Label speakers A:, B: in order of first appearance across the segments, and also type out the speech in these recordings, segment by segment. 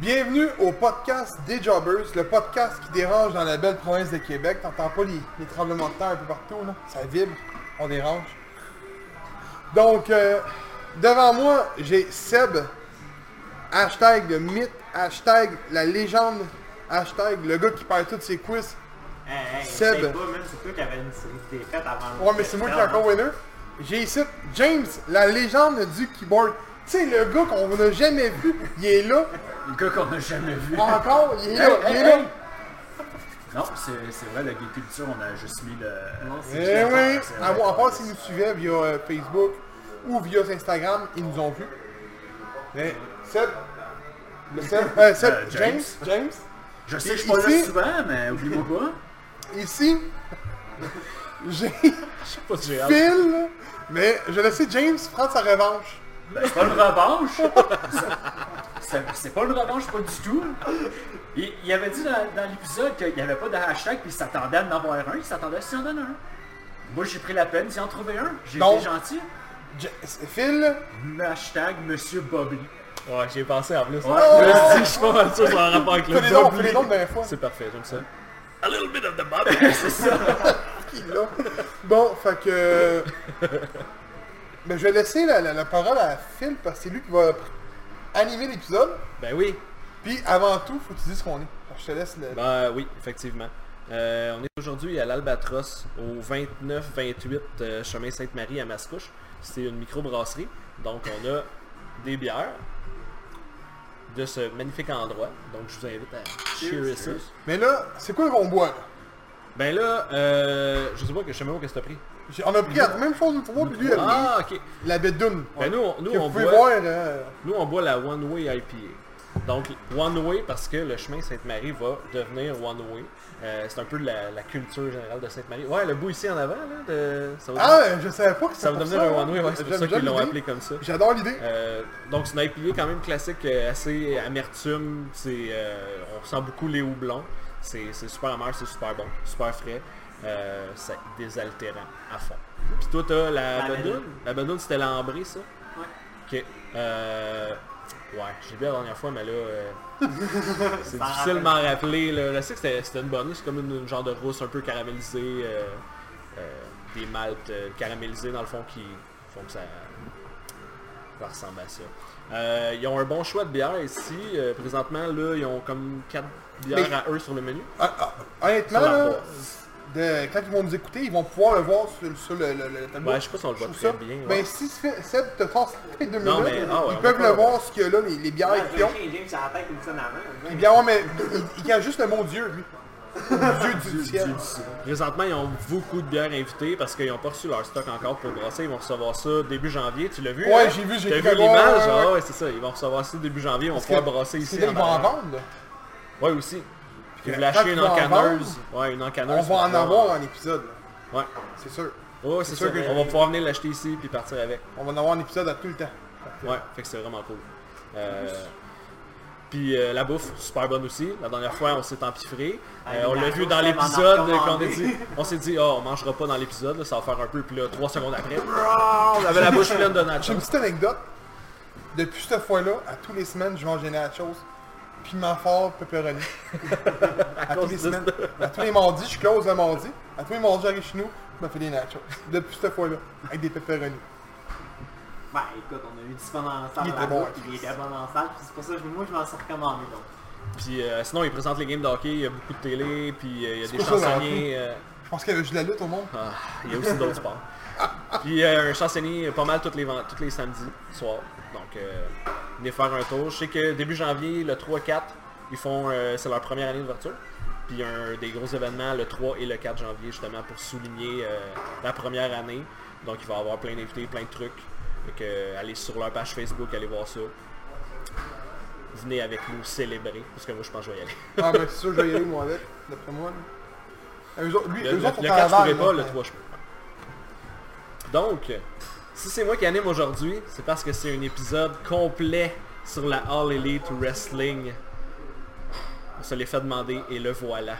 A: Bienvenue au podcast des Jobbers, le podcast qui dérange dans la belle province de Québec. T'entends pas les, les tremblements de terre un peu partout, là? Ça vibre, on dérange. Donc, euh, devant moi, j'ai Seb, hashtag le mythe, hashtag la légende, hashtag le gars qui perd toutes ses quiz.
B: Hey, hey,
A: Seb.
B: essaye pas, man, c'est toi qui avais une série de défaites avant.
A: Ouais, mais c'est moi qui est encore winner. J'ai ici James, la légende du keyboard. Tu sais, le gars qu'on n'a jamais vu, il est là,
C: Le gars qu'on n'a jamais vu.
A: encore, il est là,
C: Hey,
A: il
C: hey,
A: est là.
C: hey! Non, c'est c'est vrai, l'agriculture, on a juste mis le.
B: Non, c'est
A: Eh oui,
C: C'est
A: à,
C: vrai.
A: à part s'ils nous suivaient via euh, Facebook ou via Instagram, ils nous ont vu. Mais Seb, le Seb, euh, Seb,
C: Euh,
A: James,
C: James.
A: James,
C: Je sais que je suis pas
A: Ici-
C: là souvent, mais oublie-moi pas.
A: ici, j'ai
C: Je sais pas si j'ai hâte.
A: Phil, mais je laissais James prendre sa revanche.
C: Ben, c'est pas une revanche. C'est- c'est- C'est pas une revanche, pas du tout. Il, il avait dit dans, dans l'épisode qu'il n'y avait pas de hashtag, puis il s'attendait à en avoir un, il s'attendait à s'y en donner un. Moi, j'ai pris la peine d'y en trouver un. J'ai
A: Donc-
C: été gentil.
A: J- Phil,
C: Le Hashtag Monsieur Bobby.
D: Ouais, j'y ai pensé en plus.
C: Ouais.
D: Là, je dis, je suis pas mal sûr que ça a un rapport avec
A: fais
D: le
A: les noms, on fait
D: Bobby.
A: les noms de la dernière fois.
D: C'est parfait, j'aime ça.
C: A little bit of the Bobby. c'est ça.
A: Qui, là? Bon, fait que... Mais je vais laisser la, la- la parole à Phil parce que c'est lui qui va animer l'épisode.
D: Ben oui,
A: Puis avant tout, faut que tu dises ce qu'on est. Alors, je te laisse le...
D: ben oui, effectivement. Euh, on est aujourd'hui à l'Albatros, au 29-28 euh, chemin Sainte-Marie à Mascouche. C'est une microbrasserie, donc on a des bières de ce magnifique endroit. Donc je vous invite à cheerer ça.
A: Mais là, c'est quoi qu'on boit là?
D: Ben là, euh, je sais pas que je sais même pas qu'est-ce que t'as pris.
A: J'ai- On a pris la même chose nous trois, puis lui, il a pris
D: Ah ok.
A: la bédoune.
D: Ben nous, on- nous
A: Que vous
D: on
A: pouvez
D: boit.
A: voir, euh,
D: Nous, on boit la One Way IPA. Donc, One Way parce que le chemin Sainte-Marie va devenir One Way. Euh, c'est un peu la, la culture générale de Sainte-Marie. Ouais, le bout ici en avant, là, de... ça, va,
A: Ah, je savais pas que
D: ça va
A: pour
D: devenir
A: ça,
D: un
A: hein.
D: One Way, ouais, c'est pour
A: J'aime
D: ça qu'ils
A: bien
D: l'ont
A: l'idée.
D: appelé comme ça.
A: J'adore l'idée.
D: Euh, donc c'est une IPA quand même classique, euh, assez amertume, c'est, euh, on sent beaucoup les houblons, c'est, c'est super amer, c'est super bon, super frais, euh, c'est désaltérant à fond. Puis toi t'as la
B: La
D: bedoune,
B: Bedoune.
D: la bedoune c'était l'ambré ça? Ouais. Ok. Euh, ouais, j'ai bu la dernière fois mais là, euh, c'est
C: Oh!
B: Ça
D: difficile de
B: rappelle.
D: m'en rappeler. Là. Je sais que c'était, c'était une bonne, c'est comme une, une genre de rousse un peu caramélisée, euh, euh, des maltes euh, caramélisées dans le fond qui font que ça ça ressemble à ça. Euh, ils ont un bon choix de bières ici. Euh, présentement, là, ils ont comme 4 bières
A: Mais-
D: à eux sur le menu.
A: Ah, ah, Honnêtement,
D: Sur la
A: là,
D: boîte.
A: de- quand ils vont nous écouter, ils vont pouvoir le voir sur, sur le, le, le tableau.
D: Ouais, je sais pas si on le voit
A: trouve
D: très
A: ça-
D: bien. ouais.
A: Ben si Seb Seb te force les deux minutes,
D: Non, mais- ah ouais,
A: ils
D: on
A: peuvent
D: peut
A: le
D: pas-
A: voir ce qu'il y a là, les, les
C: Ah,
A: bières qu'ils ont. Eh bien ouais, mais il, il y a juste le mot Dieu, lui. Dieu du ciel.
D: Présentement, ils ont beaucoup de bières invitées parce qu'ils n'ont pas reçu leur stock encore pour brasser. Ils vont recevoir ça début janvier. Tu l'as vu?
A: Ouais,
D: hein?
A: j'ai vu, j'ai
D: T'as
A: vu
D: vu
A: le- ouais,
D: l'image?
A: ouais,
D: Ah
A: ouais.
D: ouais, c'est ça. Ils vont recevoir ça début janvier. On va
A: Parce
D: pouvoir
A: que-
D: brasser
A: C'est
D: ici.
A: là qu'ils vont en
D: Barrette.
A: vendre. là.
D: Ouais, aussi. Puis
A: Puis
D: vous
A: quand
D: lâchez
A: ils
D: une
A: vont en
D: encanneuse. Ouais, une encanneuse.
A: On va
D: pour
A: en
D: pouvoir-
A: avoir un épisode, là,
D: Ouais.
A: c'est sûr.
D: Ouais, c'est
A: sûr
D: ça.
A: que je-
D: On va pouvoir venir l'acheter ici puis partir avec.
A: On va en avoir un épisode à tout le temps.
D: Ouais, fait que c'est vraiment cool. Euh, puis euh, la bouffe, super bonne aussi. La dernière fois, on s'est empiffré.
B: Ah,
D: Euh, on
B: la
D: l'a vu
B: bouffe,
D: dans
B: ça m'en a
D: l'épisode qu'on a
B: recommandé.
D: dit. On s'est dit, oh, on mangera pas dans l'épisode, là, ça va faire un peu. Puis là, trois secondes après, on avait la bouche pleine de
A: J'ai
D: nachos.
A: une petite anecdote. Depuis cette fois-là, à tous les semaines, je mange des nachos. Piment fort, pepperoni. à, tous
D: cause
A: les
D: de
A: semaines. À tous les mardis, je close le mardi. À tous les mardis, j'arrive chez nous, je me fais des nachos. Depuis cette fois-là, avec des pepperoni.
B: Ben écoute, on a eu du fun ensemble
A: Il était
B: là-bas,
A: bon,
B: puis il était bon ensemble, puis c'est pour ça que moi je m'en suis recommandé donc.
D: Puis euh, sinon, ils présentent les games de hockey. Il y a beaucoup de télé, puis euh, il y a des
A: pour ça,
D: chansonniers. euh,
A: Je pense qu'il y avait juste la lutte au monde.
D: ah, il y a aussi d'autres sports. Puis euh, un chansonnier euh, pas mal tous les, ven- tous les samedis soir. Donc, euh, venez faire un tour. Je sais que début janvier, le 3-4, ils font, euh, c'est leur première année d'ouverture. Puis un des gros événements, le 3 et le 4 janvier, justement, pour souligner euh, la première année. Donc, il va y avoir plein d'invités, plein de trucs. Donc, euh, allez sur leur page Facebook, allez voir ça. Venez avec nous célébrer, parce que moi, je pense que je vais y aller.
A: Ah, mais c'est sûr, je vais y aller, moi, avec. D'après moi. là. Eux autres, lui,
D: Le,
A: eux
D: le-
A: autres, hein. sont
D: le
A: à
D: 4, je
A: Laval,
D: pourrais pas,
A: là.
D: le 3, je peux. Donc, si c'est moi qui anime aujourd'hui, c'est parce que c'est un épisode complet sur la All Elite Wrestling. On se l'est fait demander et le voilà.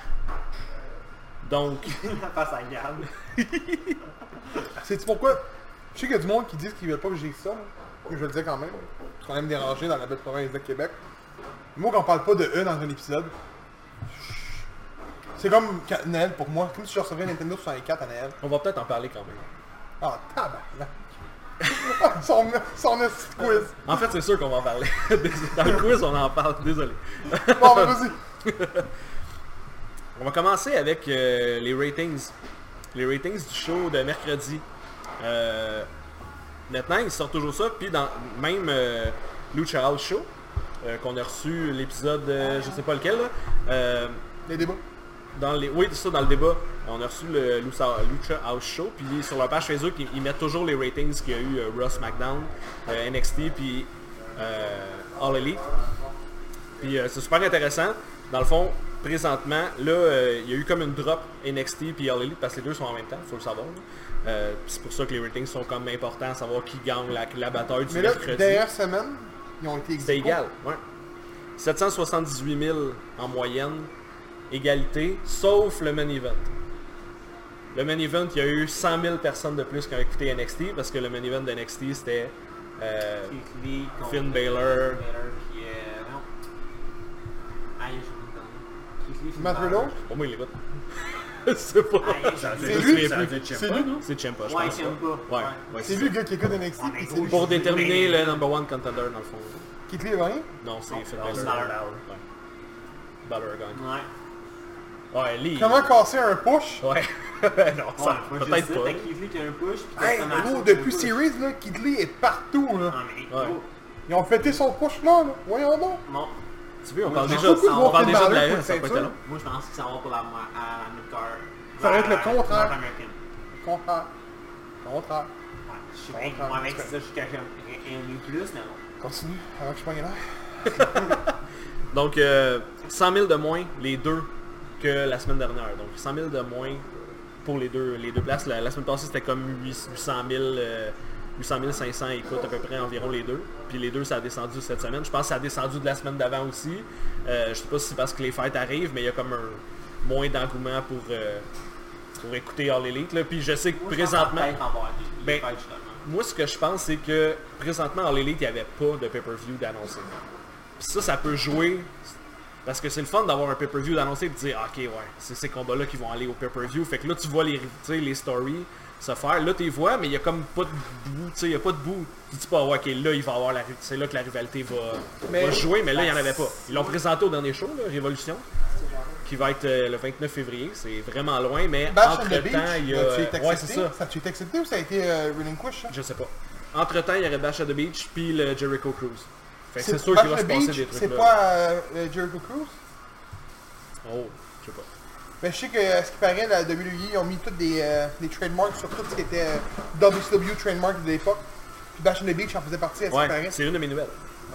D: Donc,
B: La face à garde.
A: Sais-tu pourquoi? Je sais qu'il y a du monde qui disent qu'ils veulent pas que j'ai ça. là. Mais Je vais le dire quand même. Parce qu'on aime déranger dans la belle province de Québec. Moi, qu'on parle pas de E dans un épisode, c'est comme quand- Noël pour moi. Comme si je recevais un Nintendo 64 à Noël.
D: On va peut-être en parler quand même.
A: Ah, tabarnak! son son esti de quiz.
D: En fait, c'est sûr qu'on va en parler. Dans le quiz, on en parle, désolé.
A: Bon, ben, vas-y.
D: On va commencer avec euh, les ratings. Les ratings du show de mercredi. Euh, maintenant, ils sortent toujours ça, puis dans même euh, Lucha House Show, euh, qu'on a reçu l'épisode, euh, je sais pas lequel, là, euh,
A: Les débats.
D: dans les, oui, c'est ça, dans le débat, on a reçu le Lucha, Lucha House Show, puis sur leur page Facebook, ils, ils mettent toujours les ratings qu'il y a eu Ross Raw, SmackDown, euh, NXT, puis euh, All Elite. Puis euh, c'est super intéressant. Dans le fond, présentement, là, euh, il y a eu comme une drop NXT puis All Elite parce que les deux sont en même temps, faut le savoir. là. Euh, puis c'est pour ça que les ratings sont comme importants, savoir qui gagne la, la bataille du
A: Mais là,
D: mercredi.
A: dernière semaine, ils ont été ex
D: C'était
A: aequo.
D: égal, ouais. 778 000 en moyenne, égalité, sauf le main event. Le main event, il y a eu 100 000 personnes de plus qui ont écouté NXT parce que le main event de NXT, c'était... euh,
B: Keith Lee contre
D: Finn Balor.
B: Balor, puis, euh, voyons. Aïe, j'ai oublié le nom. Keith Lee, Finn
A: Matt
B: Balor.
A: Riddle?
D: pour moi, il est bon. C'est pas...
B: Aïe, j'ai
A: C'est
B: oublié.
D: Je
A: lui,
D: me souviens
C: Ça
D: plus.
C: veut dire
A: c'est
C: Ciampa,
A: lui.
C: non?
D: C'est Ciampa, je
B: Ah, Ouais,
D: pense.
B: Ciampa.
D: Ouais,
B: Ouais.
D: ouais,
A: C'est lui le gars qui écoute NXT.
B: Ah, mais
A: C'est lui
B: gros,
D: Pour déterminer le number one contender, dans le fond.
A: qui te lève rien.
D: Non, c'est
B: Non,
D: Finn
B: non,
D: Balor.
B: c'est Balor.
D: Ouais. Balor gagne.
B: Ouais.
D: Ouais, Lee.
A: Comment casser un push?
D: Ouais. non,
B: Ouais,
D: ça,
B: moi, je
D: peut-être
B: sais,
D: pas.
B: t'as Keith Lee qui a un push, puis t'as
A: Hey,
B: Tommaso
A: gros,
B: qui a un
A: depuis
B: push.
A: Series, là, Kid Lee est partout, là.
B: Non, mais
D: Ouais.
B: gros,
A: Ils ont fêté son push, là, là. Voyons donc.
B: non.
D: Tu veux, on
B: Oui,
D: parle
B: j'en
D: déjà,
B: ai beaucoup
D: on parle
A: de
D: déjà de
A: Balor
D: la
A: pour
D: haine, ça peut
A: ceinture.
D: être long.
B: Moi, je pense que ça va pour la, mo- à la mid-car.
A: Ça va être le
B: Euh,
A: contraire.
B: North American.
A: Contraire. Contraire.
B: Ouais, je sais
A: Contraire,
B: bien, moi, avec
A: en tout
B: ça, jusqu'à j'aimerais aimer plus, mais non.
A: Continue, avant que je pogne l'air.
D: Donc, euh, 100 000 de moins, les deux, que la semaine dernière. Donc, 100 000 de moins pour les deux, les deux places. La, la semaine passée, c'était comme 800 000, euh, 800 000, 500 écoutes à peu près environ les deux. Puis les deux, ça a descendu cette semaine. Je pense que ça a descendu de la semaine d'avant aussi. Euh, je sais pas si c'est parce que les fêtes arrivent, mais il y a comme un moins d'engouement pour, euh, pour écouter All Elite. là. Puis je sais que
B: Moi, je pense
D: présentement...
B: que ça va être en bas, les- les
D: Ben,
B: fêtes, justement.
D: Moi, ce que je pense, c'est que présentement, en l'élite, il n'y avait pas de pay-per-view d'annoncé. Puis ça, ça peut jouer. Parce que c'est le fun d'avoir un pay-per-view d'annoncé et de dire, ok, ouais, c'est ces combats-là qui vont aller au pay-per-view. Fait que là, tu vois les, tu sais, les stories se faire. Là, tu les vois, mais il n'y a comme pas de bout. Tu sais, il n'y a pas de bout. Tu dis pas, ouais, ok, là, il va avoir la, ri- c'est là que la rivalité va,
A: Mais-
D: va jouer. Mais là, il n'y en avait pas. Ils l'ont présenté au dernier show, là, Révolution, qui va être euh, le 29 février. C'est vraiment loin, mais
A: Bash on the Beach,
D: entre-temps, il y a...
A: euh, tu été
D: Ouais, c'est
A: accepté?
D: ça.
A: ça tu été accepté ou ça a été euh, relinquish, ça?
D: Je sais pas. Entre temps, il y aurait Bash at the Beach puis le Jericho Cruise. Fait que Ben, c'est
A: C'est
D: sûr
A: Bash
D: qu'il va
A: on
D: se
A: the
D: passer
A: Beach,
D: des
A: C'est
D: trucs là.
A: pas euh, euh, Jericho Cruise?
D: Oh, je sais pas.
A: Mais Ben, je sais que, à ce qui paraît, la WWE, ils ont mis toutes des, euh, des trademarks sur tout ce qui était euh, WCW trademark de l'époque. Puis Bash on the Beach en faisait partie, à ce qui
D: Ouais,
A: paraît.
D: c'est une de mes nouvelles.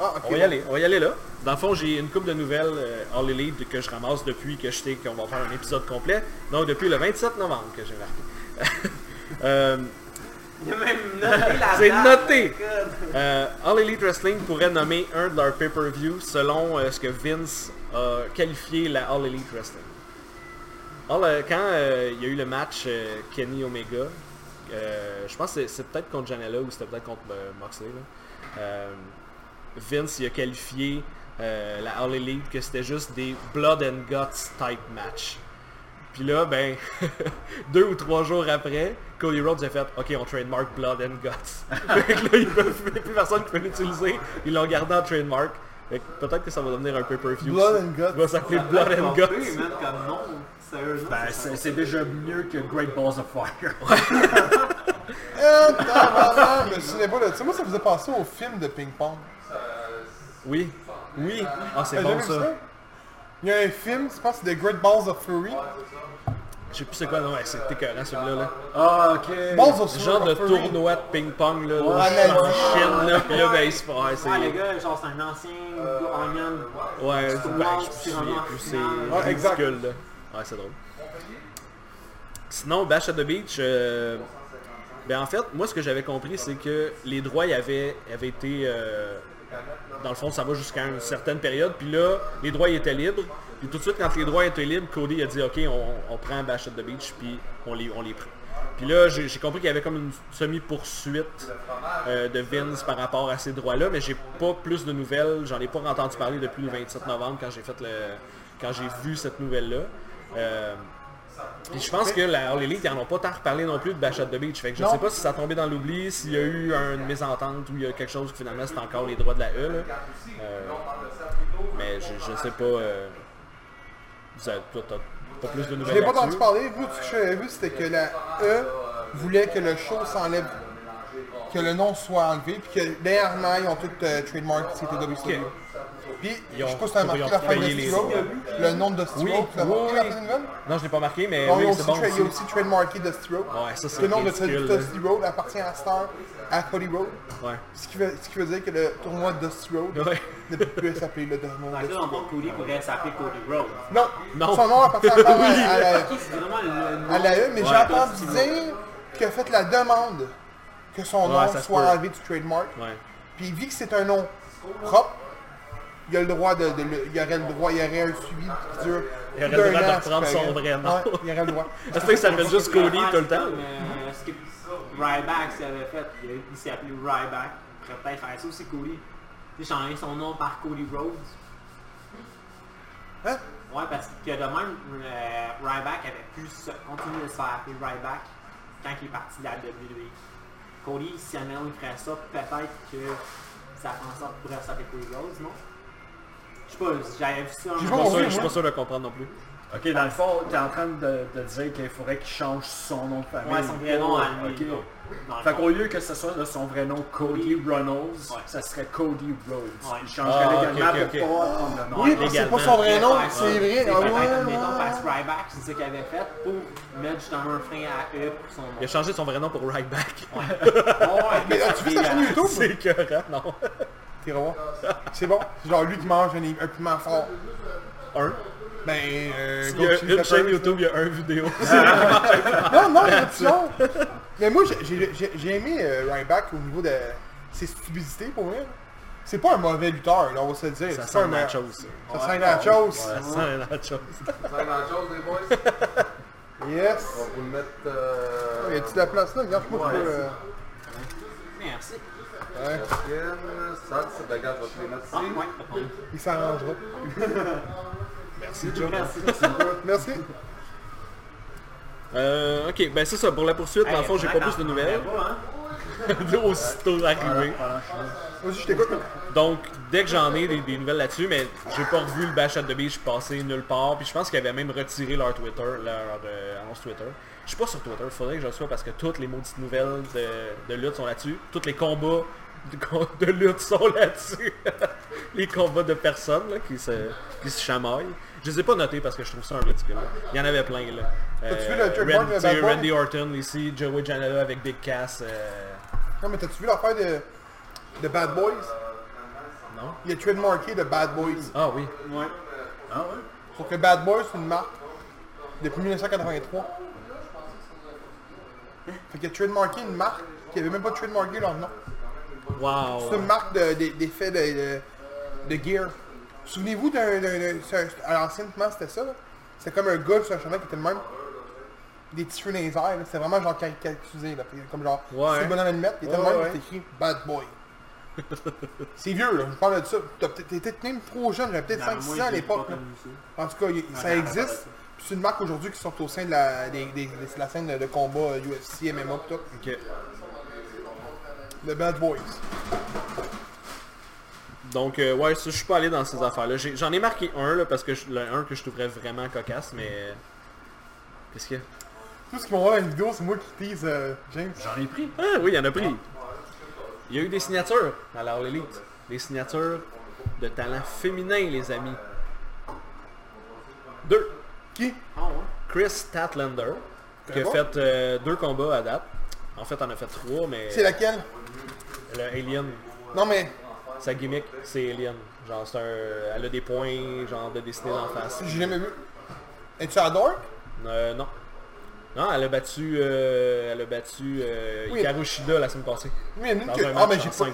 A: Ah, ok.
D: On va y aller, on va y aller là. Dans le fond, j'ai une coupe de nouvelles euh, All Elite que je ramasse depuis que je sais qu'on va faire un épisode complet. Donc depuis le 27 novembre que j'ai marqué. Euh,
B: Il a même noté la
D: C'est
B: date,
D: noté.
B: my God.
D: euh, All Elite Wrestling pourrait nommer un de leurs pay-per-view selon euh, ce que Vince a qualifié la All Elite Wrestling. Alors, euh, quand euh, il y a eu le match euh, Kenny Omega, euh, je pense que c'est- c'est peut-être contre Janela ou c'était peut-être contre euh, Moxley. là. Euh, Vince il a qualifié euh, la All Elite que c'était juste des Blood and Guts type match. Puis là, ben, deux ou trois jours après, Cody Rhodes a fait « Ok, on trademark Blood and Guts. » Fait que là, ils peuvent- il n'y a plus personne qui peut l'utiliser. Ils l'ont gardé en trademark. Fait que Peut-être que ça va devenir un pay-per-view.
A: Blood
D: aussi.
A: and
D: Il
A: Guts.
D: va s'appeler
B: Ça
D: Blood
B: doit être
D: and
B: popé,
D: Guts.
B: man, comme nom. Sérieusement,
C: Ben,
B: ça-
C: c'est c'est déjà mieux que Great Balls of Fire.
A: Euh, tabarnak, je me souviens pas de ça. Moi, ça faisait penser au film de ping-pong.
D: Oui. Oui. Ah, c'est
A: T'as
D: bon
A: jamais vu
D: ça.
A: ça? Il y a un film, je pense que c'est The Great Balls of Fury.
D: Je sais plus c'est quoi, non, ouais, c'est écœurant celui-là. Là.
C: Ah, ok.
A: Balls of
D: Ce
A: Fury.
D: genre de
A: Fury.
D: tournoi de ping-pong, là, là,
A: Ouais,
D: en
A: mais-
D: Chine, là, pis là, ben, il se passe, ouais,
B: Ouais, le
D: c'est...
B: gars, genre, c'est un ancien gagnant.
D: Ouais,
B: c'est
D: ben,
B: wow,
D: je
B: c'est
D: me souviens
B: vraiment
D: plus, c'est
B: final.
A: Ouais, exact.
D: ridicule, là. Ouais, c'est drôle. Sinon, Bash at the Beach, euh, ben, en fait, moi, ce que j'avais compris, c'est que les droits, y avaient, avaient été... euh, dans le fond, ça va jusqu'à une certaine période, puis là, les droits, ils étaient libres. Puis tout de suite, quand les droits étaient libres, Cody a dit, OK, on, on prend Bash at the Beach, puis on les, on les prend. Puis là, j'ai j'ai compris qu'il y avait comme une semi-poursuite
B: Le fromage.
D: euh, de Vince par rapport à ces droits-là, mais j'ai pas plus de nouvelles, j'en ai pas entendu parler depuis le 27 novembre quand j'ai fait le quand j'ai vu cette nouvelle-là. Euh, et je pense que la Harley League, ils n'en ont pas tant reparlé non plus de Bachat de Beach. Fait que je
A: Non.
D: sais pas si ça a tombé dans l'oubli, s'il y a eu une mésentente ou il y a quelque chose que finalement c'est encore les droits de la E. là. Euh, mais je, je sais pas. euh, vous avez- toi, t'as pas plus de
A: Je
D: nouvelles.
A: l'ai pas
D: là-dessus?
A: entendu parler. Vous, ce que j'avais vu, c'était que la E voulait que le show s'enlève, que le nom soit enlevé, puis que dernièrement, ils ont tout euh, trademark CTW Studio.
D: Ok.
A: Puis,
D: Ils
A: je
D: ont-
A: sais pas si t'as remarqué
D: ils ont
A: la fin de
D: payé les
A: Stiro,
D: droits.
A: le nom de Stiro,
D: Oui,
A: tu l'as
D: oui,
A: remarqué la
D: oui.
A: fin de nouvelle?
D: Non, je l'ai pas marqué, mais
A: Non,
D: oui,
A: ils ont
D: c'est
A: aussi,
D: bon.
A: Oh, tra- ils ont
D: aussi.
A: aussi trademarké Dusty Road.
D: Ouais, ça, c'est
A: le nom de
D: ridicule,
A: Dusty Dusty Road appartient à Star, à Cody Road.
D: Ouais.
A: Ce qui, veut, ce qui veut dire que le tournoi Dusty Road
D: Ouais.
A: ne peut plus s'appeler le tournoi
B: Fait que
A: Dusty
B: là,
A: Road.
B: on va Cody pourrait s'appeler Cody Rhodes.
A: Non,
D: Non.
A: son nom appartient encore à- à la
B: Ok, c'est vraiment le nom.
A: à la E, mais
D: Ouais.
A: j'ai entendu dire qu'il a fait la demande que son
D: Ouais,
A: nom
D: ça se
A: soit
D: peut.
A: enlevé du trademark.
D: Ouais.
A: Puis vu que c'est un nom propre, il a le droit de, de le- il aurait le droit, il aurait un suivi qui dure.
D: Il aurait
A: tout
D: le
A: d'un
D: droit de
A: an,
D: reprendre
A: c'est pas
D: son
A: grave.
D: vrai nom.
A: Ouais, il aurait le droit.
D: Est-ce que ça s'appelle juste Cody
B: Ouais,
D: tout le
B: c'est
D: temps?
B: comme, euh, Ce que Ryback s'avait fait, il a- il s'est appelé Ryback. Il pourrait peut-être faire ça aussi, Cody. Tu sais, changer son nom par Cody Rhodes.
A: Hein?
B: Ouais, parce que de même, euh, Ryback avait pu se- continuer de se faire appeler Ryback quand il est parti de la WWE. Cody, si jamais on ferait ça, peut-être que ça ferait en sorte qu'il pourrait s'appeler Cody Rhodes, non? Je sais pas, j'avais vu ça.
A: J'ai
D: Je
B: un
D: suis pas
B: moment.
A: Oh, oui,
D: sûr- je suis
A: oui.
D: pas sûr de comprendre non plus.
C: Ok, dans le fond, t'es en train de, de dire qu'il faudrait qu'il change son nom de famille.
B: Ouais, son vrai nom à lui.
C: Ok.
B: donc, dans le
C: Fait
B: fond.
C: qu'au lieu que ce soit de son vrai nom Cody Reynolds,
B: Ouais.
C: ça serait Cody Rhodes.
B: Ouais.
C: Il changerait
D: Ah, ok,
C: légalement
D: ok, ok.
C: pour pouvoir prendre le nom.
A: Oui, parce que c'est pas son vrai nom, c'est vrai. Ah,
B: C'est peut-être,
A: ouais,
B: admettons, parce
A: ouais.
B: que Ryback, c'est ce qu'il avait fait pour mettre justement un frein à eux pour son nom.
D: Il a changé son vrai nom pour Right Back.
A: Mais as-tu vu sa chaîne YouTube?
D: C'est écœurant, non?
A: T'es roi. C'est bon. C'est genre lui qui mange un, un piment fort.
D: Un.
A: Ben, euh,
D: Il y a
A: Gold
D: une
A: Chili
D: chaîne
A: Peppers.
D: YouTube, il y a un vidéo.
A: Non, non, il y a du son. Mais moi, j'ai- j'ai j'ai- j'ai aimé euh, Ryback au niveau de ses stupidités, pour vrai. C'est pas un mauvais lutteur, là, on va se le dire.
D: Ça
A: C'est
D: sent
A: pas un
D: la
A: ma-
D: chose.
A: Ça sent la chose.
D: Ça sent la chose.
E: C'est la chose des boys.
A: Yes.
E: On va vous le mettre.
A: Ah,
E: Euh,
A: Y a-tu de la place là? Regarde, moi, je peux... euh,
B: Merci.
A: ouais,
E: Chicken, ça, c'est de la gage, je vais te les mettre
B: Ah,
E: ici.
B: ouais, t'as pas
A: il s'arrangera.
D: Merci, Joe.
B: Merci.
A: Merci.
D: Euh, ok, ben c'est ça. Pour la poursuite, dans le fond, j'ai pas plus de nouvelles. Aussitôt arrivé.
A: Vas-y, je t'écoute.
D: Donc, dès que j'en ai des, des nouvelles là-dessus, mais j'ai pas revu le Bash at the Beach passer nulle part. Puis je pense qu'ils avaient même retiré leur Twitter, leur euh, annonce Twitter. Je suis pas sur Twitter, faudrait que je le sois parce que toutes les maudites nouvelles de, de lutte sont là-dessus. Tous les combats de, con- de lutte sont là-dessus. les combats de personnes là, qui, se, qui se chamaillent. Je les ai pas notés parce que je trouve ça un ridicule. Il y en avait plein là. Euh,
A: T'as-tu vu le trademark
D: Randy-
A: de Bad Boy?
D: Randy Orton ici, Joey Janela avec Big Cass. euh,
A: Non, mais t'as-tu vu l'affaire de, de Bad Boys?
D: Non.
A: Il y a trademarké de Bad Boys.
D: Ah oui.
B: Ouais.
C: Ah ouais?
A: Sauf que Bad Boys, c'est une marque depuis 1983. Fait qu'il a trademarké une marque qui avait même pas trademarké leur nom.
D: Wow.
A: C'est une marque de- de- d'effets de, de- de gear. Souvenez-vous d'un... d'un- d'un- c'est un- À l'ancienne, comment c'était ça? là? C'était comme un gars sur un chemin qui était le même. Des tissus dans les airs, là. C'était vraiment genre caricaturé, là. Comme genre,
D: Ouais.
A: c'est le bonhomme allumette, il était
D: Ouais,
A: le même,
D: ouais.
A: il était écrit Bad Boy. c'est vieux, là. Je parle de ça. T'as peut-être- T'étais même trop jeune, j'avais peut-être 5-6 ans à l'époque, là. En tout cas, il- ça existe. Puis C'est une marque aujourd'hui qui sort au sein de la, des- des- de la scène de, de combat euh, UFC, MMA, tout.
D: Ok.
A: Le Bad Boys.
D: Donc, euh, ouais, ça, je suis pas allé dans ces affaires-là. J'ai- J'en ai marqué un, là, parce que je- le un que je trouverais vraiment cocasse, mais... euh, Qu'est-ce qu'il y a
A: Tout ce qu'ils vont voir dans une vidéo, c'est moi qui tease euh, James.
C: J'en ai pris.
D: Ah oui, il y en a pris. Il y a eu des signatures à la All Elite. Des signatures de talent féminin, les amis. Deux.
A: Qui?
B: Ah ouais.
D: Chris Tatlander, qui a
A: bon?
D: fait euh, deux combats à date. En fait, on a fait trois, mais
A: C'est laquelle?
D: le Alien,
A: Non mais,
D: sa gimmick, c'est Alien. Genre, c'est un... Elle a des points, genre, de dessiner d'en face.
A: j'ai jamais vu. Es-tu à Dark?
D: Euh, non. Non, elle a battu, euh, elle a battu euh,
A: Oui.
D: Hikaru Shida la semaine passée.
A: Oui, il y en a une
D: Dans
A: que-
D: un
A: Ah
D: match
A: mais
D: en
A: j'ai pas...
D: cinq.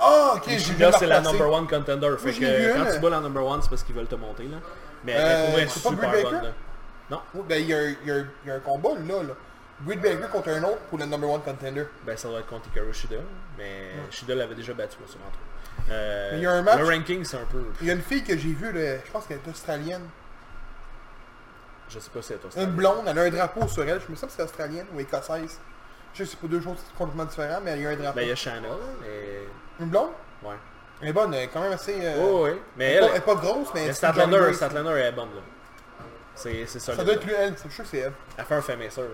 A: Ah ok, j'ai vu
D: Shida, c'est la
A: replacer.
D: number one contender. Fait
A: je l'ai vu,
D: que quand
A: elle.
D: tu bats la number one, c'est parce qu'ils veulent te monter, là. Mais
A: Euh,
D: elle pourrait être
A: c'est pas
D: super
A: Britt
D: bonne,
A: Baker?
D: là. Non.
A: Oui, Ben il y, a un- il y a un- il y a un combat là, là. Britt Baker contre un autre pour le number one contender.
D: Ben, ça doit être contre Hikaru Shida, mais Shida l'avait déjà battu, on se rentre. Euh,
A: Mais il y a un match-
D: Le ranking, c'est un peu...
A: Il y a une fille que j'ai vue, là, je pense qu'elle est australienne.
D: Je sais pas si c'est toi.
A: Une blonde, elle a un drapeau sur elle. Je me sens que c'est australienne ou écossaise. Je sais pas, deux choses complètement différentes, mais il y a un drapeau.
D: Ben, il y a Shanna, là, mais...
A: Une blonde
D: Ouais.
A: Elle est bonne, elle est quand même assez... euh,
D: Oh, oui,
A: elle,
D: mais
A: est
D: elle...
A: pas, elle est pas grosse, mais...
D: Mais
A: c'est une Johnny
D: Statlander,
A: Grace.
D: Statlander, elle est bonne, là. C'est c'est
A: Ça
D: solide.
A: doit être lui, elle, c'est- je suis sûr que c'est elle.
D: Elle fait un fait minceur, là.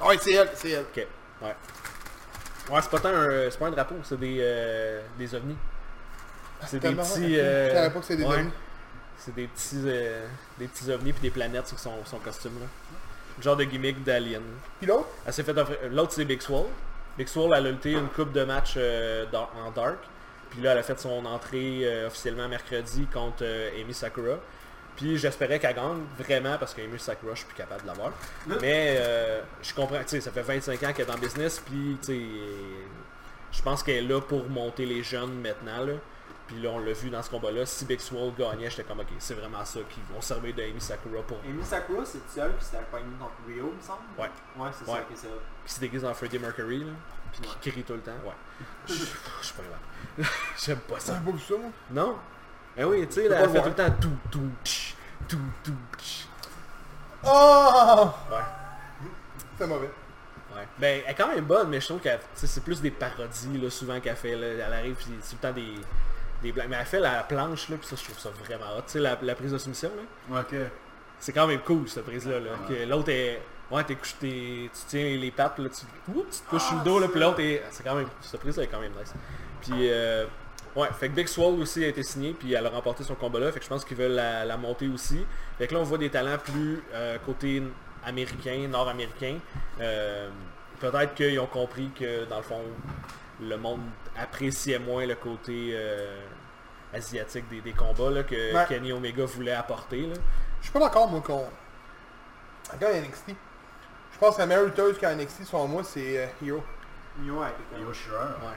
A: Ah Ouais, c'est elle, c'est elle.
D: Ok, ouais. Ouais, c'est pas tant un, c'est pas un drapeau, c'est des, euh, des ovnis. C'est des
A: Tellement-
D: petits...
A: ok,
D: euh,
A: Je savais pas que c'est des
D: ouais.
A: hommes.
D: C'est des petits, euh, des petits ovnis puis des planètes sur son, son costume, là. Genre de gimmick d'alien.
A: Puis l'autre,
D: Elle s'est fait offrir- euh, L'autre, c'est Big Swole. Big Swole, elle a lutté une coupe de match en dark. Puis là, elle a fait son entrée euh, officiellement mercredi contre euh, Amy Sakura. Puis j'espérais qu'elle gagne, vraiment, parce qu'Amy Sakura, je suis plus capable de l'avoir. Mais euh, je comprends, tu sais, ça fait 25 ans qu'elle est dans le business, puis tu sais, je pense qu'elle est là pour monter les jeunes maintenant, là. Puis là, on l'a vu dans ce combat-là, si Big Swole gagnait, j'étais comme, ok, c'est vraiment ça qu'ils vont servir de Amy Sakura pour...
B: Amy Sakura, c'est seule, puis c'est la poignée contre Rio, il me semble.
D: Ouais.
B: Ouais, c'est
D: Ouais.
B: ça que c'est.
D: qui se déguise en Freddie Mercury, là, puis qui crie tout le temps. Ouais. Je je suis pas capable. J'aime pas
A: c'est un
D: ça.
A: beau ça, moi.
D: Non? Eh oui, tu sais,
A: pas
D: là, elle
A: le
D: fait tout
A: voir.
D: le temps tout, tout, tch, tout, tout, tch.
A: Oh
D: Ouais.
A: C'est mauvais.
D: Ouais. Ben, elle est quand même bonne, mais je trouve qu'elle, tu sais, c'est plus des parodies, là, souvent qu'elle fait, là. Elle arrive, puis c'est tout le temps des, des blagues. Mais elle fait la planche, là, puis ça, je trouve ça vraiment hot. Tu sais, la, la prise de soumission, là.
C: Ok.
D: C'est quand même cool, cette prise-là, là. Que l'autre est... Ouais, t'es couché, t'es- tu tiens les pattes, là, tu, oups, tu te couches sur le dos, là, puis l'autre est... C'est quand même... Cette prise-là est quand même nice. Puis, euh, ouais, fait que Big Swole aussi a été signé, puis elle a remporté son combat-là, fait que je pense qu'ils veulent la, la monter aussi. Fait que là, on voit des talents plus euh, côté américain, nord-américain. Euh, Peut-être qu'ils ont compris que, dans le fond, le monde appréciait moins le côté euh, asiatique des, des combats là, que
A: Ouais.
D: Kenny Omega voulait apporter. Là.
A: Je suis pas d'accord, moi, qu'on... Regarde NXT. Je pense que la meilleure lutteuse qu'à NXT, selon moi, c'est euh, Hero.
B: Rio a été comme.
C: Yo, Shearer.
D: Ouais.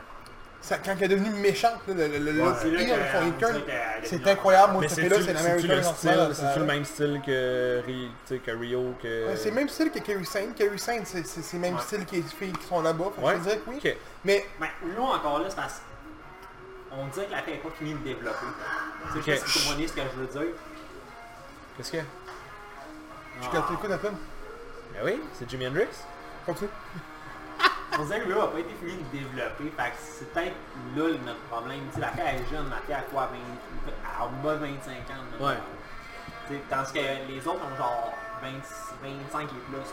A: Ça- quand elle est devenue méchante, là, le, le, le,
B: Ouais,
A: le
B: c'est là
A: pire de
B: que-
A: son
B: on
A: return,
B: dirait qu'elle est
A: c'est
B: devenue-
A: incroyable. Moi,
D: Mais
A: cette
D: c'est-tu
A: fille-là, c'est la meilleure
D: c'est-tu le
A: lutteuse en ce moment,
D: style,
A: là,
D: c'est-tu
A: ça-
D: le même style que, Ri- tu sais, que Rio, que...
A: Ouais, C'est le même style que Kerry Saint. Kerry Saint, c'est c'est- c'est le même
B: Ouais.
A: style que les filles qui sont là-bas. Fait que
D: Ouais.
A: Je te dirais que oui.
D: Ok.
A: Mais
B: Ben, Rio encore là, c'est parce on dirait que la paix n'est pas finie de développer. Tu sais, je sais
D: Ok.
B: pas si vous comprenez ce que je veux dire.
D: Qu'est-ce qu'il y a?
A: je calcule le coup de la peine.
D: Ben oui, c'est Jimi Hendrix.
A: Continue.
B: On dirait que Rio n'a pas été fini de développer. Fait que c'est peut-être là le- notre problème. Tu sais, la paix est jeune, la paix a quoi, 20, à bas 25 ans. maintenant.
D: Ouais.
B: Tu sais, tandis que les autres ont genre 20 25 et plus. Là.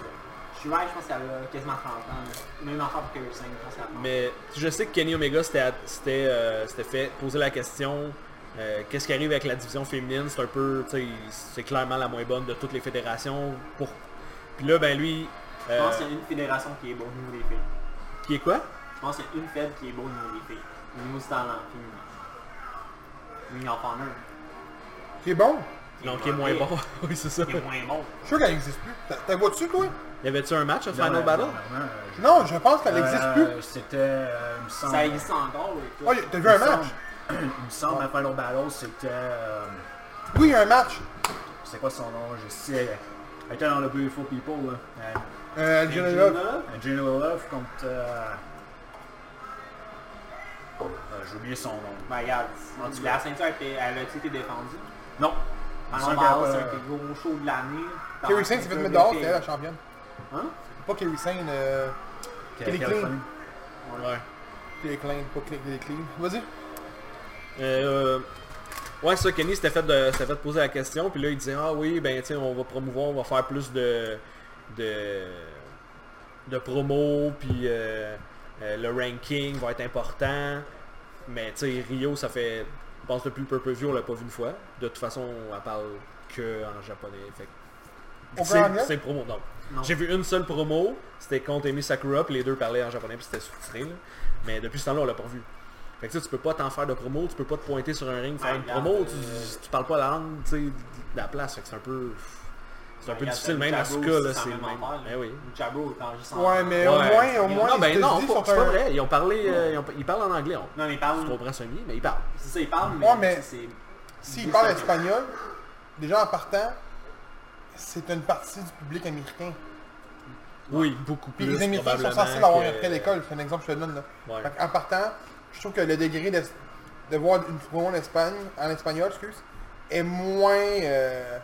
B: Je suis je pense qu'elle a quasiment 30 ans. là. Même enfant que Kerry Singh, je pense qu'elle a 30 ans.
D: Mais je sais que Kenny Omega c'était c'était euh, c'était fait poser la question euh, qu'est-ce qui arrive avec la division féminine c'est un peu tu sais c'est clairement la moins bonne de toutes les fédérations pour puis là ben lui
B: Je
D: euh,
B: pense qu'il y a une fédération qui est bonne au niveau des filles.
D: qui est quoi
B: Je pense qu'il y a une fête qui est bonne au niveau des filles. Au niveau du talent féminin. Ring of Honor.
A: C'est bon.
D: non qui est moins bon oui c'est ça
B: Qui est moins bon.
A: Je suis sûr qu'elle n'existe plus. T'as- T'as vois-tu, toi
D: y avait-tu un match à Final Battle
A: Non, je pense qu'elle n'existe
C: Euh,
A: plus.
C: C'était, euh, il me semble...
B: Ça existe encore, oui.
A: Oh, y- t'as vu un
C: il me
A: match
C: semble- Il me semble, après l'autre ballon, c'était... euh,
A: Oui, il y a un match.
C: C'est quoi son nom? Je sais... Elle était dans le Beautiful People, là. Euh,
A: Euh, Algina Love.
C: Angela Love contre... euh, euh, J'ai oublié son nom.
B: Ben regarde,
C: En tout
B: la ceinture était- elle a été défendue.
C: Non. Il me
B: Alors,
C: semble
B: bah,
C: qu'elle,
B: c'est un
C: euh,
B: des gros shows de l'année.
A: Kerry Saint s'est fait mettre dehors, c'est elle la
B: Hein?
A: championne. Pas Kerry Saint, euh,
C: qu'elle-
A: Kelly
C: qu'elle
A: Klein.
C: fait.
D: ouais
A: Kelly Klein, pas Kelly Klein. Vas-y.
D: Euh, ouais, ça, Kenny s'était fait, de- s'était fait poser la question, puis là, il disait, ah oui, ben, tiens, on va promouvoir, on va faire plus de... de, de promos, puis euh, euh, le ranking va être important. Mais, tu sais, Rio, ça fait... Je pense depuis le pay-per-view, on l'a pas vu une fois. De toute façon, elle parle que en japonais, fait que-
A: On peut en
D: c'est
A: anglais?
D: c'est promo, non.
B: Non.
D: J'ai vu une seule promo, c'était contre Amy Sakura, puis les deux parlaient en japonais, puis c'était sous-titré. là. Mais depuis ce temps-là, on l'a pas vu. Fait que tu sais, tu peux pas t'en faire de promo, tu peux pas te pointer sur un ring faire
B: Ouais,
D: une
B: regarde,
D: promo, tu,
B: euh,
D: tu parles pas la langue, tu sais, de la place, fait que c'est un peu... C'est un peu difficile, même à ce cas, là, c'est le même. Ben oui.
B: Jabo est enregistrant.
A: Ouais, mais au
D: Ouais.
A: moins, au moins,
D: Non, ben
A: les
D: non,
A: États-Unis
D: pas-
A: sont
D: c'est pas
A: un-
D: vrai, ils ont parlé, euh, ils, ont- ils parlent en anglais, on,
B: Non, mais il
D: tu
B: parle.
D: comprends Sony, mais ils parlent.
B: C'est ça, il parle,
A: Ouais,
B: mais
A: mais-
B: c'est.
A: S'ils
B: Deux
A: parlent
B: secondes.
A: espagnol, déjà en partant, c'est une partie du public américain.
D: Oui, beaucoup
A: Puis
D: plus.
A: les Américains sont
D: probablement
A: censés l'avoir
D: que-
A: après l'école, c'est un exemple que je te donne là.
D: Ouais.
A: Fait en partant, je trouve que le degré d'es- de, voir une promo en Espagne, en espagnol, excuse, est moins euh,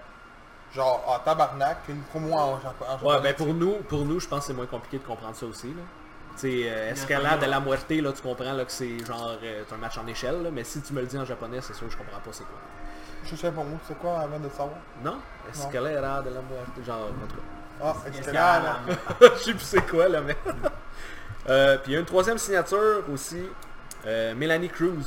A: genre en tabarnak qu'une promo en, en, en
D: Ouais,
A: japonais.
D: ben pour nous, pour nous, je pense que c'est moins compliqué de comprendre ça aussi. Là. Tu sais, euh, escalade à la muerte, là, tu comprends là, que c'est genre euh, t'as un match en échelle, là, mais si tu me le dis en japonais, c'est sûr que je comprends pas c'est quoi. ben,
A: Je sais pas moi, c'est quoi avant de le savoir.
D: Non? Escalera de la muerte, genre, en tout cas.
A: Ah,
B: Est-ce
A: c'est
B: qu'il y a la-
A: là.
D: je sais plus c'est quoi, là, mais... Euh, Puis il y a une troisième signature aussi, euh, Melanie Cruz.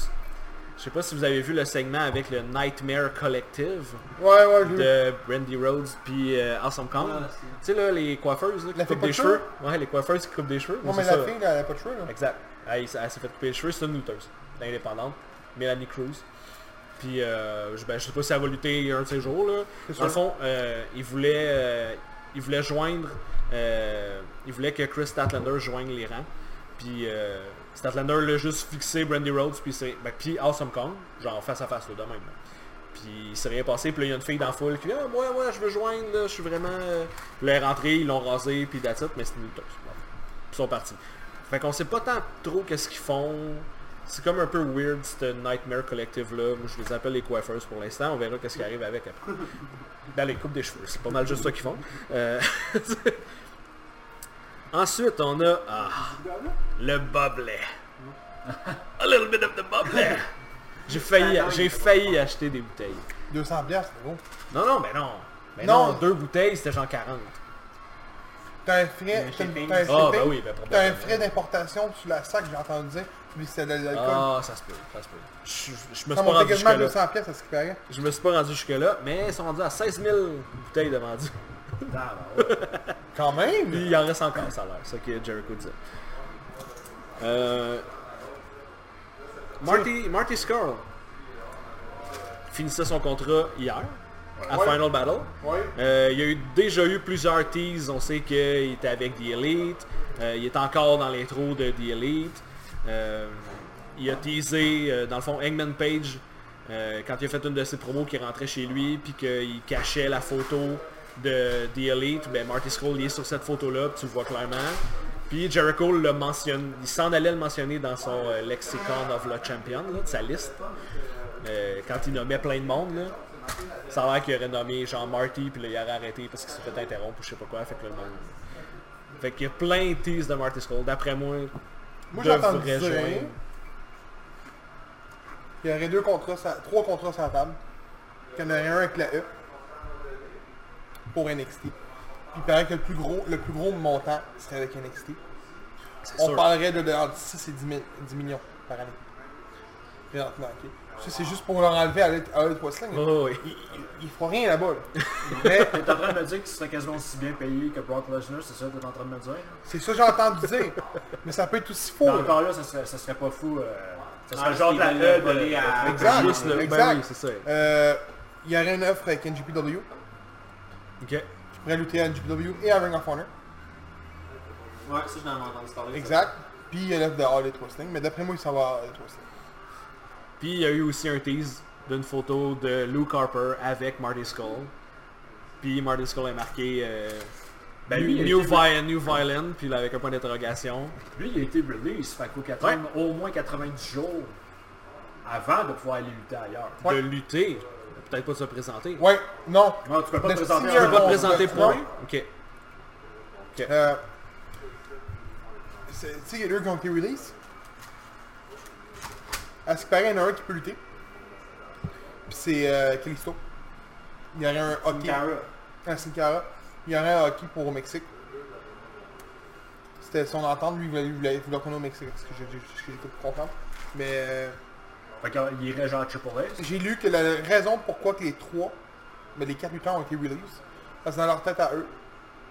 D: Je sais pas si vous avez vu le segment avec le Nightmare Collective
A: Ouais, ouais, j'ai vu.
D: de Brandy Rhodes puis euh, Awesome Kong.
B: Ah,
D: tu
B: c'est-
D: sais là, les coiffeuses là, qui
A: La
D: coupent
A: fille pas
D: des
A: de cheveux?
D: cheveux. Ouais, les coiffeuses qui coupent des cheveux.
A: Non,
D: c'est
A: mais
D: ça,
A: la
D: là.
A: fille, là, elle a pas de cheveux là.
D: Exact. Elle, elle s'est fait couper les cheveux, c'est une lutteuse, indépendante, Mélanie Cruz. Puis, euh, je, ben, je sais pas si elle va lutter un de ces jours, là.
A: C'est
D: Dans le
A: sûr.
D: fond, euh, il, voulait, euh, il voulait joindre, euh, il voulait que Chris Statlander joigne les rangs. Puis, euh, Statlander l'a juste fixé Brandy Rhodes, puis, c'est, ben, puis Awesome Kong, genre face à face, là, de même. là. Puis il s'est rien passé, puis là il y a une fille dans la foule qui dit Ah moi moi je veux joindre là, je suis vraiment. euh... Puis là, elle est rentrée, ils l'ont rasé, puis that's it, mais c'est une lutteuse. Bon. Puis ils sont partis. Fait qu'on sait pas tant trop qu'est-ce qu'ils font. C'est comme un peu weird ce Nightmare Collective là. Moi je les appelle les coiffeuses pour l'instant, on verra qu'est-ce qui arrive avec après. Ben les coupes des cheveux, c'est pas mal juste ça qu'ils font. Euh, Ensuite on a ah, le boblet. A little bit of the boblet. J'ai failli, j'ai failli acheter des bouteilles.
A: 200 piastres, gros.
D: Non, non, mais non. Mais non,
A: Non.
D: deux bouteilles, c'était genre 40.
A: T'as un frais,
B: Le
A: t'as
B: shipping.
A: t'as un
D: Ah,
A: shipping,
D: ben oui,
A: t'as
D: ben
A: un
D: probablement.
A: frais d'importation sur la sac, j'ai entendu dire, puis c'est de l'alcool.
D: Ah, ça se peut, ça se peut. Je, je me
A: Ça
D: suis pas
A: montait
D: rendu
A: quasiment à
D: jusque-là.
A: 200 pièces à ce qui paraît.
D: Je me suis pas rendu jusque-là, mais ils sont rendus à 16 000 bouteilles de vendues.
C: Ah, ben,
A: Quand même!
D: Puis il en reste encore, ça a l'air, c'est ce que Jericho disait. Euh, Marty, Marty Skrull finissait son contrat hier, à
A: Ouais.
D: Final Battle.
A: Ouais.
D: Euh, il y a eu, déjà eu plusieurs teases. On sait qu'il était avec The Elite. Euh, il est encore dans l'intro de The Elite. Euh, il a teasé, euh, dans le fond, Eggman Page, euh, quand il a fait une de ses promos qui rentrait chez lui, puis qu'il cachait la photo de The Elite. Ben, Marty Scroll est sur cette photo-là, puis tu le vois clairement. Puis Jericho le mentionne, il s'en allait le mentionner dans son euh, lexicon of the champion, là, de sa liste, Euh, quand il nommait plein de monde. Là. Ça a l'air qu'il aurait nommé genre Marty puis là il aurait arrêté parce qu'il s'est fait interrompre ou je sais pas quoi, fait que là, le monde. Fait qu'il y a plein de teases de Marty Scroll, d'après moi.
A: Moi j'ai entendu
D: devrait
A: dire,
D: joindre.
A: il y aurait deux contrats, sur- trois contrats sur la table. Il y en aurait un avec la E pour NXT. Puis il paraît que le plus gros, le plus gros montant serait avec NXT.
D: C'est
A: On
D: sûr.
A: parlerait de, de entre 6 et 10, mi- 10 millions par année. Présentement, ok. Ça, c'est juste pour leur enlever à l'E- à Elite Wrestling. là.
D: Oh, oui.
A: Ils, ils- ils font rien là-bas. là. Mais
C: T'es en train de me dire que tu serais quasiment aussi bien payé que Brock Lesnar, c'est ça que t'es en train de me dire?
A: c'est ça que j'ai entendu dire. Mais ça peut être aussi faux.
C: Mais
A: là.
C: encore là, ça serait, ça serait pas fou. euh, ça serait
B: Ah,
C: le genre de la
B: il
C: gueule de-
B: voler à-
C: de-
A: Exact,
D: Juste le- ben
A: exact.
D: oui, c'est ça.
A: Euh, il y aurait une offre avec NGPW.
D: Ok.
A: qui pourrait lutter à NGPW et à Ring of Honor.
B: Ouais, ça, j'en ai entendu parler. ça.
A: Exact. Puis il y a l'offre de All Elite Wrestling, mais d'après moi, il s'en va à All Elite Wrestling.
D: Puis il y a eu aussi un tease d'une photo de Luke Harper avec Marty Skull. Puis Marty Skull est marqué euh,
C: Ben, lui, il a
D: New,
C: été-
D: Vi- New Violent, puis là, avec un point d'interrogation.
C: Lui, il a été release, fait qu'au 80, au moins 90 jours avant de pouvoir aller lutter ailleurs.
A: Ouais.
D: De lutter, peut-être pas de se présenter.
A: Ouais, non.
C: Non, tu peux pas
A: De
C: te présenter
A: signer
D: Je
A: un
D: peux pas te
A: contrat.
D: présenter
A: Non.
D: point. Ok.
A: Euh, c'est- tu sais, il y a deux qui ont été release. À ce qui paraît, il y en a un qui peut lutter. Puis c'est euh, Kalisto. Il y aurait un hockey.
B: Cara.
A: à Sin Cara. Il y aurait un hockey pour au Mexique. C'était son entente, lui, il voulait, il voulait, il voulait qu'on aille au Mexique, ce que j'ai- j'ai- ce que j'ai pu comprendre. Mais... euh,
C: Fait qu'il irait genre à Triple H.
A: J'ai lu que la raison pourquoi que les trois, mais les quatre lutteurs ont été release, parce que dans leur tête à eux,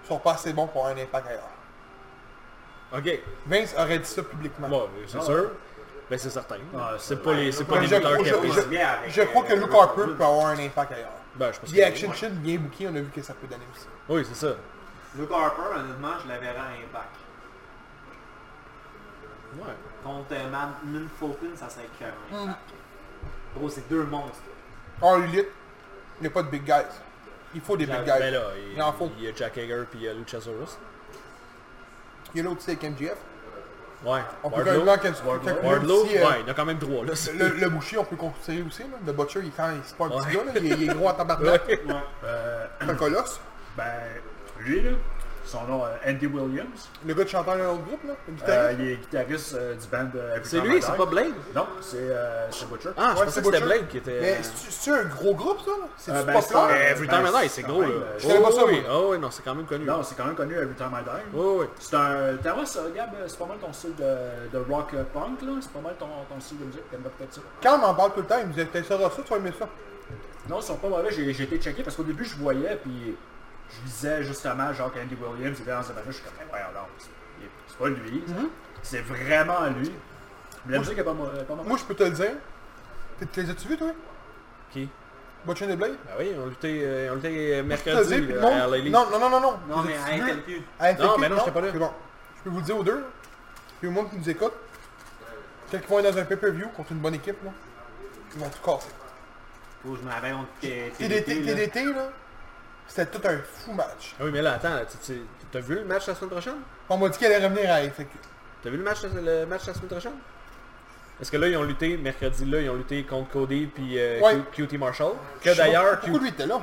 A: ils sont pas assez bons pour avoir un impact ailleurs.
D: Ok.
A: Vince aurait dit ça publiquement.
D: Bon, c'est
C: Ah.
D: sûr. Ben c'est certain.
C: Ah,
D: c'est
C: c'est-
D: pas les, c'est pas
A: Ben,
D: des
A: je-
D: lutteurs
A: je-
D: qui apprécient.
A: je- Je crois que euh, Luke Harper peut avoir un impact ailleurs.
D: Ben, je pense
A: Puis
D: que-
A: Action Shit, bien booké, on a vu que ça peut donner aussi.
D: Oui, c'est ça.
B: Luke Harper, honnêtement, je le verrais à Impact.
D: Ouais.
B: Contre euh, Mad Min Fulton, ça serait que Impact. Gros, c'est deux monstres.
A: En lutte, il n'y a pas de big guys. Il faut des big guys.
D: Ben là,
A: Il en faut.
D: il, il y a Jack Hager puis il y a euh, Luchasaurus.
A: Il y a l'autre, c'est avec MGF.
D: Ouais.
A: On peut
D: Wardlow.
A: quand même calculer
D: Wardlow.
A: aussi,
D: Wardlow,
A: euh,
D: ouais, il y en a quand même trois, là.
A: Le, le boucher, on peut considérer aussi. Là. Le butcher, il, est quand, c'est pas un petit
D: Ouais.
A: gars, là. Il, est- il est gros en tabarnak.
C: Ouais. Euh,
A: C'est un colosse.
C: ben, lui, là, son nom, euh, Andy Williams,
A: Le gars de chanteur d'un autre groupe, là. le
C: euh,
A: guitariste.
C: il est guitariste euh, du band euh, Every
D: C'est
C: Time
D: lui,
C: I
D: c'est
C: Die.
D: pas Blade.
C: Non, c'est euh, c'est Butcher.
D: Ah, je
A: Ouais,
D: pensais
A: c'est
D: que c'était
A: Butcher.
D: Blade qui était...
A: Mais c'est- c'est un gros groupe, ça? là? C'est
C: Euh,
A: du
C: ben,
A: pop
C: c'est
A: là?
C: un-
D: Eh, Every Time
C: Ben,
D: I Die,
C: c'est
D: c'est
C: quand
D: gros,
C: même,
D: là.
C: euh,
A: je savais pas
D: Oh,
A: ça,
D: oui,
A: moi.
D: oh, oui, non, c'est quand même connu.
C: Non, c'est quand même connu, Every Time I Die.
D: Oh, oui.
C: C'est un... T'as vu ça, Gab, euh, c'est pas mal ton style de, de rock euh, punk, là. C'est pas mal ton, ton style de musique, t'aimes peut-être ça.
A: Quand on en parle tout le temps, il me disait, t'essaieras ça, tu vas aimer ça.
C: Non, ils sont pas mauvais, j'ai j'ai été checké parce qu'au début je voyais puis je lisais justement genre qu'Andy Williams était dans ce match, je suis comme ben voyons donc, c'est- c'est pas lui. ça.
B: Mm-hmm.
C: C'est vraiment lui. Mais la musique est pas mo- pas mauvaise.
A: Moi, je peux te le dire. Tu- Tu les as-tu vus, toi?
D: Qui?
A: Butcher and the Blade?
D: Ben oui, on luttait, euh, on luttait
A: Tu te le
D: mercredi
A: dis, puis le
D: là,
A: monde-
D: à Lily.
A: Non, non, non, non, non.
B: Non, mais
A: à
B: elle était plus.
D: euh, Non, mais non, j'étais pas là.
A: C'est bon. Je peux vous le dire aux deux, là. Puis au monde qui nous écoute, quand ils vont aller dans un pay-per-view contre une bonne équipe, là, ils vont tout casser.
B: Faut que je m'avais honte que
A: TDT,
B: là.
A: TDT, là, c'était tout un fou match.
D: Ah oui, mais là, attends, là, tu- tu- t'as vu le match la semaine prochaine?
A: On m'a dit qu'elle allait revenir à FQ.
D: T'as vu le match, le match la semaine prochaine? Parce que là, ils ont lutté, mercredi, là, ils ont lutté contre Cody puis euh,
A: Ouais.
D: Q- QT Marshall. Que d'ailleurs, Q-
A: Pourquoi lui était là?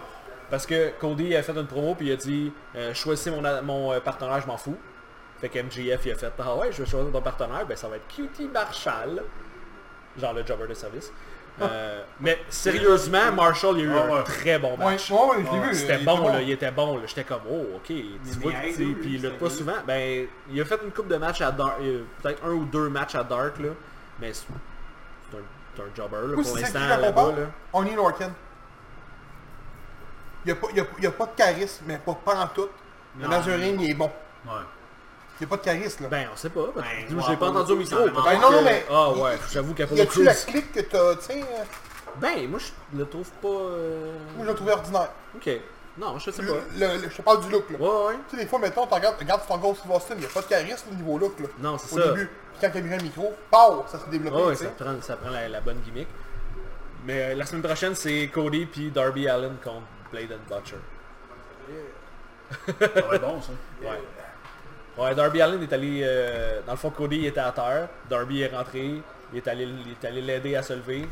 D: parce que Cody a fait une promo puis il a dit euh, Choisissez mon, a- mon euh, partenaire, je m'en fous. Fait que MJF, il a fait Ah ouais, je vais choisir ton partenaire, ben ça va être QT Marshall. Genre le jobber de service. Euh, mais sérieusement, Marshall, il a eu
C: Ah ouais.
D: un très bon
A: Ouais, ouais,
D: match.
A: je l'ai
D: Ah,
A: vu.
D: C'était
A: il
D: bon,
A: était
D: là, il était bon, là. J'étais comme, oh, ok, tu vois,
B: mais
D: tu sais,
B: hey,
D: puis il
B: lui,
D: lutte pas
B: c'est
D: souvent. Ben, il a fait une coupe de matchs à Dark, euh, peut-être un ou deux matchs à Dark, là, mais c'est c'est un, c'est un jobber, là,
A: Moi,
D: pour
A: c'est
D: l'instant,
A: qui qu'on
D: là-bas,
A: parle?
D: là.
A: Oney Lorcan. Il n'y a, pas- il a- il a pas de charisme, mais pas, pas en tout. Mais
B: Non.
A: dans un ring, il est bon.
C: Ouais.
A: Il n'y a pas de charisme, là.
D: Ben, on sait pas, peut-être.
B: Ben,
D: Dis-moi,
B: on
D: je l'ai
B: va
D: pas
B: pas
D: entendu au
B: dire
D: micro.
B: ça,
D: peut-être
A: Ben, non,
D: que-
A: mais-
D: Ah ouais, j'avoue qu'Apollo
A: y a-tu
D: Crews...
A: la clique que t'as, tu sais, euh,
D: Ben, moi, je le trouve pas... euh,
A: moi, je l'ai trouvé ordinaire.
D: Ok. Non, je sais
A: Le-
D: pas.
A: le- le- je te parle du look, là.
D: Ouais, ouais.
A: Tu sais, des fois, mettons, tu regardes, regarde Stone Cold Steve Austin, il n'y a pas de charisme au niveau look, là.
D: Non, c'est
A: Au
D: ça.
A: début, Puis quand il a mis un micro, pow, ça s'est développé,
D: Ouais, Ah ouais,
A: tu sais.
D: ça prend, ça prend la, la bonne gimmick. Mais euh, la semaine prochaine, c'est Cody puis Darby Allen contre Blade and Butcher.
C: Ça va être bon ça.
D: Ouais. Ouais, Darby Allen est allé... euh, dans le fond, Cody était à terre. Darby est rentré. Il est allé il est allé l'aider à se lever.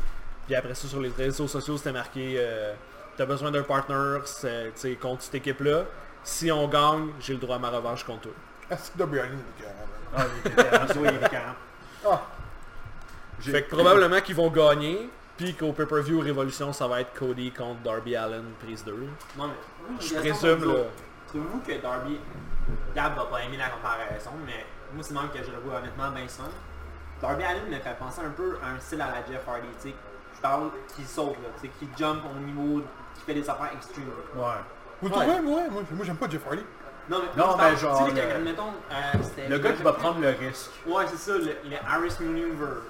D: Puis après ça, sur les réseaux sociaux, c'était marqué... euh, T'as besoin d'un partner c'est- tu sais, contre cette équipe-là. Si on gagne, j'ai le droit à ma revanche contre eux.
A: Ah, c'est que W. Allen, il est écœurant, là.
C: Ah, il était vraiment-
B: Oui, il est carré.
A: Ah,
D: Fait que probablement qu'ils vont gagner. Puis qu'au pay-per-view Révolution, ça va être Cody contre Darby Allen, prise 2.
B: Non, mais... oui,
D: Je
B: il reste
D: présume,
B: encore
D: là.
B: dur. Trouvez-vous que Darby... Gab va pas aimer la comparaison, mais moi c'est même que je le vois honnêtement bien souvent. Darby Allen me fait penser un peu à un style à la Jeff Hardy, tu sais. Je parle qui saute, là, tu sais, qui jump au niveau, qui fait des affaires extrêmes.
C: Ouais.
A: Vous le
D: Ouais.
A: trouvez, moi, moi, moi, j'aime pas Jeff Hardy.
B: Non, mais,
C: Non,
B: je
C: mais
B: parle-
C: genre,
B: Tu sais,
C: le-
B: quand- admettons, euh, c'était-
C: Le gars qui va prendre le risque.
B: Ouais, c'est ça, le, le Harris Maneuver.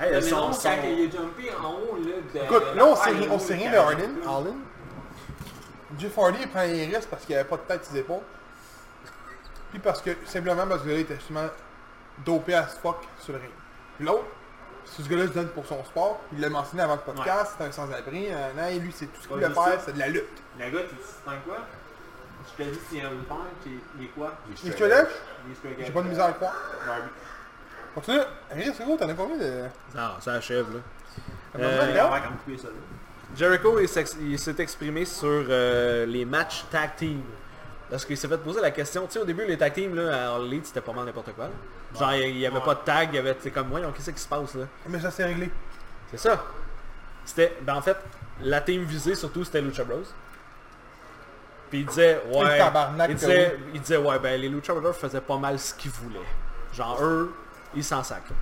C: Hey,
B: Mais
C: son-
B: non,
C: son-
B: quand il est jumpé en haut, là, de...
A: Écoute, là, on sait,
B: Ah,
A: on
B: il
A: sait
B: est
A: rien
B: où,
A: de
B: le
A: Harden.
B: Harden.
A: Harden. Jeff Hardy, il prend les risques parce qu'il avait pas de tête sur ses épaules. Puis parce que, simplement parce que là, il était justement dopé à ce fuck sur le ring. Puis L'autre, c'est ce gars-là se donne pour son sport. Il l'a mentionné avant le podcast, c'est un sans-abri. un an, Et lui, c'est tout ce qu'il
B: Ouais,
A: veut
B: c'est
A: faire,
B: ça.
A: c'est de la lutte.
B: Le gars, tu te sens quoi? Je te dis, c'est un punk, il est quoi?
A: Les collèges,
B: Il est straight
A: j'ai
B: edge.
A: pas de misère à le croire.
B: Darby.
A: Continue. Rien, c'est gros, t'en as combien de...
D: Non, Ah, ça achève, là.
A: t'en as
D: Euh, Oh,
A: combien de
B: Il
A: gars?
B: va comme couper ça, là.
D: Jericho il s'ex- il s'est exprimé sur euh, les matchs tag team. Parce qu'il s'est fait poser la question, tu sais au début les tag team là, à All Elite c'était pas mal n'importe quoi. là. Genre il n'y avait pas de tag, il y avait tu sais, comme voyons qu'est-ce qui se passe là.
A: Mais ça s'est réglé.
D: C'est ça. C'était ben en fait la team visée surtout c'était Lucha Bros. Puis il disait ouais,
A: Le tabarnak,
D: il disait, il disait ouais ben les Lucha Brothers faisaient pas mal ce qu'ils voulaient. Genre eux, ils s'en sacrent.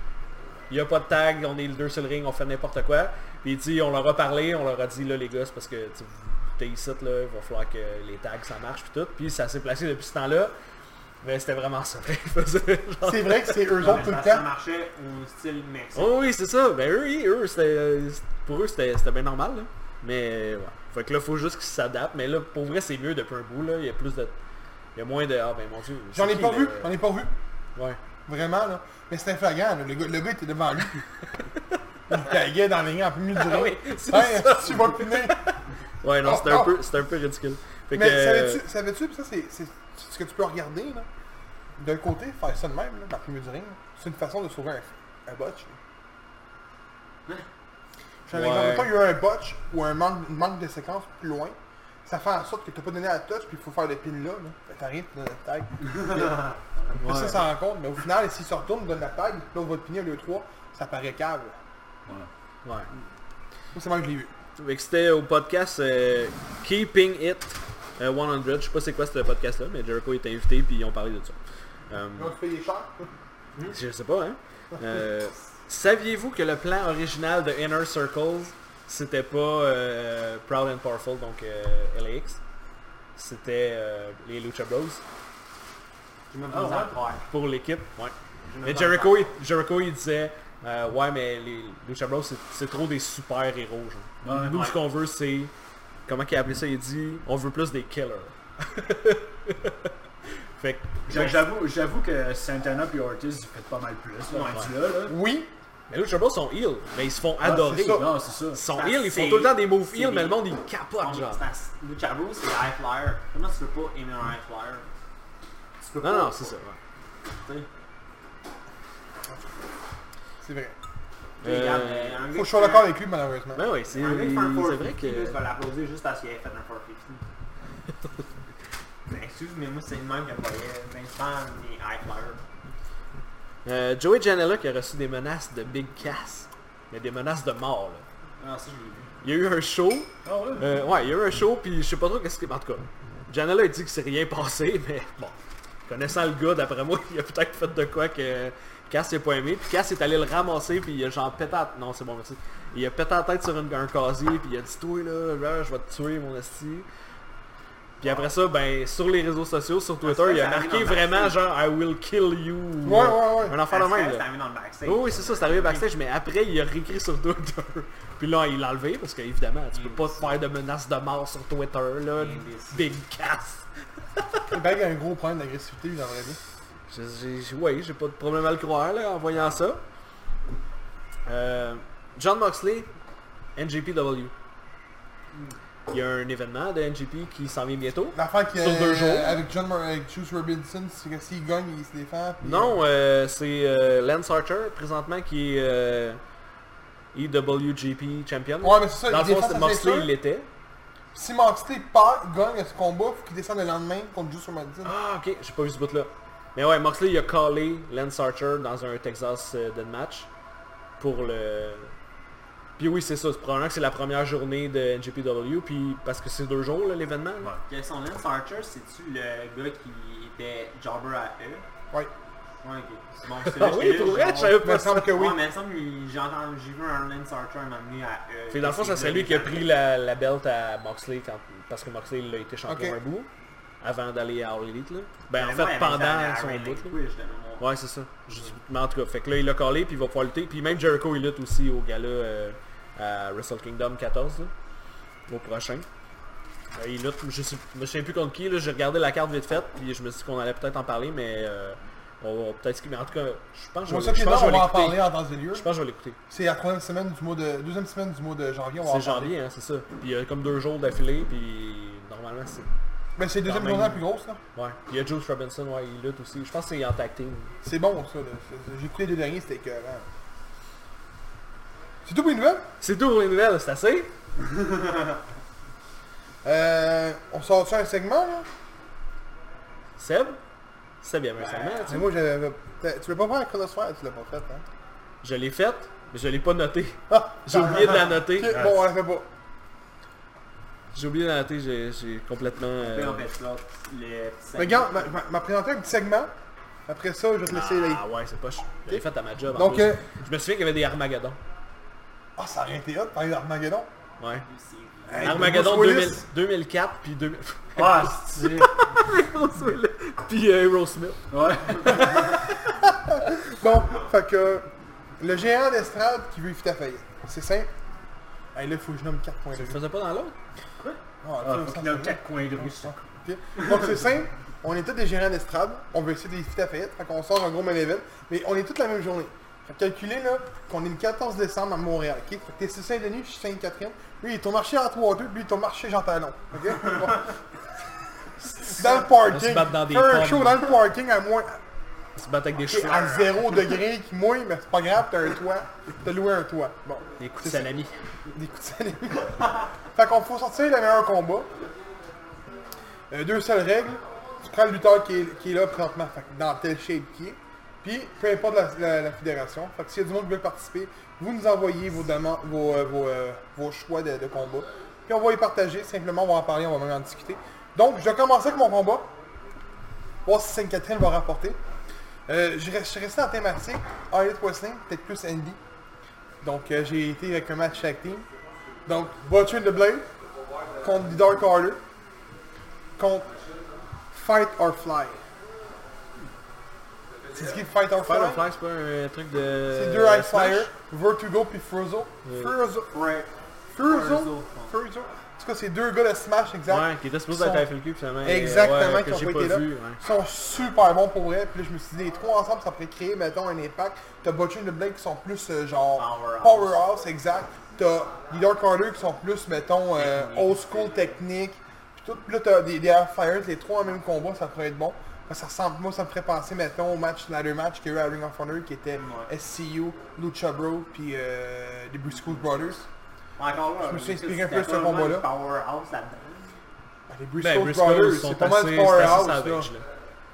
D: Il n'y a pas de tag, on est le deux sur le ring, on fait n'importe quoi. Puis il dit on leur a parlé, on leur a dit là les gars c'est parce que tu sais, vous- t'es ici là, il va falloir que les tags ça marche puis tout. Puis ça s'est placé depuis ce temps-là. Mais c'était vraiment ça. Ils faisaient genre-
A: C'est vrai que c'est eux autres tout le
B: Parce que Ça
A: temps.
B: marchait au style mexicain.
D: Oh oui, c'est ça. Ben eux, oui, eux, c'était, euh, c'est- pour eux, c'était, c'était bien normal. là. Mais ouais. Fait que là, faut juste qu'ils s'adaptent. Mais là, pour vrai, c'est mieux depuis un bout. Là. Il y a plus de... Il y a moins de... Ah ben mon dieu. c'est
A: J'en ai
D: qui,
A: pas
D: le-
A: vu, j'en ai pas vu.
D: Ouais.
A: Vraiment, là. Mais c'était flagrant, là. Le gars, le gars était devant lui. puis Il taguait dans les lignes en plein milieu du
D: Ah
A: ring.
D: oui, c'est
A: Hey,
D: ça.
A: tu vas punir.
D: Ouais, non, c'était,
A: Oh,
D: un
A: oh.
D: peu, c'était un peu ridicule. Fait
A: Mais
D: que... euh,
A: savais-tu, savais-tu, puis ça c'est, c'est ce que tu peux regarder, là. d'un côté, faire ça de même, là, dans le milieu du ring, c'est une façon de sauver un, un botch.
B: Hein?
A: J'ai un
D: Ouais.
A: exemple. Mettons, il y a eu un botch ou un manque, une manque de séquence plus loin, ça fait en sorte que t'as pas donné à touch, puis il faut faire le pin là. là. Fait que T'arrives, tu donnes la tag. Puis Ça, ça rend compte, mais au final, s'il se retourne, donne la tag, l'autre va le piner, le 3, ça paraît cave. là.
D: euh, Ouais.
A: Moi, c'est moi que je l'ai eu.
D: Fait que C'était au podcast euh, Keeping It euh, 100. Je sais pas c'est quoi ce podcast-là, mais Jericho était invité puis ils ont parlé de ça. Euh,
A: Ils ont payé cher.
D: je sais pas, hein. Euh, Saviez-vous que le plan original de Inner Circles, c'était pas euh, Proud and Powerful, donc euh, LAX C'était euh, les Lucha Bros
B: J'ai même
C: Ah,
B: pas mis à
C: ouais?
B: le croire.
D: pour l'équipe. Ouais.
B: J'ai même
D: Mais
B: pas
D: Jericho, il, Jericho, il disait euh, Ouais, mais les Lucha Bros, c'est- c'est trop des super-héros. genre.
C: Ouais,
D: Nous,
B: ouais.
D: ce qu'on veut, c'est. Comment qu'il a appelé ça Il dit On veut plus des killers. fait que.
C: J'a- J'avoue, j'avoue que Santana puis Ortiz ils font pas mal plus là, rendu là, là.
A: Oui,
D: Mais les Lucha Bros sont heal, mais ils se font
C: Ah,
D: adorer.
C: c'est ça. Non, c'est
D: Ils
C: ça.
D: sont
B: Parce
D: heal,
B: que
D: ils font
B: c'est-
D: tout le temps des moves
B: c'est
D: heal, mais
B: des-
D: le monde, il
B: On-
D: capote, genre.
B: c'est un- Lucha Bros, c'est des high flyer. Comment tu peux pas aimer un high flyer Tu peux
D: Non,
B: pas-
D: non, c'est ça. ouais.
B: tu sais.
A: c'est vrai.
B: Regarde,
D: Euh,
B: euh, un gars
A: Faut que je
B: qui
A: sois
B: fait-
A: d'accord avec lui, malheureusement.
D: Ben oui, c'est
B: Un mec fait un
D: c'est vrai
B: 450, là,
D: que.
B: tu vas l'applaudir juste parce qu'il a fait un 450. ben, excuse, mais moi, c'est le même que je voyais Vincent et High Flyer.
D: Euh, Joey Janela qui a reçu des menaces de Big Cass, mais des menaces de mort, là.
B: Ah, ça, je l'ai vu.
D: Il y a eu un show,
C: Ah ouais.
D: Euh, ouais, il y a eu un show, puis je sais pas trop qu'est-ce qui... En tout cas, Janela a dit que c'est rien passé, mais bon. Connaissant le gars, d'après moi, il a peut-être fait de quoi que Cass n'a pas aimé. Puis Cass est allé le ramasser, puis il a genre pété à... Non, c'est bon, merci. Il a pété la tête sur une- un casier, puis il a dit « Toi, là, là, je vais te tuer, mon esti. » Puis après ça, ben, sur les réseaux sociaux, sur Twitter,
B: Ah, ça,
D: il a
B: ça arrive
D: marqué
B: dans le
D: vraiment
B: backstage.
D: genre « I will kill you ».
A: Ouais, ouais, ouais.
D: Un enfant de
B: Parce que
D: même,
B: c'est
D: là.
B: arrivé dans le backstage.
D: Oui, oui, c'est ça, c'est arrivé backstage, mais après, il a réécrit sur Twitter. Puis là, il l'a enlevé, parce qu'évidemment, tu peux pas te faire de menaces de mort sur Twitter, là.
B: Imbécile.
D: Big casse.
A: Le bag a un gros problème d'agressivité, lui, dans la vraie vie.
D: Oui, j'ai pas de problème à le croire, là, en voyant ça. Euh, John Moxley, NJPW. Il y a un événement de NJP qui s'en vient bientôt.
A: L'affaire qui
D: Sur
A: est euh,
D: deux jours.
A: avec John Mur- avec Juice Robinson, c'est que s'il gagne, il se défend. puis-
D: Non, euh, c'est euh, Lance Archer, présentement, qui est euh, E EWGP champion.
A: Ouais, mais c'est ça,
D: Dans
A: il
D: le fond,
A: défend sa
D: Moxley, il
A: blessure.
D: l'était.
A: Si Moxley perd, gagne à ce combat, faut qu'il descende le lendemain contre Juice Robinson.
D: Ah ok, j'ai pas vu ce bout là. Mais ouais, Moxley il a callé Lance Archer dans un Texas euh, Deathmatch pour le... Puis oui, c'est ça, c'est probablement que c'est la première journée de NJPW, puis parce que c'est deux jours là, l'événement. là.
B: Que son Lance Archer, c'est-tu le gars qui était jobber à E? eux?
A: Ouais.
B: Ouais, ok. Bon, c'est
D: Ah
B: là que
D: oui,
B: j'étais
D: pour
B: là,
D: vrai,
B: genre-
D: je savais
A: Il me
D: pas ça.
A: semble que oui.
B: Ouais, mais il me semble que j'ai entendu- j'ai vu un Lance Archer un moment donné à euh, eux.
D: Fait que dans le fond, ça serait lui qui a pris la, la belt à Moxley quand, parce que Moxley il a été champion
A: Ok.
D: un bout avant d'aller à All Elite là. Ben
B: Mais
D: en
B: moi,
D: fait
B: il avait ça
D: pendant
B: à
D: son
B: Ray
D: bout. là. Euh,
B: Lake Quiz, de mémoire.
D: Ouais, c'est ça. Je- Mais en tout cas, fait que là, il l'a collé, puis il va pouvoir lutter. Puis même Jericho, il lutte aussi au gala euh, à Wrestle Kingdom 14, là, au prochain. Euh, il lutte, je sais, je sais plus contre qui, là, j'ai regardé la carte vite faite, puis je me suis dit qu'on allait peut-être en parler, mais euh, on va peut-être skipper. Mais en tout cas, je pense que
A: Pour
D: je
A: ça
D: vais
A: qui
D: je
A: est
D: pense
A: là,
D: que
A: on
D: je
A: va
D: vais
A: en
D: l'écouter.
A: parler en temps et lieu.
D: Je pense que je vais l'écouter.
A: C'est la troisième semaine du mois de. deuxième semaine du mois de janvier, on va en
D: C'est
A: parler.
D: janvier, hein, c'est ça. Puis il y a comme deux jours d'affilée, puis normalement, c'est...
A: Mais c'est la deuxième
D: Quand même.
A: journée la plus grosse là.
D: Ouais. Il y a Jules Robinson, ouais, il lutte aussi. Je pense que c'est en tag team.
A: C'est bon ça, là. C'est- c'est- J'ai écouté les deux derniers, c'était écœurant. C'est tout pour une nouvelle?
D: C'est tout pour les nouvelles, c'est assez?
A: Euh, on sort sur un segment là?
D: Seb? Seb, il y avait
A: Ben,
D: un segment, là-dessus.
A: Mais Ah, moi j'avais. t'as- Tu veux pas faire un chronosphère, tu l'as pas fait, hein?
D: Je l'ai faite, mais je l'ai pas notée.
A: Ah!
D: J'ai oublié de la noter.
A: Ok, bon, on la fait pas.
D: J'ai oublié de la noter, j'ai j'ai complètement... euh,
B: Là, on fait ça, le petit
A: Mais Regarde, m'a- m'a m'a présenté un petit segment. Après ça, je vais te laisser aller.
D: Ah ouais, c'est pas... Je l'ai faite à ma job en
A: Donc,
D: plus.
A: euh,
D: Je me souviens qu'il y avait des Armageddon.
A: Ah, ça aurait été hot, parler d'Armageddon.
D: Ouais.
B: série.
A: Hey,
D: Armageddon
A: Bruce
D: 2000
A: Willis.
D: 2004 puis 2000...
C: Ah, c'est
D: Bruce Willis. puis euh, Aerosmith.
C: Ouais.
A: Bon, fait que le géant d'estrade qui veut éviter la faillite. C'est simple. Hey, là, il faut que je nomme 4 points de
D: Je le
A: vue.
D: faisais pas dans l'autre?
A: Ah,
C: Ah,
A: tu
C: faut
A: sais,
C: qu'il
A: on
C: nomme
A: s'en
C: quatre coins de rue.
A: fout. Ok. Donc, c'est simple. On est tous des gérants d'estrade. On veut essayer d'éviter la faillite. Fait qu'on sort un gros main event. Mais on est tous la même journée. Fait que calculez là qu'on est le 14 décembre à Montréal. ok? Fait que t'es sur Saint-Denis, je suis Sainte-Catherine. Lui, il est au marché à 3 2 lui, il est au marché Jean Talon. Ok? Bon. dans le
D: On se
A: parking.
D: bat dans des
A: Faire un
D: pommes.
A: show dans le parking à moins,
D: Ils se battent avec des
A: T'es
D: cheveux.
A: à zéro degré qui mouille, mais c'est pas grave, t'as un toit. T'as loué un toit. Bon,
D: Des coups de salami.
A: des coups de salive. fait qu'on faut sortir le meilleur combat. Euh, deux seules règles. Tu prends le lutteur qui est, qui est là présentement, fait que dans tel shape qui est. Puis, peu importe la, la- la fédération. Fait que s'il y a du monde qui veut participer, vous nous envoyez vos demandes, vos, euh, vos, euh, vos choix de, de combat. Puis on va les partager, simplement on va en parler, on va même en discuter. Donc, je vais commencer avec mon combat. Voir si Sainte-Catherine va rapporter. Euh, je, reste- je suis resté en thématique. Harley Wrestling, peut-être plus Andy. Donc euh, j'ai été avec un match tag team. Donc Butcher and the Blade contre The Dark Order contre Fight or Fly. C'est ce qui est Fight or Fly.
D: Fire Fly, c'est pas un truc de.
A: C'est deux High
D: Smash?
A: Fire, Vertigo puis Furzo. Furzo.
B: Ouais.
A: Furzo.
B: Furzo.
A: Furzo. En tout cas, c'est deux gars de Smash, exact.
D: Ouais, qui était supposé
A: Ils
D: être
A: sont-
D: à FLQ finalement. euh,
A: Exactement,
D: ouais,
A: qui
D: que
A: ont
D: j'ai
A: pas
D: pas
A: été là.
D: vu. ouais.
A: Ils sont super bons pour vrai. Puis là, je me suis dit, les trois ensemble, ça pourrait créer, mettons, un impact. T'as Butcher and the Blade qui sont plus euh, genre
B: Powerhouse.
A: powerhouse, exact. T'as Leader Carter qui sont plus, mettons, euh, old school technique. Puis tout. Puis là, t'as des, des Fire, les trois en même combat, ça pourrait être bon. Parce que Ça ressemble, moi, ça me ferait penser, mettons, au match, ladder match qu'il y a eu à Ring of Honor qui était SCU, Lucha Bro, puis euh, les Briscoe Brothers.
B: Encore là.
A: Je me suis
B: euh,
A: inspiré un
B: c'était
A: peu de ce
B: pas vraiment
A: combat-là.
B: une Powerhouse là-dedans.
A: Ah, les
D: Ben,
A: Briscoe
D: Briscoe,
A: Brothers,
D: ils sont
A: c'est pas mal
D: assez-
A: du
D: c'est assez
A: powerhouse. là.
D: savage, là.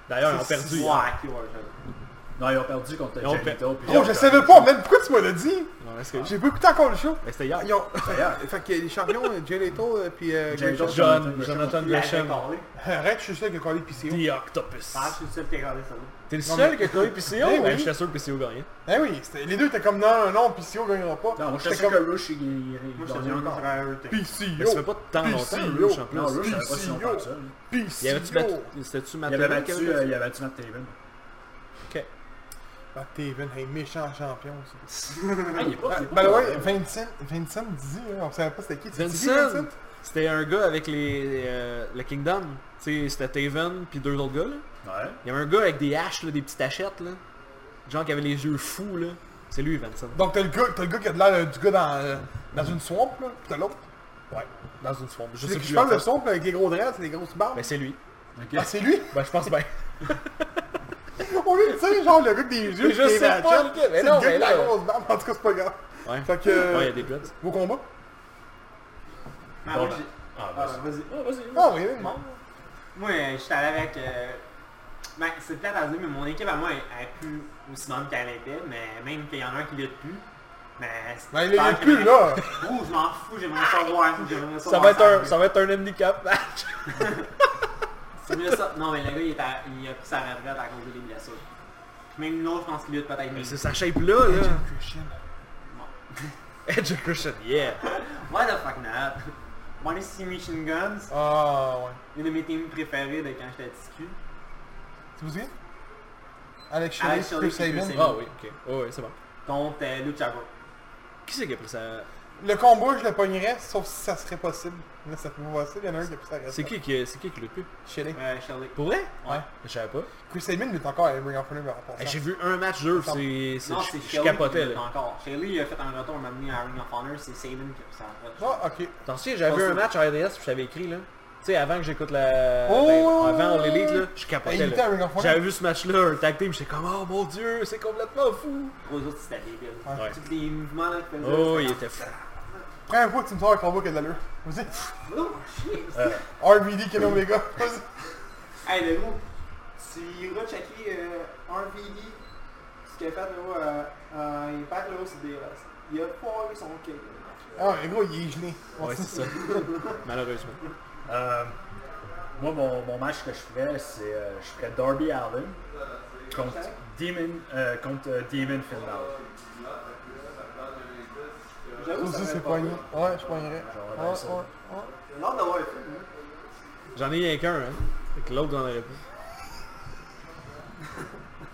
D: D'ailleurs, ils ont
A: C'est-
D: perdu.
B: Ouais,
D: hein.
B: ok, ouais, je-
C: Non, ils ont perdu contre
D: Ils ont
C: Janito.
D: perdu.
C: puis ils
A: Oh,
C: ont
A: je
C: perdu.
A: savais pas, man, pourquoi tu me l'as dit?
D: Non, est-ce que-
A: J'ai pas écouté encore le show.
D: Mais c'était hier.
A: Ils ont... fait que les champions, euh, Jay Leto euh, puis euh,
C: Jay
A: Greg
C: Leto.
A: Jones.
D: John, Jonathan
B: Il l'avait
D: Gresham,
B: collé.
A: Arrête, je suis sûr qu'il a collé PCO.
D: The Octopus.
B: Ah, je suis sûr que t'es collé, ça. là.
D: T'es le seul qui a connu PCO?
A: Eh oui.
D: Ben, j'étais sûr que PCO gagnait.
A: Eh oui, c'était- les deux étaient comme non, non, PCO gagnera pas.
C: Non, moi, je
A: J'étais
C: sais que Rush, il- il il
B: Moi, je suis
C: gagnait
B: sûr que
C: encore.
B: c'est un thé.
D: Mais ça fait
A: PCO.
D: pas tant longtemps,
A: PCO.
D: Rush, en plus.
C: Non, Rush, je savais pas
A: PCO.
C: si on parle de ça. là.
D: Y
A: PCO.
D: avait-tu battu- C'était-tu Matt
C: Il avait
D: Taven qui
C: battu,
D: avait
C: euh,
D: battu?
C: il avait battu Matt Taven. Ah,
D: Ok.
A: Ah, Taven, hey, méchant champion, ça.
C: Ah, il est pas. il est pas-
A: By the way, Vincent, Vincent dit, hein, on savait pas c'était qui. C'est- c'est qui,
D: Vincent! C'était un gars avec les, euh, le Kingdom. Tu sais, c'était Taven puis deux autres gars, là.
C: Ouais.
D: Il y avait un gars avec des haches, là, des petites hachettes, là. Genre qui avait les yeux fous, là. C'est lui, Vincent.
A: Donc t'as le gars, t'as le gars qui a de l'air euh, du gars dans, euh, dans une swamp, là, pis t'as l'autre.
D: Ouais. Dans une swamp. Je
A: Je,
D: sais plus.
A: parle
D: en
A: de
D: fait.
A: swamp là, avec les gros dreads, les grosses barbes.
D: Ben, c'est lui.
C: Ok.
A: Ah, c'est lui?
D: Ben, je pense bien.
A: On lui dit, genre, le gars avec des yeux,
D: Mais je sais pas lequel, mais
A: mais
D: non,
A: non,
D: mais
A: mais
D: là-
A: En tout cas, c'est pas grave.
D: Ouais.
A: Fait que, euh,
D: Ouais, il y a des dreads.
A: Vos combats?
B: Ah,
D: Bon,
B: moi,
D: ben.
B: j'ai-
D: Ah,
B: ah, vas-y.
D: Ah, vas-y.
A: Ah oui, oui, non.
B: Moi, euh, j'étais allé avec... euh, Ben, c'est peut-être à dire, mais mon équipe à moi, elle elle est plus aussi bonne qu'elle était, mais même qu'il y en a un qui lutte plus. Mais c'est-
A: Ben, il est plus là.
B: Ouh, je m'en fous, j'aimerais ça voir. j'aimerais
D: Ça
B: voir
D: va, être un, Ah, ça va être un handicap match.
B: C'est mieux ça. Non, mais le gars, il, est à- il a pris sa retraite à cause des blessures. Même nous, je pense qu'il lutte peut-être mieux.
D: C'est sa shape là, là.
B: Bon.
D: Edge of Christian, yeah.
B: Why the fuck not? Moi, les six Machine Guns,
A: Ah ouais.
B: une de mes teams préférées de quand j'étais petit cul.
A: Tu vous souviens? Alex
B: Alex
A: Shelley, Chris
B: Shelley,
A: Sabin.
B: Chris Sabin.
D: Ah oui, ok. Oh, oui, c'est bon.
B: Contre euh, Lucha Bro.
D: Qui c'est qui a pris ça
A: Ah, Le combat, je le pognerais, sauf si ça serait possible. Là, ça peut pas possible, il y en a un qui a pu s'arrêter.
D: C'est qui qui, c'est qui qui l'a pu
A: Shelley.
B: Euh, Shelley.
D: Pour vrai
A: Ouais.
D: Je savais pas.
A: Chris Sabin, il est encore à Ring of Honor par rapport à
D: Eh, J'ai
A: ça.
D: vu un match d'eux,
A: Non,
D: c'est, c'est,
B: Non,
D: je,
B: c'est
D: je
B: Shelley
D: capotais
B: qui lutte
D: là.
B: encore. Shelley il a fait un retour maintenant à Ring of Honor, c'est Saban qui a pris sa retraite.
A: Ah, ok.
D: T'en souviens, j'avais vu
B: Pensez-
D: un match à RDS puis j'avais écrit là. Tu sais, avant que j'écoute la...
A: Oh!
D: ben, avant on l'élite là, je
A: Eh,
D: capotais
A: il était à
D: là.
A: Ring of Honor.
D: J'avais vu ce match-là, un tag team, j'étais comme oh mon dieu, c'est complètement fou.
B: Pour les autres, c'était débile.
A: Ouais.
B: Tous les mouvements là qu'ils faisaient.
D: Oh,
B: c'était
D: il
B: comme-
D: était fou.
A: Prends un coup, tu me sors un combat qui a de l'allure. Vas-y.
B: Oh, shit!
A: RVD, Kenny Omega. Vas-y.
B: Hey, le gros, tu iras checker euh, RVD, ce qu'il a fait là-haut euh, euh, Impact là-haut sur DRS. Il a pas eu son kick.
A: Ah, mais gros, il est gelé.
D: Ouais, c'est ça. Malheureusement.
C: Euh, moi, mon, mon match que je ferais, c'est euh, je ferais Darby Allen contre Demon, euh, contre euh, Demon Finn Balor.
A: Toi
B: J'avoue,
A: aussi,
B: ça
A: c'est
B: fait
A: poigné.
B: pas.
A: Ouais, je poignerais.
C: J'aurais
A: Ouais,
C: bien ça.
A: ouais, ah, ouais.
B: J'ai l'air d'avoir le film, hein.
D: J'en ai rien qu'un, hein. Fait que l'autre, j'en aurais pas.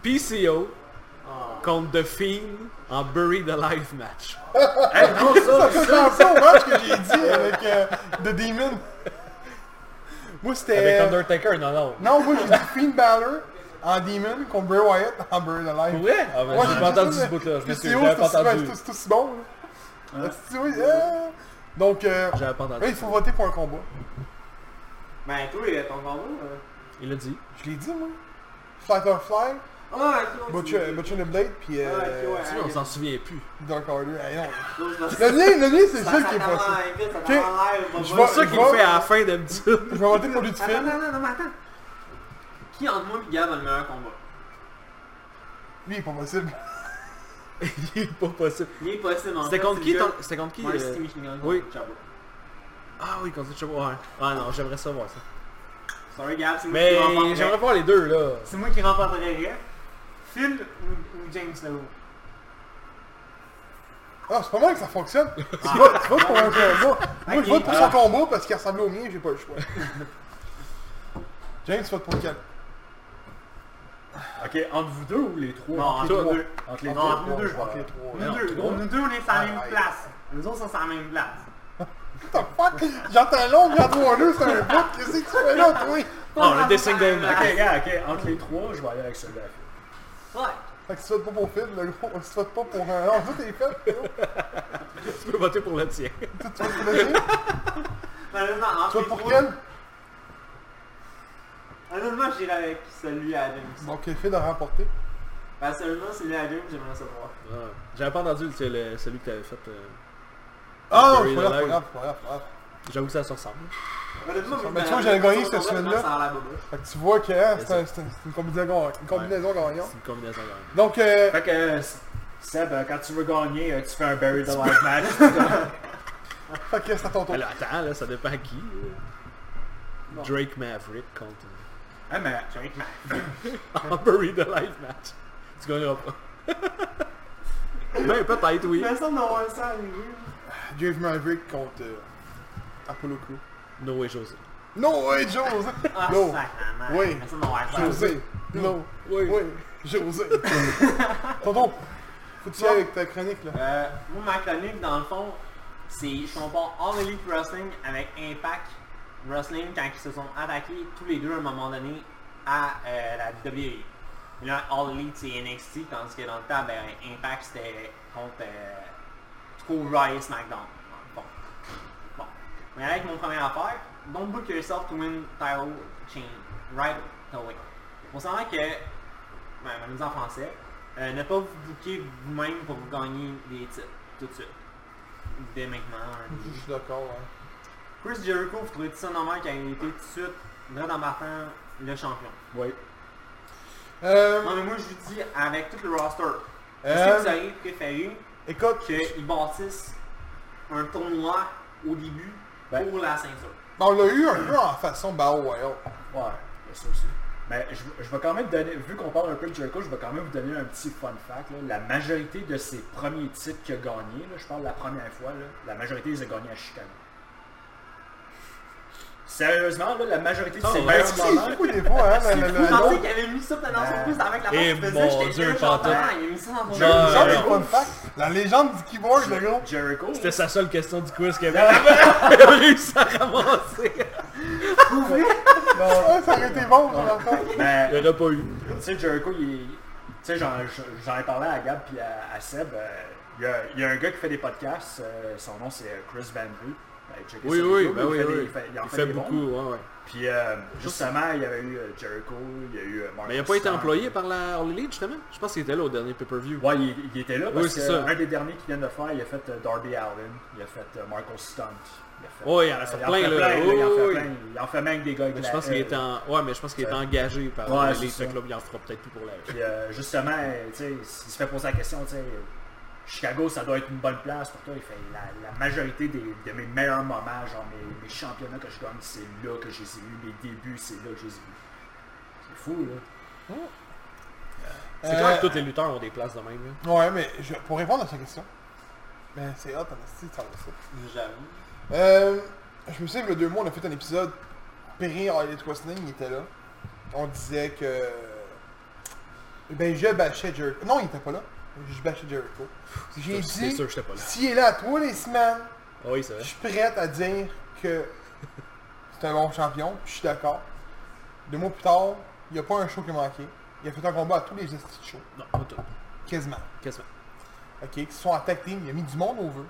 D: PCO
A: Ah.
D: contre The Fiend en Buried Alive match.
C: Hey, non, ça,
A: Ah, Ça
C: ça,
A: ressemble au match hein, que j'ai dit avec euh, The Demon. Moi, c'était... euh,
D: Avec Undertaker, non, non.
A: Non, moi, j'ai dit Finn Balor en Demon contre Bray Wyatt en Buried Alive.
D: Ouais? Ah, ben, j'ai pas entendu ce bout-là. Je m'excuse, j'avais pas entendu.
A: C'est tout aussi bon. là. C'est tout- oui, euh, Donc, euh,
D: J'avais pas
A: là,
D: entendu.
A: il faut voter pour un combat.
B: Ben, toi, euh, ton combo, euh,
D: Il l'a dit.
A: Je l'ai dit, moi. Fight or Fly
B: Ah, ok, ouais,
A: Butcher,
B: tu-
A: Butcher and the Blade, puis euh,
B: Ah, ok, ouais.
D: Tu vois, on s'en souvient plus.
A: Dark Order. Hey, non.
B: Non, je me-
A: Le lien, le lien, c'est
B: Ça-
A: ça
B: ça
A: qui est
B: t'en
A: possible.
B: va vite, ça
A: Ok.
B: t'en va en l'air, on va
A: Je
B: voir.
D: C'est ça qu'il
A: Bon.
D: fait à la fin d'habitude.
A: Je vais inventer mon petit
B: Attends,
A: film.
B: non, non, non, mais attends. Qui entre moi et Gab a le meilleur combat
A: Lui, il est pas possible.
D: Il est pas possible.
B: Il est possible en
D: C'était
B: fait,
D: contre
B: c'est
D: qui
B: le
D: ton...
B: gars-
D: C'était contre qui
B: Ouais,
D: euh,
B: Steve Michelin,
D: oui.
B: Chabot.
D: Ah oui, contre Chavo. Ouais. Ah non, j'aimerais ça voir ça.
B: Sorry Gab, c'est moi
D: Mais
B: qui remporterais.
D: j'aimerais voir les deux là.
B: C'est moi qui remporterais. Phil ou, ou James Snow
A: Oh, Ah, c'est pas mal que ça fonctionne. Tu votes tu votes pour un combat. Moi, je vote pour son
B: Ah.
A: combat parce qu'il ressemblait au mien, j'ai pas le choix. James, vote pour quel
C: Ok, entre vous deux ou les trois
B: Non, entre
C: les
B: nous
C: trois.
B: deux.
C: Entre les
B: Non,
C: trois.
B: entre nous deux, je
A: Ok, trois.
B: Nous
C: non,
B: deux,
C: tout drôle.
B: nous deux, on est sur la même
A: Ah, ouais. Oh,
B: place. Nous autres sont sur la même place.
A: What the fuck? J'entends l'ombre, j'entends un deux, c'est un bout. Qu'est-ce que tu fais là, toi?
D: Non, le dessin de Dave
C: Ok, gars, Ah, ok, entre les trois, je vais aller avec celui-là.
B: Ouais.
A: Fait que tu votes pas pour Phil, le gros. Tu votes pas pour un. Non, ça, t'es fait. Théo.
D: Tu peux voter pour le tien.
A: Tu votes pour le tien?
B: Malheureusement,
A: Tu
B: entre
A: votes
B: les
A: pour
B: trois-
A: quel?
B: Malheureusement, j'irai avec celui à James.
A: Ok, Phil a remporté.
B: Ben, seulement celui à James, j'aimerais savoir.
D: Ouais. J'avais pas entendu c'est le- celui que t'avais fait. euh,
A: Ah,
D: Barry
A: c'est pas grave, c'est pas
D: Alive.
A: grave, c'est pas grave, c'est pas grave.
D: J'avoue que ça se ressemble.
B: Honnêtement,
A: Mais tu vois, j'avais gagné cette semaine-là.
B: là
A: Fait que tu vois que hein, c'est un- c'est un- c'est une combinaison, une combinaison gagnante.
D: C'est une combinaison gagnante.
A: Donc, euh,
C: Fait que, euh, Seb, euh, quand tu veux gagner, euh, tu fais un Buried Alive match. tu gagnes.
A: fait que c'est à ton tour.
D: Ben là, attends, là, ça dépend à qui. euh. Drake Maverick contre
C: ah, mais,
D: euh, Buried the Life match. Tu gagneras pas. ben peut-être oui.
B: Mais ça, on aura ça à lui.
A: Dave Maverick contre euh, Apollo Crew.
D: No way José.
A: No way, Jose!
B: Ah,
A: No
B: sacrément.
A: Oui.
B: Mais ça, on aura ça.
A: José! No
D: Oui.
A: way, José! Tonton, faut-tu y aller avec ta chronique là?
B: Euh, moi, ma chronique, dans le fond, c'est je compare All Elite Wrestling avec Impact Wrestling quand ils se sont attaqués tous les deux à un moment donné à euh, la WWE. Mais Là, All Elite, c'est NXT, tandis que dans le temps, ben, Impact, c'était contre euh, Cole Raw et SmackDown. Bon. bon. Mais avec mon premier affaire, don't book yourself to win title chain right away. On s'en va que ben, on dit en français, Euh, ne pas vous booker vous-même pour vous gagner des titres tout de suite. Dès maintenant. un
A: Je suis d'accord, hein. ouais.
B: Chris Jericho, vous trouvez ça normal qu'il ait été tout de suite, direct en battant le champion.
C: oui.
A: Euh,
B: Non mais moi je vous dis, avec tout le roster, Ah, est-ce que vous
A: euh,
B: auriez préféré
A: écoute,
B: qu'ils bâtissent un tournoi au début
C: Ben-
B: pour la ceinture?
A: on l'a eu un peu en façon Battle Royale.
C: Ouais, mais ça aussi. Mais je, je vais quand même donner, vu qu'on parle un peu de Jericho, je vais quand même vous donner un petit fun fact. là. La majorité de ses premiers titres qu'il a gagnés, là, je parle de la première fois, là, la majorité les a gagnés à Chicago. Sérieusement, là, la majorité de
D: Oh,
C: ses
D: ouais,
C: meilleurs
D: c'est
C: moments,
A: C'est fou des fois, hein? la- la- la-
B: Je
A: la-
B: pensais qu'il avait mis ça dans son
C: Ben-
B: plus avec la
D: Eh,
B: face qu'il faisait,
D: mon
B: j'étais
D: Dieu,
B: bien
D: pantoute.
B: content, il a mis ça dans son
D: Genre-
A: Ça,
D: Euh,
A: c'est pas une fact. La légende du keyboard, le gros.
C: Jericho,
D: C'était sa seule question du quiz qu'elle avait elle avait réussi à ramasser.
A: Ouais, ça aurait été bon, je l'entends.
C: ben,
D: Il n'y en a pas eu.
C: Tu sais, Jericho, il est- Tu sais, j'en, j'en ai parlé à Gab puis à, à Seb. euh, Il y, a, il y a un gars qui fait des podcasts. euh, son nom, c'est euh, Chris Van Vliet. Ben, checkez
D: Oui,
C: sur
D: oui,
C: YouTube,
D: ben
C: il
D: oui,
C: fait des-
D: oui.
C: il fait- il en
D: Il
C: fait
D: fait
C: des bons.
D: beaucoup, ouais, ouais.
C: Puis, euh, justement, il y avait eu euh, Jericho, il y a eu euh, Mark
D: Mais il n'a pas été
C: Starr.
D: employé par la All Elite, justement. Je pense qu'il était là au dernier pay-per-view.
C: Ouais, il, il était là parce
D: Oui,
C: que
D: c'est ça.
C: un des derniers qu'il vient de faire, il a fait euh, Darby Allen, il a fait euh, Michael Stunt. Il a fait,
D: Ouais, il en a fait plein, là.
C: il en fait
D: Oui,
C: plein. Il en fait même des gars.
D: Mais je pense qu'il était en... Ouais, mais je pense qu'il était
C: Ça-
D: engagé par
C: ben, euh, Ouais,
D: All
C: c'est
D: Elite.
C: ça.
D: Fait que là, il en fera peut-être plus pour la
C: Puis euh, justement, euh, tu sais, il se fait poser la question, tu sais, Chicago, ça doit être une bonne place pour toi. Il fait la, la majorité des- de mes meilleurs moments, genre mes, mes championnats que je gagne, c'est là que je les ai vus, mes débuts, c'est là que je les ai vus. C'est fou, là.
D: C'est
A: Euh,
D: clair que tous les lutteurs ont des places de même. là.
A: Ouais, mais je- pour répondre à sa question, mais c'est hot, en esti, ça va ça.
B: J'avoue.
A: Euh, je me souviens que le deux mois, on a fait un épisode Perry Elite Wrestling, il était là. On disait que. euh, Ben, je bâchais Jericho. Non, il était pas là. Je bâchais Jericho. J'ai
D: C'est sûr
A: dit,
D: que j'étais pas là.
A: s'il est là à tous les semaines,
D: Ah Oui, c'est vrai.
A: je suis prête à dire que c'est un bon champion, puis je suis d'accord. Deux mois plus tard, il n'y a pas un show qui a manqué. Il a fait un combat à tous les estis de show,
D: Non, pas tout.
A: quasiment.
D: Quasiment.
A: OK, qui sont en tag team. Il a mis du monde au vœu.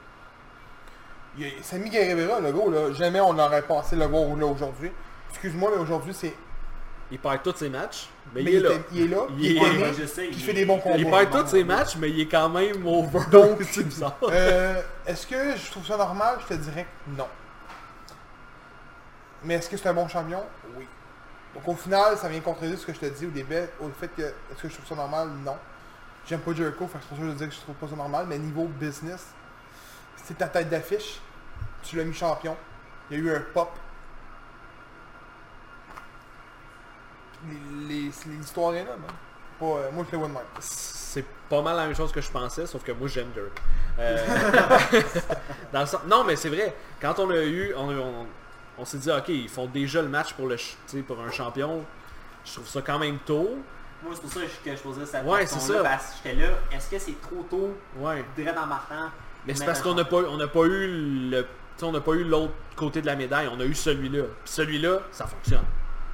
A: Il a- Sammy Guerrero, le gars, là, jamais on n'aurait pensé le voir là aujourd'hui. Excuse-moi, mais aujourd'hui, c'est
D: Il perd tous ses matchs, mais,
A: Mais
D: il est là.
A: était- il est là,
D: Il
A: il
D: est-
A: est
D: il
A: aimé,
B: est- je sais,
A: il
B: il
A: fait
B: est-
A: des bons combats.
D: Il perd tous ses matchs, mais il est quand même over.
A: Donc,
D: c'est bizarre.
A: Euh, est-ce que je trouve ça normal? Je te dirais que non. Mais est-ce que c'est un bon champion? Oui. Donc au final, ça vient contredire ce que je te dis au début, au fait que est-ce que je trouve ça normal? Non. J'aime pas Jericho, fait que c'est pour ça que je dis que je trouve pas ça normal, mais niveau business, c'est ta tête d'affiche, tu l'as mis champion, il y a eu un pop. Les- les- c'est- L'histoire est là, man. Pas, euh, moi je le vois de même.
D: c'est pas mal la même chose que je pensais, sauf que moi j'aime Jericho. Euh, dans le sens- non, mais c'est vrai. Quand on a eu, on, on- on s'est dit, ok, ils font déjà le match pour le, ch- tu sais, pour un champion. Je trouve ça quand même tôt.
B: Moi, c'est pour ça que je posais cette
D: Ouais,
B: question-là,
D: c'est ça.
B: parce que j'étais là, est-ce que c'est trop tôt,
D: Ouais.
B: direct en partant?
D: Mais c'est
B: Mais
D: parce qu'on n'a pas, on n'a pas eu le, tu sais, on n'a pas eu l'autre côté de la médaille. On a eu celui-là. Puis celui-là, ça fonctionne.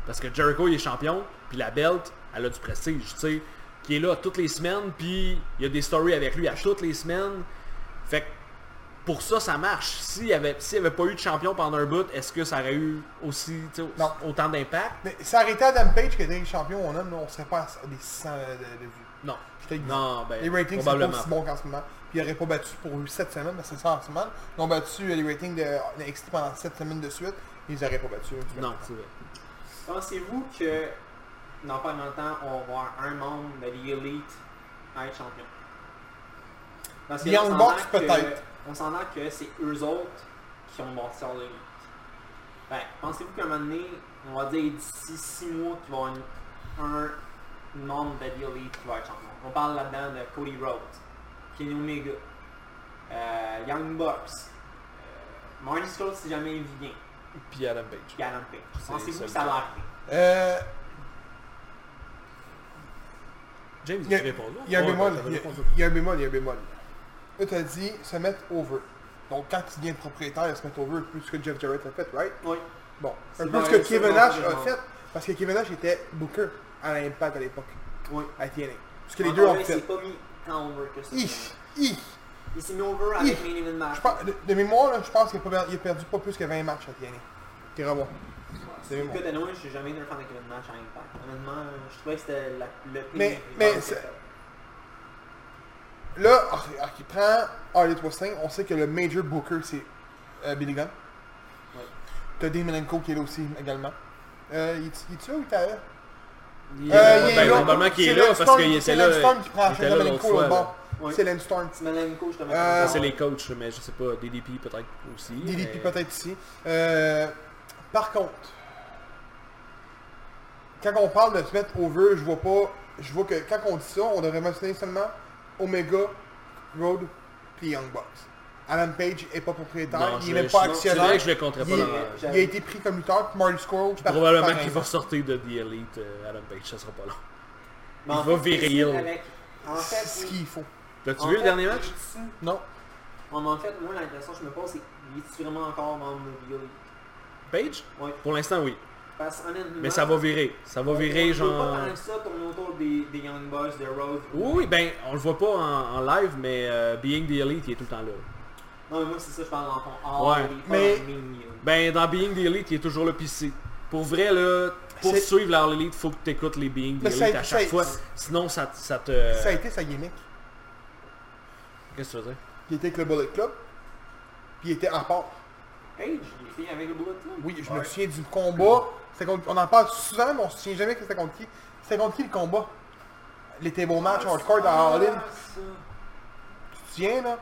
D: Parce que Jericho il est champion, puis la belt, elle a du prestige, tu sais, qui est là toutes les semaines, puis il y a des stories avec lui à toutes les semaines. Fait que pour ça, ça marche. S'il n'y avait, s'il y avait pas eu de champion pendant un bout, est-ce que ça aurait eu aussi tu sais,
A: Non.
D: autant d'impact
A: Mais ça arrêtait Adam Page que Derek Champion, on aime, là, on serait pas à ça- des 600 de, de- de vues.
D: Non.
A: Je te le dis.
D: Non, ben,
A: Les ratings sont pas
D: probablement.
A: aussi bons qu'en ce moment. Puis ils n'auraient pas battu pour 7 semaines, parce que c'est ça en ce moment. Ils ont battu euh, les ratings de NXT pendant 7 semaines de suite. Ils n'auraient pas battu. tu vois.
D: Non, c'est vrai.
B: Pensez-vous que dans pas longtemps, on va avoir un membre de l'élite à être champion? Parce
A: Young
B: on s'entend
A: Bucks,
B: que-
A: peut-être.
B: On s'entend que c'est eux autres qui ont bâti leur l'élite. Ben, pensez-vous qu'à un moment donné, on va dire d'ici 6 mois, qu'il va y avoir une- un membre de l'élite qui va être champion? On parle là-dedans de Cody Rhodes, Kenny Omega, euh, Young Bucks, euh, Marty Scott si jamais il vient,
D: Puis Adam Page.
B: puis Adam Page.
D: C'est
B: Pensez-vous
D: ça
B: que ça
D: le
B: va arriver?
A: Euh,
D: James,
A: Il y a-
D: tu réponds là?
A: il y a un
D: Ouais,
A: bémol.
D: t'avais
A: Il y a-
D: répondu.
A: il y a un bémol, il y a un bémol. Eux, t'as dit se mettre over. Donc quand il devient propriétaire, il se met over plus que Jeff Jarrett a fait, right?
B: Oui.
A: Bon. Un
B: C'est
A: peu
B: dans
A: ce que
B: les
A: Kevin
B: seuls
A: Nash a
B: moments.
A: fait, parce que Kevin Nash était booker à l'impact à l'époque,
B: Oui.
A: à TNA. Ce que les deux
B: Encore
A: ont
B: là, il s'est
A: fait.
B: pas mis tant over que ça.
A: Ih, ih.
B: Il s'est mis over avec
A: Ih.
B: Main Event Match.
A: Je pense- de, de mémoire, là, je pense qu'il a, pas per- il a perdu pas plus que 20 matchs cette année. T'es revoir.
B: C'est le cas de Noël, j'ai jamais été un fan avec Event Match à Impact. Honnêtement, euh, je trouvais que c'était la- le pire.
A: Mais-
B: event
A: mais
B: que
A: c'est-
B: j'ai fait.
A: Là, ah, ah, il prend Harley Twisting, on sait que le major booker c'est euh, Billy Gunn.
B: Ouais.
A: T'as Dean Malenko qui est là aussi également. Euh, il est- il est-tu là ou il était là?
D: Il est-
A: Euh, il est
D: ben,
A: là.
D: Normalement qu'il est
A: C'est
D: là
A: Lance
D: parce
A: Storm-
D: qu'il
A: c'est
D: était
A: Lance
D: là.
A: Storm qui prend
D: il
A: la
D: était
A: chaîne
D: là
A: de
D: l'autre
A: Malenko
D: fois,
A: l'autre
D: là.
A: bord.
B: Ouais.
A: C'est Len Storm.
B: C'est Malenko, je te mets
A: Euh,
B: en
D: C'est
B: dehors.
D: les coachs, mais je sais pas, DDP peut-être aussi.
A: DDP
D: mais-
A: peut-être ici. Euh, par contre, quand on parle de se mettre over, je vois pas. Je vois que quand on dit ça, on devrait mentionner seulement Omega, Road, puis Young Bucks. Alan Page est pas propriétaire,
D: Non,
A: hein. il
D: je-
A: n'est même
D: je-
A: pas
D: non, C'est vrai
A: actionnaire.
D: que je le compterais pas
A: Il-
D: dans
A: Il a été pris comme lutteur, puis Marty Squirrel, par-
D: Probablement
A: par
D: qu'il
A: un-
D: va sortir de The Elite, euh, Adam Page, ça sera pas long.
B: Mais
D: il
B: en
D: va
B: fait,
D: virer
B: c'est
D: heel.
B: avec- En
A: C'est
B: fait,
A: ce
B: il-
A: qu'il faut.
D: L'as-tu
B: en
D: vu le
B: fait,
D: dernier match?
B: il est-tu-
A: Non.
B: En en fait, moi, l'impression que je me pose, c'est qu'il est vraiment encore membre de Billy.
D: Page
B: Ouais.
D: Pour l'instant, oui.
B: Parce que honnêtement.
D: Mais ça va virer. Ça va
B: on
D: virer,
B: peut
D: genre...
B: pas tant que ça tourner autour des, des Young Boys, de Rhodes.
D: Oui, oui, ben, on le voit pas en, en live, mais euh, Being The Elite, il est tout le temps là.
B: Non, mais moi, c'est ça, je parle en fond. Ah,
D: Ouais.
B: il est pas
A: Mais-
B: dans le main heel.
D: Ben, dans Being The Elite, il est toujours là, pis c'est... Pour vrai, là, pour
A: C'est-
D: suivre leur Elite, faut que t'écoutes les Being The
A: Mais ça a
D: Elite à
A: été-
D: chaque
A: ça a-
D: fois. Sinon, ça, ça te...
A: Ça a été sa gimmick.
D: Qu'est-ce que tu veux dire?
A: Il était avec le Bullet Club, puis il était à part.
B: Page, il est fait avec le bullet club.
A: Oui, je me souviens du combat. C'était contre- On en parle souvent, mais on se souvient jamais que c'était contre qui. C'était contre qui le combat Les table match hardcore dans All In.
B: Ah, ça.
A: Tu te souviens, là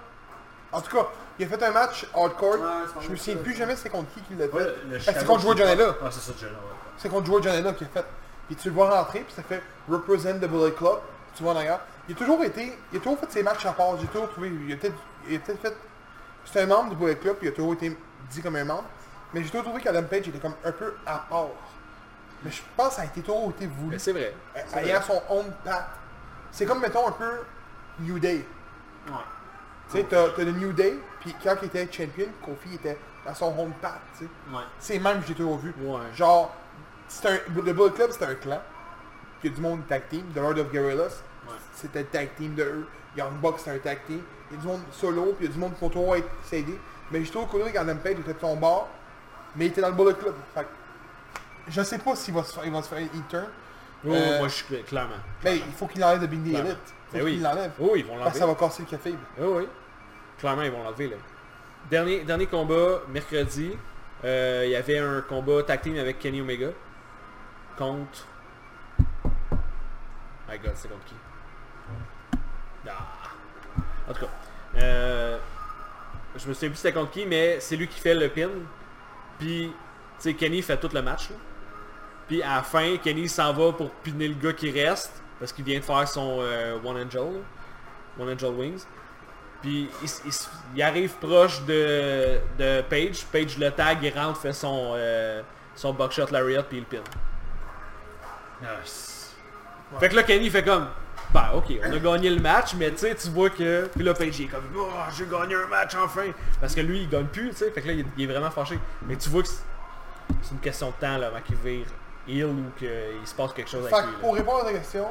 A: En tout cas, il a fait un match hardcore.
B: Ouais, c'est pas
A: je me
B: mal
A: souviens
B: ça,
A: plus
B: ça.
A: jamais c'était contre qui qu'il l'a fait.
C: Ouais, le- le
A: Ah, c'est
C: Shadow
A: contre Joe
C: qui-
A: Janela.
C: Ah, c'est ça, Janela. ouais.
A: C'est contre Joe Janela qui a fait. Puis tu le vois rentrer, puis ça fait Represent the Bullet Club. Tu vois en arrière. Il a toujours été. Il a toujours fait ses matchs à part. J'ai toujours trouvé. Il a peut-être il a peut-être fait. C'est un membre du Bullet Club, puis il a toujours été dit comme un membre. Mais j'ai toujours trouvé qu'Adam Page était comme un peu à part. Mais je pense que ça a été toujours été voulu.
D: Ben, c'est vrai.
A: Euh, ayant son own path. C'est comme, mettons, un peu New Day.
B: Ouais.
A: Tu sais, t'as t'as le New Day, puis quand il était champion, Kofi était dans son home path, tu sais.
B: Ouais.
A: C'est le même que j'ai toujours vu.
D: Ouais.
A: Genre, c'est un, le Bullet Club, c'était un clan. Il y a du monde tag team. The Lord of Guerrillas,
B: Ouais.
A: c'était le tag team de eux. Young Bucks, c'était un tag team. Il y a du monde solo, puis il y a du monde qui vont toujours être s'aider. Mais j'ai toujours connu qu'Adam Page était de son bord, mais il était dans le Bullet Club. Fait que je sais pas s'il va se faire, il va se faire eater.
D: Oh,
A: Euh,
D: moi, je suis clairement.
A: Mais il faut qu'il enlève de Big D
D: Clairement.
A: Elite. Faut
D: Ben oui.
A: qu'il l'enlève.
D: Oh, ils vont
A: Parce que
D: l'enlever.
A: ça va casser le café.
D: Oui, oui. Clairement, ils vont l'enlever, là. Dernier, dernier combat, mercredi. Euh, Il y avait un combat tag team avec Kenny Omega. Contre... My God, c'est contre qui? Ah. En tout cas. euh, je me souviens plus c'était contre qui, mais c'est lui qui fait le pin. Puis, tu sais, Kenny fait tout le match. là. Puis à la fin, Kenny s'en va pour piner le gars qui reste. Parce qu'il vient de faire son euh, One Angel. là. One Angel Wings. Puis il, s- il s- il arrive proche de, de Page. Page le tag, il rentre, fait son, euh, son buckshot lariat, puis il le pin.
C: Ah,
D: Fait que là, Kenny fait comme... Bah ok, on a gagné le match, mais tu sais, tu vois que... Puis là, Page, il est comme... Oh, j'ai gagné un match, enfin! Parce que lui, il gagne plus, tu sais. Fait que là, il, est- il est vraiment fâché. Mais tu vois que c'est c'est une question de temps, là, avant qu'il vire heal ou qu'il se passe quelque chose
A: Fait
D: avec
A: que
D: lui.
A: pour
D: là.
A: répondre à ta question,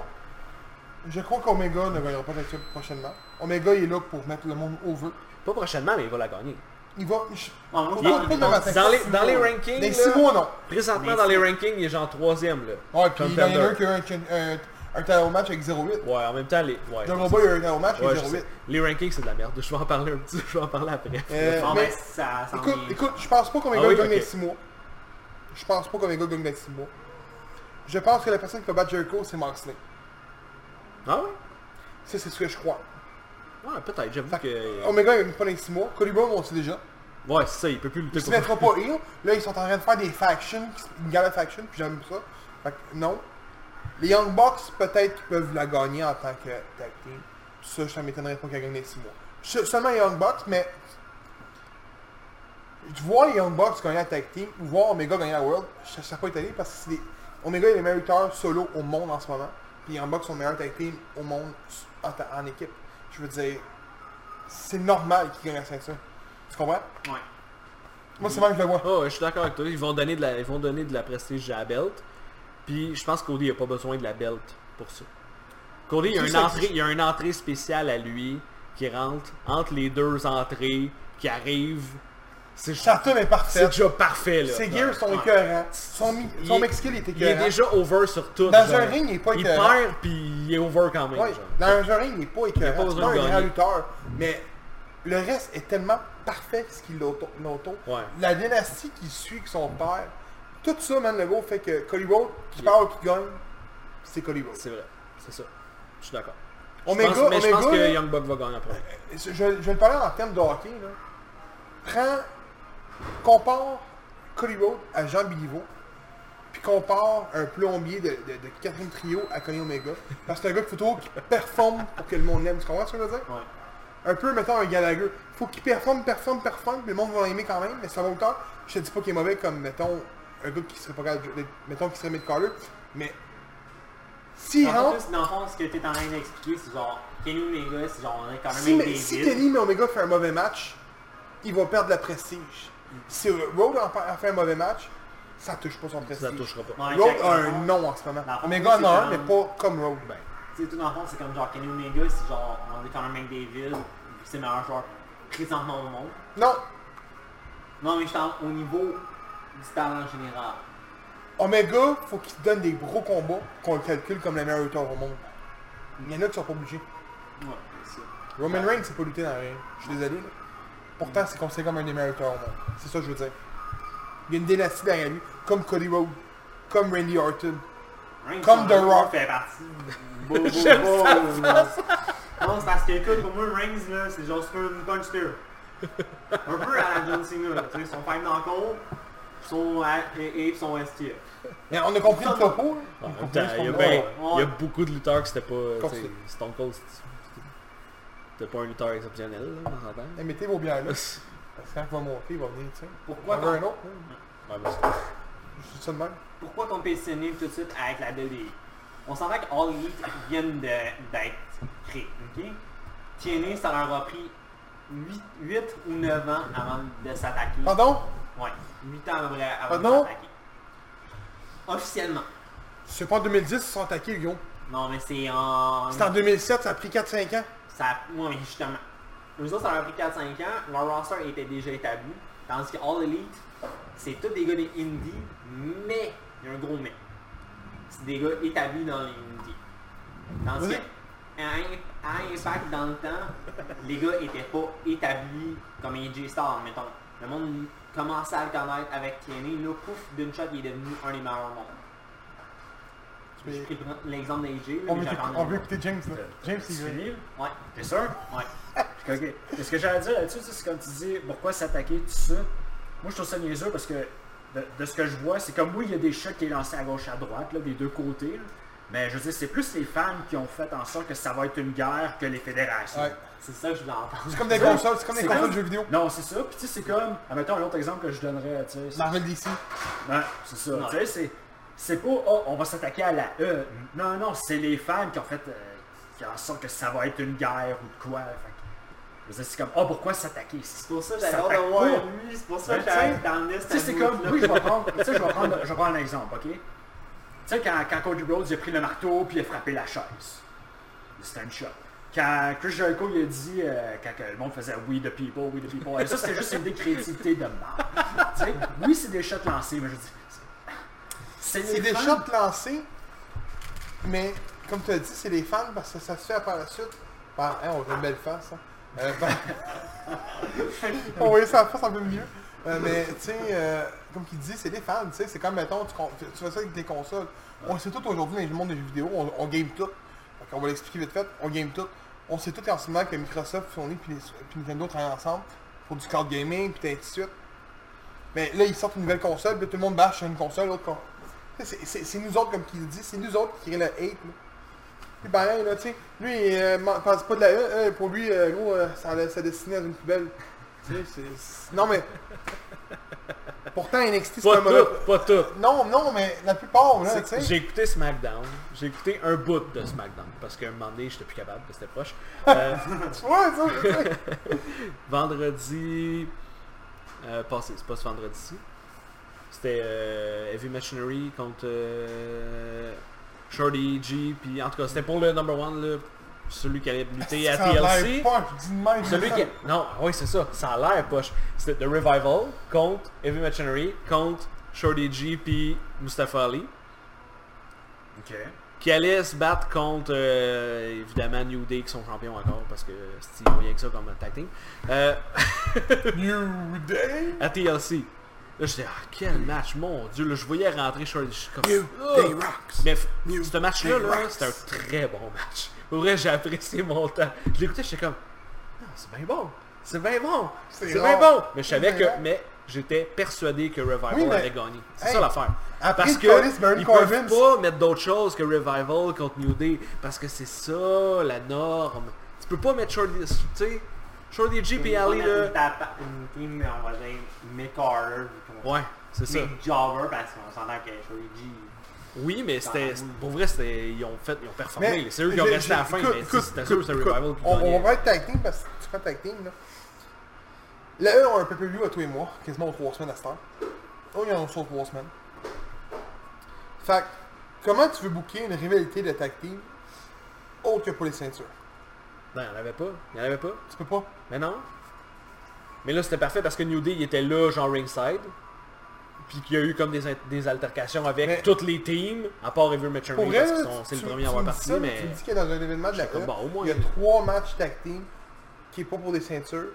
A: je crois qu'Omega ne gagnera pas la titre prochainement. Omega il est là pour mettre le monde au vœu.
D: Pas prochainement, mais il va la gagner.
A: Il va. je-
B: Bon, moi,
A: Faut
B: je pense
A: pas-
B: que-
A: pas demain matin.
D: Ah, Dans les, dans les rankings,
A: Mais
D: là,
A: six mois, non.
D: présentement
B: Mais
D: dans les
B: six-
D: rankings, il est genre troisième, là.
A: Ouais, Ah, puis il y en a
D: Contender.
A: un qui a un, un, un title match avec 0-8.
D: Ouais, en même temps, les... Ouais,
A: John Boy a un title match
D: Ouais,
A: avec
D: je
A: 0-8.
D: sais. Les rankings, c'est de la merde. Je vais en parler un petit, je vais en parler après.
A: Euh,
B: Bon,
A: mais-
B: ben, ça s'en
A: Écoute,
B: vient.
A: écoute, je pense pas qu'on
D: Ah oui,
A: gagne
D: ok.
A: dans 6 mois. Je pense pas qu'on gagne dans 6 mois. Je pense que la personne qui va battre Jericho, c'est Moxley.
D: Ah ouais?
A: Ça, c'est ce que je crois.
D: Ouais, peut-être, j'avoue que... euh,
A: Omega, il n'est pas dans 6 mois. Cody Brown, on le sait déjà.
D: Ouais, c'est ça, il peut plus lutter
A: Il se mettra pas heal. Là, ils sont en train de faire des factions, une gala faction, puis j'aime ça. Fait que non. Les Young Bucks, peut-être qu'ils peuvent la gagner en tant que tag team. Ça, ça m'étonnerait pas qu'elle gagne les 6 mois. Se- Seulement les Young Bucks, mais... Je vois les Young Bucks gagner la tag team, ou voir Omega gagner la World, je ne serais pas étonné parce que c'est des... Omega est le meilleur lutteur solo au monde en ce moment. Puis les Young Bucks sont le meilleur tag team au monde en, ta- en équipe. Je veux dire, c'est normal qu'ils gagnent la ceinture. Tu comprends?
B: Ouais.
A: Moi, c'est même que je le vois.
D: Oh, je suis d'accord avec toi. Ils vont donner de la, ils vont donner de la prestige à la belt. Puis je pense qu'Ody n'a pas besoin de la belt pour ça. Cody, il y a
A: C'est
D: une
A: ça,
D: entrée,
A: c'est-
D: il y a une entrée spéciale à lui qui rentre entre les deux entrées qui arrive. C'est
A: Sa tune est
D: c'est
A: parfaite.
D: déjà parfait là.
A: Ses gears sont
B: Ouais.
A: écœurants. Son, mi- son
D: Il-
A: mix skill est
D: Il est
A: écœurant.
D: déjà over sur tout.
A: Dans
D: genre.
A: un ring, il est pas
D: Il
A: écœurant.
D: perd puis il est over quand même.
A: Ouais,
D: genre.
A: Dans un ring, il est pas
D: a pas
A: écœurant. C'est
D: besoin
A: pas un
D: de
A: grand
D: gagner.
A: lutteur. Mais le reste est tellement parfait ce qu'il l'auto- l'auto.
D: Ouais.
A: La dynastie qui suit que son père. Tout ça, man, le gros fait que Cody Rhodes, qui parle, qui gagne, c'est Cody Rhodes.
D: C'est vrai, c'est ça. Je suis d'accord.
A: Omega-
D: je pense, mais je pense
A: Omega, là-
D: que Young Buck va gagner après.
A: Je, je vais le parler en termes de hockey. Là. Prends, compare Cody Rhodes à Jean Béliveau, puis compare un plombier de, de, de quatrième trio à Connie Omega. Parce que c'est un gars qu'il faut toujours qu'il performe pour que le monde l'aime. Tu comprends ce que je veux dire?
B: Ouais.
A: Un peu, mettons, un Gallagher. Faut qu'il performe, performe, performe, puis le monde va l'aimer quand même, mais ça va autant. Je te dis pas qu'il est mauvais comme, mettons, un gars qui serait pas capable de- Mettons, qui serait Mick Carter, mais... S'il
B: Dans le
A: rentre...
B: fond, dans le fond, ce que tá t'es en train d'expliquer, c'est genre, Kenny Omega, c'est genre, on est quand même
A: Si,
B: avec
A: mais,
B: des
A: si
B: vides.
A: Kenny mais Omega fait un mauvais match, il va perdre la prestige. Si Road en fa- en fait un mauvais match, ça touche pas son prestige.
D: Ça touchera pas.
B: Ouais,
A: Road
B: check,
A: a
B: dans le
A: un
B: fond,
A: nom en ce moment.
B: Dans le fond,
A: Omega en a un,
B: c'est
A: mais
B: comme-
A: pas comme Road.
D: Ben,
B: Tu sais, tout dans le fond, c'est comme genre Kenny Omega, c'est genre, on est quand même McDavid, c'est le meilleur joueur présentement au monde.
A: Non,
B: Non, mais je parle au niveau du talent général.
A: Omega, faut qu'il te donne des gros combats qu'on le calcule comme le meilleur lutteur au monde. Il y en a qui sont pas obligés.
B: Ouais, c'est ça.
A: Roman Reigns, c'est pas lutter dans le ring. Je suis désolé. là. Pourtant, c'est considéré comme un des meilleurs lutteurs au monde. C'est ça que je veux dire. Il y a une dynastie derrière lui, comme Cody Rhodes, comme Randy Orton.
B: Reigns,
A: Comme The
B: son nom
A: Rock.
B: fait partie. Beau, beau, beau. Non, c'est parce que, écoute, pour moi, Reigns, là, c'est genre Super Punch Spear. Un peu à la John Cena, là. Tu sais, son five d'encore, son A- et et son STF.
A: Mais on a compris le propos. là. On a
D: en même
A: compris
D: temps,
A: ce qu'on
D: il y, a
A: a.
D: ben-
B: Ouais.
D: il y a beaucoup de lutteurs que c'était pas. euh,
A: Comme
D: tu sais, Stone Cold, c'était- c'était- c'était pas un lutteur exceptionnel, là, on s'entend.
A: Eh, mettez vos bières là.
D: Ouais,
A: Parce que quand il va monter, il va venir, tu sais.
B: Pourquoi,
A: On veut un
B: com-
A: autre, hein.
D: mais c'est-
A: Je dis ça de même.
B: pourquoi compétitionner E tout de suite avec la WWE? On s'entend que All Elite viennent de- d'être créés, ok? TNA, ça leur a pris 8, ou 9 ans avant de s'attaquer.
A: Pardon?
B: Ouais, 8 ans avant, avant
A: Pardon?
B: de s'attaquer. Officiellement.
A: C'est pas en 2010, ils se sont attaqués, Guillaume.
B: Non, mais c'est en...
A: C'est en 2007, ça a pris 4-5 ans.
B: Ça, ouais, mais justement. Eux autres, ça leur a pris 4-5 ans. Leur roster était déjà établi. Tandis que All Elite, c'est tous des gars des indies, mais il y a un gros mais. C'est des gars établis dans les indies. Tandis
A: Oui.
B: que, à, Im- à Impact, dans le temps, les gars étaient pas établis comme AJ Star, mettons. Le monde commençait à le connaître avec Kenny, là, pouf, d'une shot, il est devenu un des meilleurs au monde. J'ai pris l'exemple d'AJ, là,
A: On
B: mais
A: veut
B: j'ai
A: écouter-
B: encore
A: on veut
B: un autre.
A: écouter James, là. James,
C: Tu
A: il veut.
C: finis?
B: Ouais,
C: T'es sûr?
B: ouais.
C: Ok. Mais ce que j'allais dire là-dessus, tu sais, c'est quand tu dis pourquoi s'attaquer, tout ça. Moi, je trouve ça niaiseux parce que de, de ce que je vois, c'est comme oui, il y a des shots qui est lancé à gauche, à droite, là, des deux côtés. là. Mais je veux dire, c'est plus les fans qui ont fait en sorte que ça va être une guerre que les fédérations.
A: Ouais.
B: C'est ça que je voulais entendre.
A: C'est comme des
C: C'est
A: consoles, c'est comme des
C: c'est
A: consoles
C: comme-
A: de jeux vidéo.
C: Non, c'est ça. Puis tu sais, c'est comme, admettons un autre exemple que je donnerais, tu sais. c'est-
A: Marvel DC.
C: Ouais, c'est ça.
B: Ouais.
C: Tu sais, c'est, c'est pas, oh, on va s'attaquer à la E. Non, non, c'est les fans qui ont fait, euh, qui en sorte que ça va être une guerre ou de quoi. Fait que, je veux dire, c'est comme, oh, pourquoi s'attaquer?
B: C'est pour ça que
C: Ça
B: j'adore
C: attaque
B: d'avoir
C: pas.
B: lui, c'est pour ça que
C: Ben, tu sais,
B: j'arrive dans le liste.
C: Tu sais, c'est comme, oui, je vais prendre, tu sais, je vais prendre, je vais prendre un exemple, ok? Tu sais, quand, quand Cody Rhodes il a pris le marteau puis il a frappé la chaise, c'était une shot. Quand Chris Jericho il a dit, euh, quand que le monde faisait We the people, We the people, et ça c'était juste une décrédibilité de merde. Tu sais, oui, c'est des shots lancés, mais je dis, c'est,
A: C'est
C: les
A: des
C: fans.
A: shots lancés, mais comme tu as dit, c'est les fans parce que ça se fait par la suite. Par, hein, on a une belle face. Hein. Euh, par- on voyait sa face un peu mieux. Euh, mais tu sais, euh, comme qu'il dit, c'est des fans. tu sais, C'est comme, mettons, tu, con- tu fais ça avec des consoles. On sait tout aujourd'hui dans le monde des jeux vidéo, on, on game tout. on va l'expliquer vite fait, on game tout. On sait tout en ce moment que Microsoft, Sony puis, les- puis Nintendo travaillent ensemble pour du cloud gaming, puis ainsi de suite. Mais là, ils sortent une nouvelle console, puis tout le monde bâche sur une console, l'autre con- Tu sais, C'est c'est- c'est nous autres, comme qu'il dit, c'est nous autres qui créons le hate. là. Puis pareil, là, tu sais, lui, il euh, m'en- pense pas de la E, euh, pour lui, euh, gros, euh, ça, allait- ça destinait à une poubelle. Tu sais, c'est- c'est- Non, mais... Pourtant, NXT, c'est
D: Pas
A: un monop-
D: tout, pas tout.
A: Non, non, mais la plupart, là,
D: C'est-
A: tu sais.
D: J'ai écouté SmackDown. J'ai écouté un bout de SmackDown. Parce qu'à un moment donné, j'étais plus capable, parce que c'était proche. Euh,
A: Ouais, ça, je sais.
D: vendredi euh, passé, c'est pas ce vendredi-ci. C'était euh, Heavy Machinery contre euh, Shorty G. Puis en tout cas, c'était pour le number one, là, celui qui allait lutter à
A: Ça a l'air
D: TLC.
A: poche, je dis de même, je dis
D: Celui
A: ça.
D: qui... Non, oui, c'est ça. Ça a l'air poche. C'était The Revival contre Heavy Machinery contre Shorty G puis Mustafa Ali
C: Ok.
D: qui allait se battre contre euh, évidemment New Day qui sont champions encore parce que c'est ils ont rien que ça comme tag team. Euh,
A: New Day.
D: à TLC. Là j'étais ah quel match, mon dieu, là je voyais rentrer Shorty je suis comme
A: New
D: Ah!
A: Day Rocks.
D: Mais f-
A: New
D: ce match-là,
A: Day
D: là,
A: Rocks.
D: c'était un très bon match. Pour vrai, j'ai apprécié mon temps. Je l'écoutais, j'étais comme, Ah, c'est bien bon, c'est bien bon,
A: C'est
D: c'est bien
A: rare.
D: bon. Mais je savais
A: C'est
D: que,
A: bien bon.
D: mais j'étais persuadé que Revival
A: Oui, mais-
D: allait gagner. C'est
A: Hey,
D: ça l'affaire.
A: après
D: Parce
A: le
D: que
A: Callis, Baron
D: ils
A: Corbin,
D: peuvent pas mettre d'autres choses que Revival contre New Day parce que c'est ça la norme. Tu peux pas mettre Shorty, tu sais, Shorty G et Ali là.
B: Une team, on va dire, mid-carter. vu qu'on-
D: Ouais, c'est ça.
B: Mid-jobber, parce ben, qu'on s'entend que Shorty G...
D: Oui, mais c'était
B: Ah, oui.
D: pour vrai, c'était ils ont fait, ils ont performé.
A: Mais
D: C'est eux qui ont
A: je-
D: resté à la
A: je-
D: fin.
A: écoute,
D: mais
A: écoute,
D: c'était sûr que c'était
A: écoute,
D: Revival qui
A: on,
D: gagnait.
A: on va être tag team parce que tu prends tag team là. Là, eux ont un pay-per-view à tous les mois, quasiment aux trois semaines à cette heure. Eux, ils en ont sur trois semaines. Fait que, comment tu veux booker une rivalité de tag team autre que pour les ceintures?
D: Non, il n'y en avait pas. Il n'y en avait pas.
A: Tu peux pas.
D: Mais non. Mais là, c'était parfait parce que New Day, il était là, genre ringside. Puis qu'il y a eu comme des, in- des altercations avec
A: Mais-
D: toutes les teams, à part River Matcher
A: Pour
D: parce
A: vrai,
D: qu'ils
A: là,
D: sont- c'est
A: tu-
D: le premier
A: tu
D: à avoir
A: me dis
D: parti,
A: ça,
D: mais...
A: Tu me dis que dans un événement de la
D: J'étais
A: E,
D: comme, bah, au moins,
A: il y a
D: il-
A: trois matchs tag team qui est pas pour des ceintures.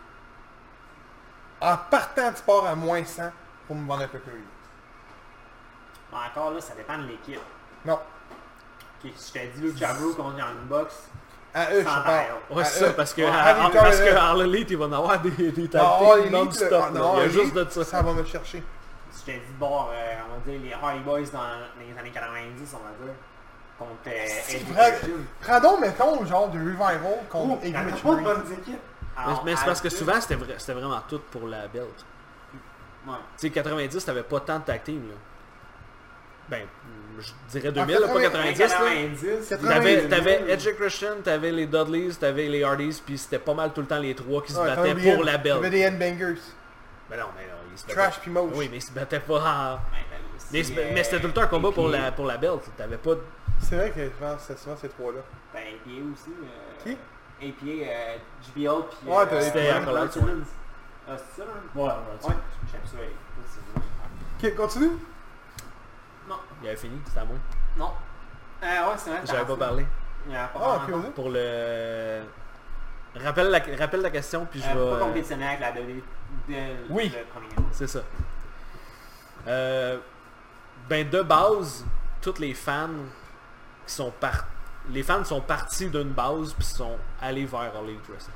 A: En partant, tu pars à moins 100 pour me vendre un peu plus.
B: Bon, encore là, ça dépend de l'équipe.
A: Non.
B: Ok, si je te dis Luke Chabro contre Young Bucks,
A: À eux, je
D: Ah,
B: Sans
A: parle.
B: bail.
D: Ouais,
A: À
D: c'est ben, ça,
A: eux.
D: parce que,
A: Euh, Ouais, euh,
D: à-
A: Harley
D: à- parce
A: Corbin.
D: que Harley Elite, il va en avoir des, des tag
A: Ah,
D: teams
A: Elite,
D: non-stop.
A: là.
D: là.
A: Ah, non,
D: il y a
A: Elite,
D: juste de ça.
A: Ça va me chercher.
B: si je te dis, bon, euh, on va dire les Hardy Boys dans les années 90, on va dire, contre euh,
A: Si,
B: Edge et
A: prends-
B: Virgil.
A: Prends donc, mettons, genre de revival
B: Oh,
A: contre
B: il y
A: Iggy
B: en a
A: Mitchell.
B: pas de bonnes équipes.
D: Mais,
B: Alors,
A: Ah,
D: mais c'est parce que
B: Alpha-
D: souvent, c'était vrai, c'était vraiment tout pour la belt.
B: Ouais.
D: Tu sais, 90, t'avais pas tant de tag team, là. Ben, je dirais 2000,
A: En
D: là, pas
A: 90,
D: 90,
B: 90,
D: là. T'avais, t'avais Edge et Christian, t'avais les Dudleys, t'avais les Hardys, puis c'était pas mal tout le temps les trois qui se
A: Ouais, t'as
D: battaient
A: oublié.
D: pour la
A: Il y avait
D: belt.
A: des headbangers.
D: Mais non, mais non, ils se battaient.
A: Trash puis moche.
D: Oui, mais ils se battaient pas en... Mais,
B: c'est-
D: mais c'était tout le temps un combat pour
B: Et puis-
D: la, pour la belt. T'avais pas... de-
A: C'est vrai que souvent, c'est souvent ces trois-là.
B: Ben, APA aussi. euh,
A: Qui?
B: APA, euh, GBL, puis...
A: Ouais, t'as- C'était
B: Ryan
D: Acolyte,
B: Perkins.
D: ouais.
B: Ah, c'est ça, là?
C: Ouais, ouais,
B: Ouais, j'aime ça, ouais.
A: Ok, continue.
B: Non,
D: Il avait fini, c'était à moi.
B: non. Eh,
C: Ah ouais, c'est vrai.
D: J'avais pas parlé.
B: Il y a pas
A: Ah,
B: vraiment-
A: ok, on est.
D: Pour le... euh, Rappelle la, rappelle la question, puis je vais...
B: Euh, pas compétitionner avec la WWE de
D: Oui.
B: le premier niveau.
D: C'est ça. Euh, ben de base, toutes les fans qui sont par... les fans sont partis d'une base puis sont allés vers All Elite Wrestling.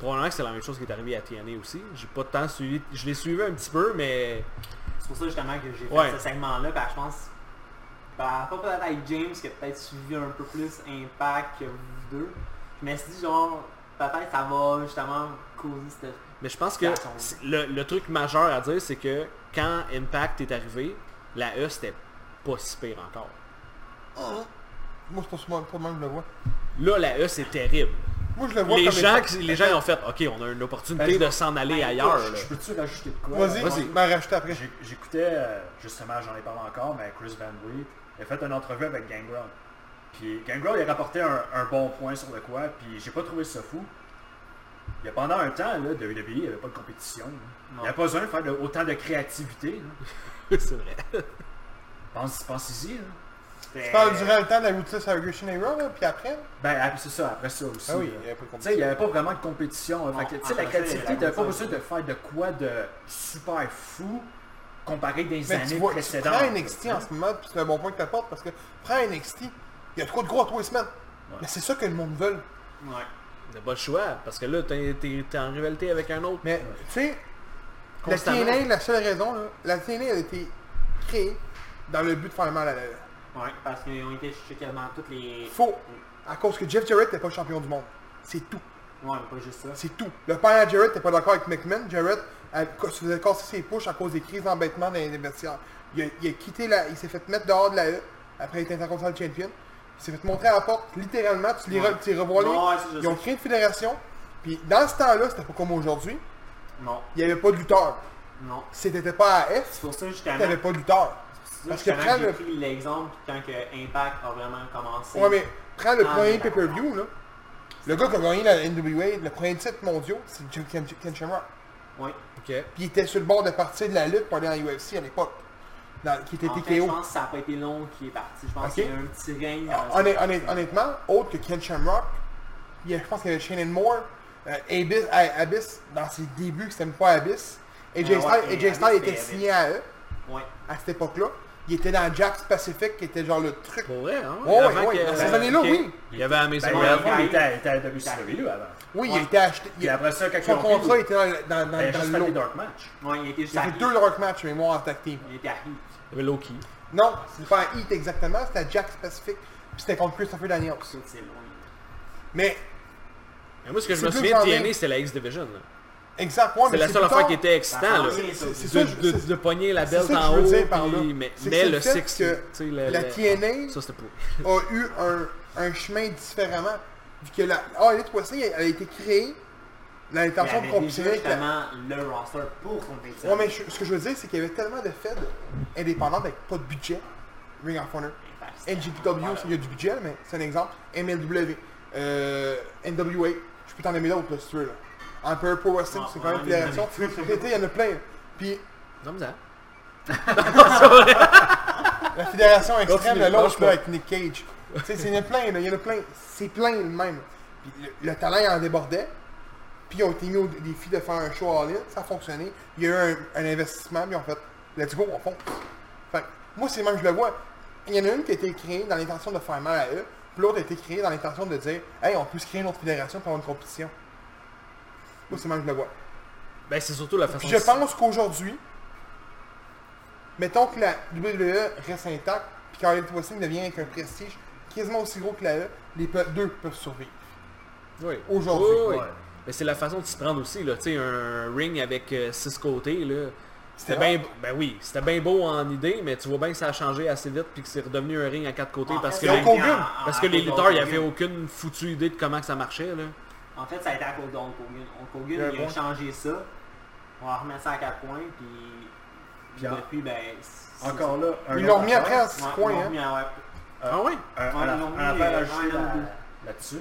D: Probablement que c'est la même chose qui est arrivée à TNA aussi. J'ai pas tant suivi, je l'ai suivi un petit peu, mais
B: C'est pour ça justement que j'ai fait
D: Ouais.
B: ce segment-là, parce que je pense, bah, pas peut-être avec James qui a peut-être suivi un peu plus Impact que vous deux. Je me suis dit genre, peut-être ça va justement causer cette...
D: mais je pense que
B: Garçon.
D: c'est- le, le truc majeur à dire c'est que quand Impact est arrivé, la E c'était pas si pire encore.
A: Moi, c'est pas souvent- pas de même que je le vois.
D: Là la E c'est terrible.
A: Moi, je le vois
D: Les
A: comme
D: gens,
A: étant-
D: qui- les gens ils ont fait ok on a une opportunité
C: Ben, je-
D: de s'en aller
C: Ben,
D: ailleurs.
C: écoute,
D: là.
C: Je peux-tu rajouter de quoi?
A: Vas-y,
D: Vas-y.
A: vas m'en rajouter après.
C: J'ai- J'écoutais, euh, justement, j'en ai parlé encore, mais Chris Van Wee, il a fait une entrevue avec Gangrel. Puis Gangrel, il a rapporté un, un bon point sur le quoi, puis j'ai pas trouvé ça fou. Il y a pendant un temps, là, de WWE, il n'y avait pas de compétition. là. Il n'y
B: Non.
C: avait pas besoin de faire de- autant de créativité. là.
D: c'est vrai.
C: Pense- Pense-y. là.
A: Tu parles durant le temps de la Ruthless Aggression Era, là, puis après?
C: ben, après, c'est ça, après ça aussi.
A: Ah oui,
C: là.
A: il y a pas de
C: Tu sais, il
A: compétition.
C: n'y avait pas vraiment de compétition. hein. Fait que,
B: Non,
C: tu sais, la
B: en
C: créativité,
B: effet, la
C: tu n'avais pas
B: compétition.
C: besoin de faire de quoi de super fou comparé des
A: Mais
C: années
A: tu vois, tu
C: précédentes.
A: prends NXT
C: là.
A: en ce moment, puis c'est un bon point que t'apportes, parce que prends NXT, il y a trop de gros à tous les semaines. Mais c'est ça que le monde veut.
B: Ouais.
D: T'as pas le choix, parce que là, t'es, t'es- t'es en rivalité avec un autre.
A: Mais, tu sais, la
D: Constamment.
A: TNA, la seule raison, là, la TNA, elle a été créée dans le but de faire mal à la...
B: Ouais, parce qu'ils ont été chercher quasiment toutes les...
A: Faux. À cause que Jeff Jarrett n'est pas le champion du monde. C'est tout.
B: Ouais, mais pas juste ça.
A: C'est tout. Le père à Jarrett n'était pas d'accord avec McMahon. Jarrett elle, co- se faisait casser ses pouches à cause des crises d'embêtement dans les vestiaires. Il, a, il a quitté la... Il s'est fait mettre dehors de la E. Après, il était Intercontinental Champion. Il s'est fait montrer à la porte, littéralement. Tu les, re-
B: Ouais.
A: tu les revois là.
B: Ouais, ouais, c'est
A: Ils ont
B: juste
A: créé une fédération. Puis dans ce temps-là, c'était pas comme aujourd'hui.
B: Non,
A: Il n'y avait pas de lutteur.
B: non.
A: Si t'étais pas à
B: C'est
A: F,
B: pour ça
A: tu
B: justement...
A: n'avais pas de lutteur.
B: C'est pour
A: parce
B: ça
A: que
B: justement
A: prends
B: que
A: le-
B: j'ai pris l'exemple quand que Impact a vraiment commencé.
A: Ouais, mais prends le
B: Ah,
A: premier
B: mais-
A: pay-per-view, là. Le gars qui a gagné la NWA, le premier titre mondial, c'est Jim Ken, Ken Shamrock.
B: Ouais.
D: Ok.
A: Puis il était sur le bord de partir de la lutte pour aller en UFC à l'époque. Dans- Qui
C: Ah,
A: était
B: En fait, je
A: TKO.
B: pense que ça n'a pas été long qu'il est parti. Je pense
A: Ok. Ah,
B: qu'il y a eu un petit règne. euh, dans-
A: Honnêt- honnêt- honnêtement, autre que Ken Shamrock, il y a- je pense qu'il y avait Shannon Moore, euh, Abyss, A- Abyss, dans ses débuts, c'était même pas Abyss. AJ
B: Ah ouais,
A: Styles
B: et
A: AJ Styles
B: Abyss,
A: était
B: c'est
A: signé à eux
B: Ouais.
A: à cette époque-là. Il était dans Jack's Pacific, qui était genre le truc.
D: Pour vrai, hein?
A: Ouais,
D: Avant
A: ouais,
D: que-
A: dans ces années-là,
D: ok.
A: oui.
D: Il y avait la
C: Ben,
D: maison
B: ouais.
D: Red.
C: avant, il était à- il était à WCW là, avant.
A: Oui, il
B: Ouais.
A: a été acheté. il-
C: Puis après ça, quand
A: son
C: ils ont pris,
A: contrat était dans, le- dans, dans-
C: il a
A: dans
C: Ben, juste
A: le
C: fait des
A: lot.
C: dark match.
B: Ouais, il était juste
A: Il a
B: à
A: fait
B: Heat.
A: deux Rock Match, mémoire en tag team.
B: Il était à Heat.
D: Il y avait Loki.
A: Non, c'est pas à Heat exactement, c'était à Jack's Pacific. Puis c'était contre Christopher Daniels.
B: Ça, c'est loin.
A: Mais,
D: Mais moi, ce que je
A: C'est
D: me
A: plus
D: souviens de
A: genre- Ah,
D: TNA, c'était la X-Division. là.
A: exact, moi,
D: C'est la seule affaire qui était excitant, là.
B: C'est-
A: Ben, C'est c'est ça,
D: De,
A: je-
D: de,
A: c'est-
D: de pogner la
A: c'est
D: belle
A: ça que
D: en
A: je
D: haut,
A: veux dire par là.
D: puis- mais,
A: C'est que
D: mais
A: c'est
D: le
A: fait
D: 6,
A: que la TNA
D: Ça, c'était pour...
A: a eu un, un chemin différemment. Vu que la Ah, Elite Wrestling, elle a été créée dans
B: Il y
A: l'intention de
B: avait déjà
A: compétitionner avec la-
B: justement le roster pour compétitionner.
A: Ouais, mais je- ce que je veux dire, c'est qu'il y avait tellement de feds indépendantes avec pas de budget. Ring of Honor. NGPW, il y a du budget, mais c'est un exemple. MLW, euh, NWA, je peux t'en nommer d'autres, là, si tu veux. Là. Emperor Pro Wrestling,
B: Ah,
A: c'est quand même
B: ouais,
A: une fédération.
B: mais-
A: Tu sais, Il y en a plein. Puis
D: Non, mais ça.
A: la fédération extrême,
D: Continue,
A: là,
D: lâche
A: l'autre,
D: pas.
A: là, avec Nick Cage. Tu sais, c'est- il y en a plein, là, il y en a plein. C'est plein, de même. Puis le, le talent, il en débordait. Puis ils ont été mis au défi de faire un show en ligne, ça a fonctionné. Il y a eu un, un investissement, puis ils ont fait, let's go, on fonce. Fait que moi, c'est même, je le vois. Il y en a une qui a été créée dans l'intention de faire mal à eux, puis l'autre a été créée dans l'intention de dire, hey, on peut se créer une autre fédération pour avoir une compétition. Moi, c'est même, je le vois.
D: Ben, c'est surtout la façon...
A: Puis je pense qu'aujourd'hui, mettons que la WWE reste intacte, puis quand Elite Wrestling devient avec un prestige quasiment aussi gros que la E, les pe- deux peuvent survivre.
D: Oui.
A: Aujourd'hui,
D: Oui, oui.
C: ouais.
D: Mais c'est la façon de s'y prendre aussi, là. Tu sais, un ring avec 6 côtés, là. C'était
A: C'était
D: bien, ben oui, c'était bien beau en idée, mais tu vois bien que ça a changé assez vite puis que c'est redevenu un ring à quatre côtés
C: Ah,
B: En
D: parce
B: fait,
D: que,
A: ils ont
B: ça a
D: les,
B: été
A: Hogan,
B: en- en-
D: parce
B: à
D: que les
B: cause
D: lutteurs, il n'y
B: d'Hulk
D: avait
B: Hogan.
D: aucune foutue idée de comment que ça marchait, là.
B: En fait, ça a été à cause de Hulk Hogan. Hulk Hogan,
A: Le
B: il a
A: bon.
B: changé ça. On va remettre ça à 4 points, puis...
C: Puis en-
B: Depuis, ben... c'est-
C: Encore là, un
A: Ils
C: autre
A: l'ont remis après à
C: affaire.
A: 6
B: Ouais,
A: points,
B: ils l'ont
A: hein.
B: mis en- ouais.
D: Ah ouais?
C: Un-
B: Ouais,
C: un-
B: ils l'ont
C: un
B: mis,
C: affaire à
B: euh,
C: ajouter
B: Iron
C: là-
B: Man.
C: là-dessus.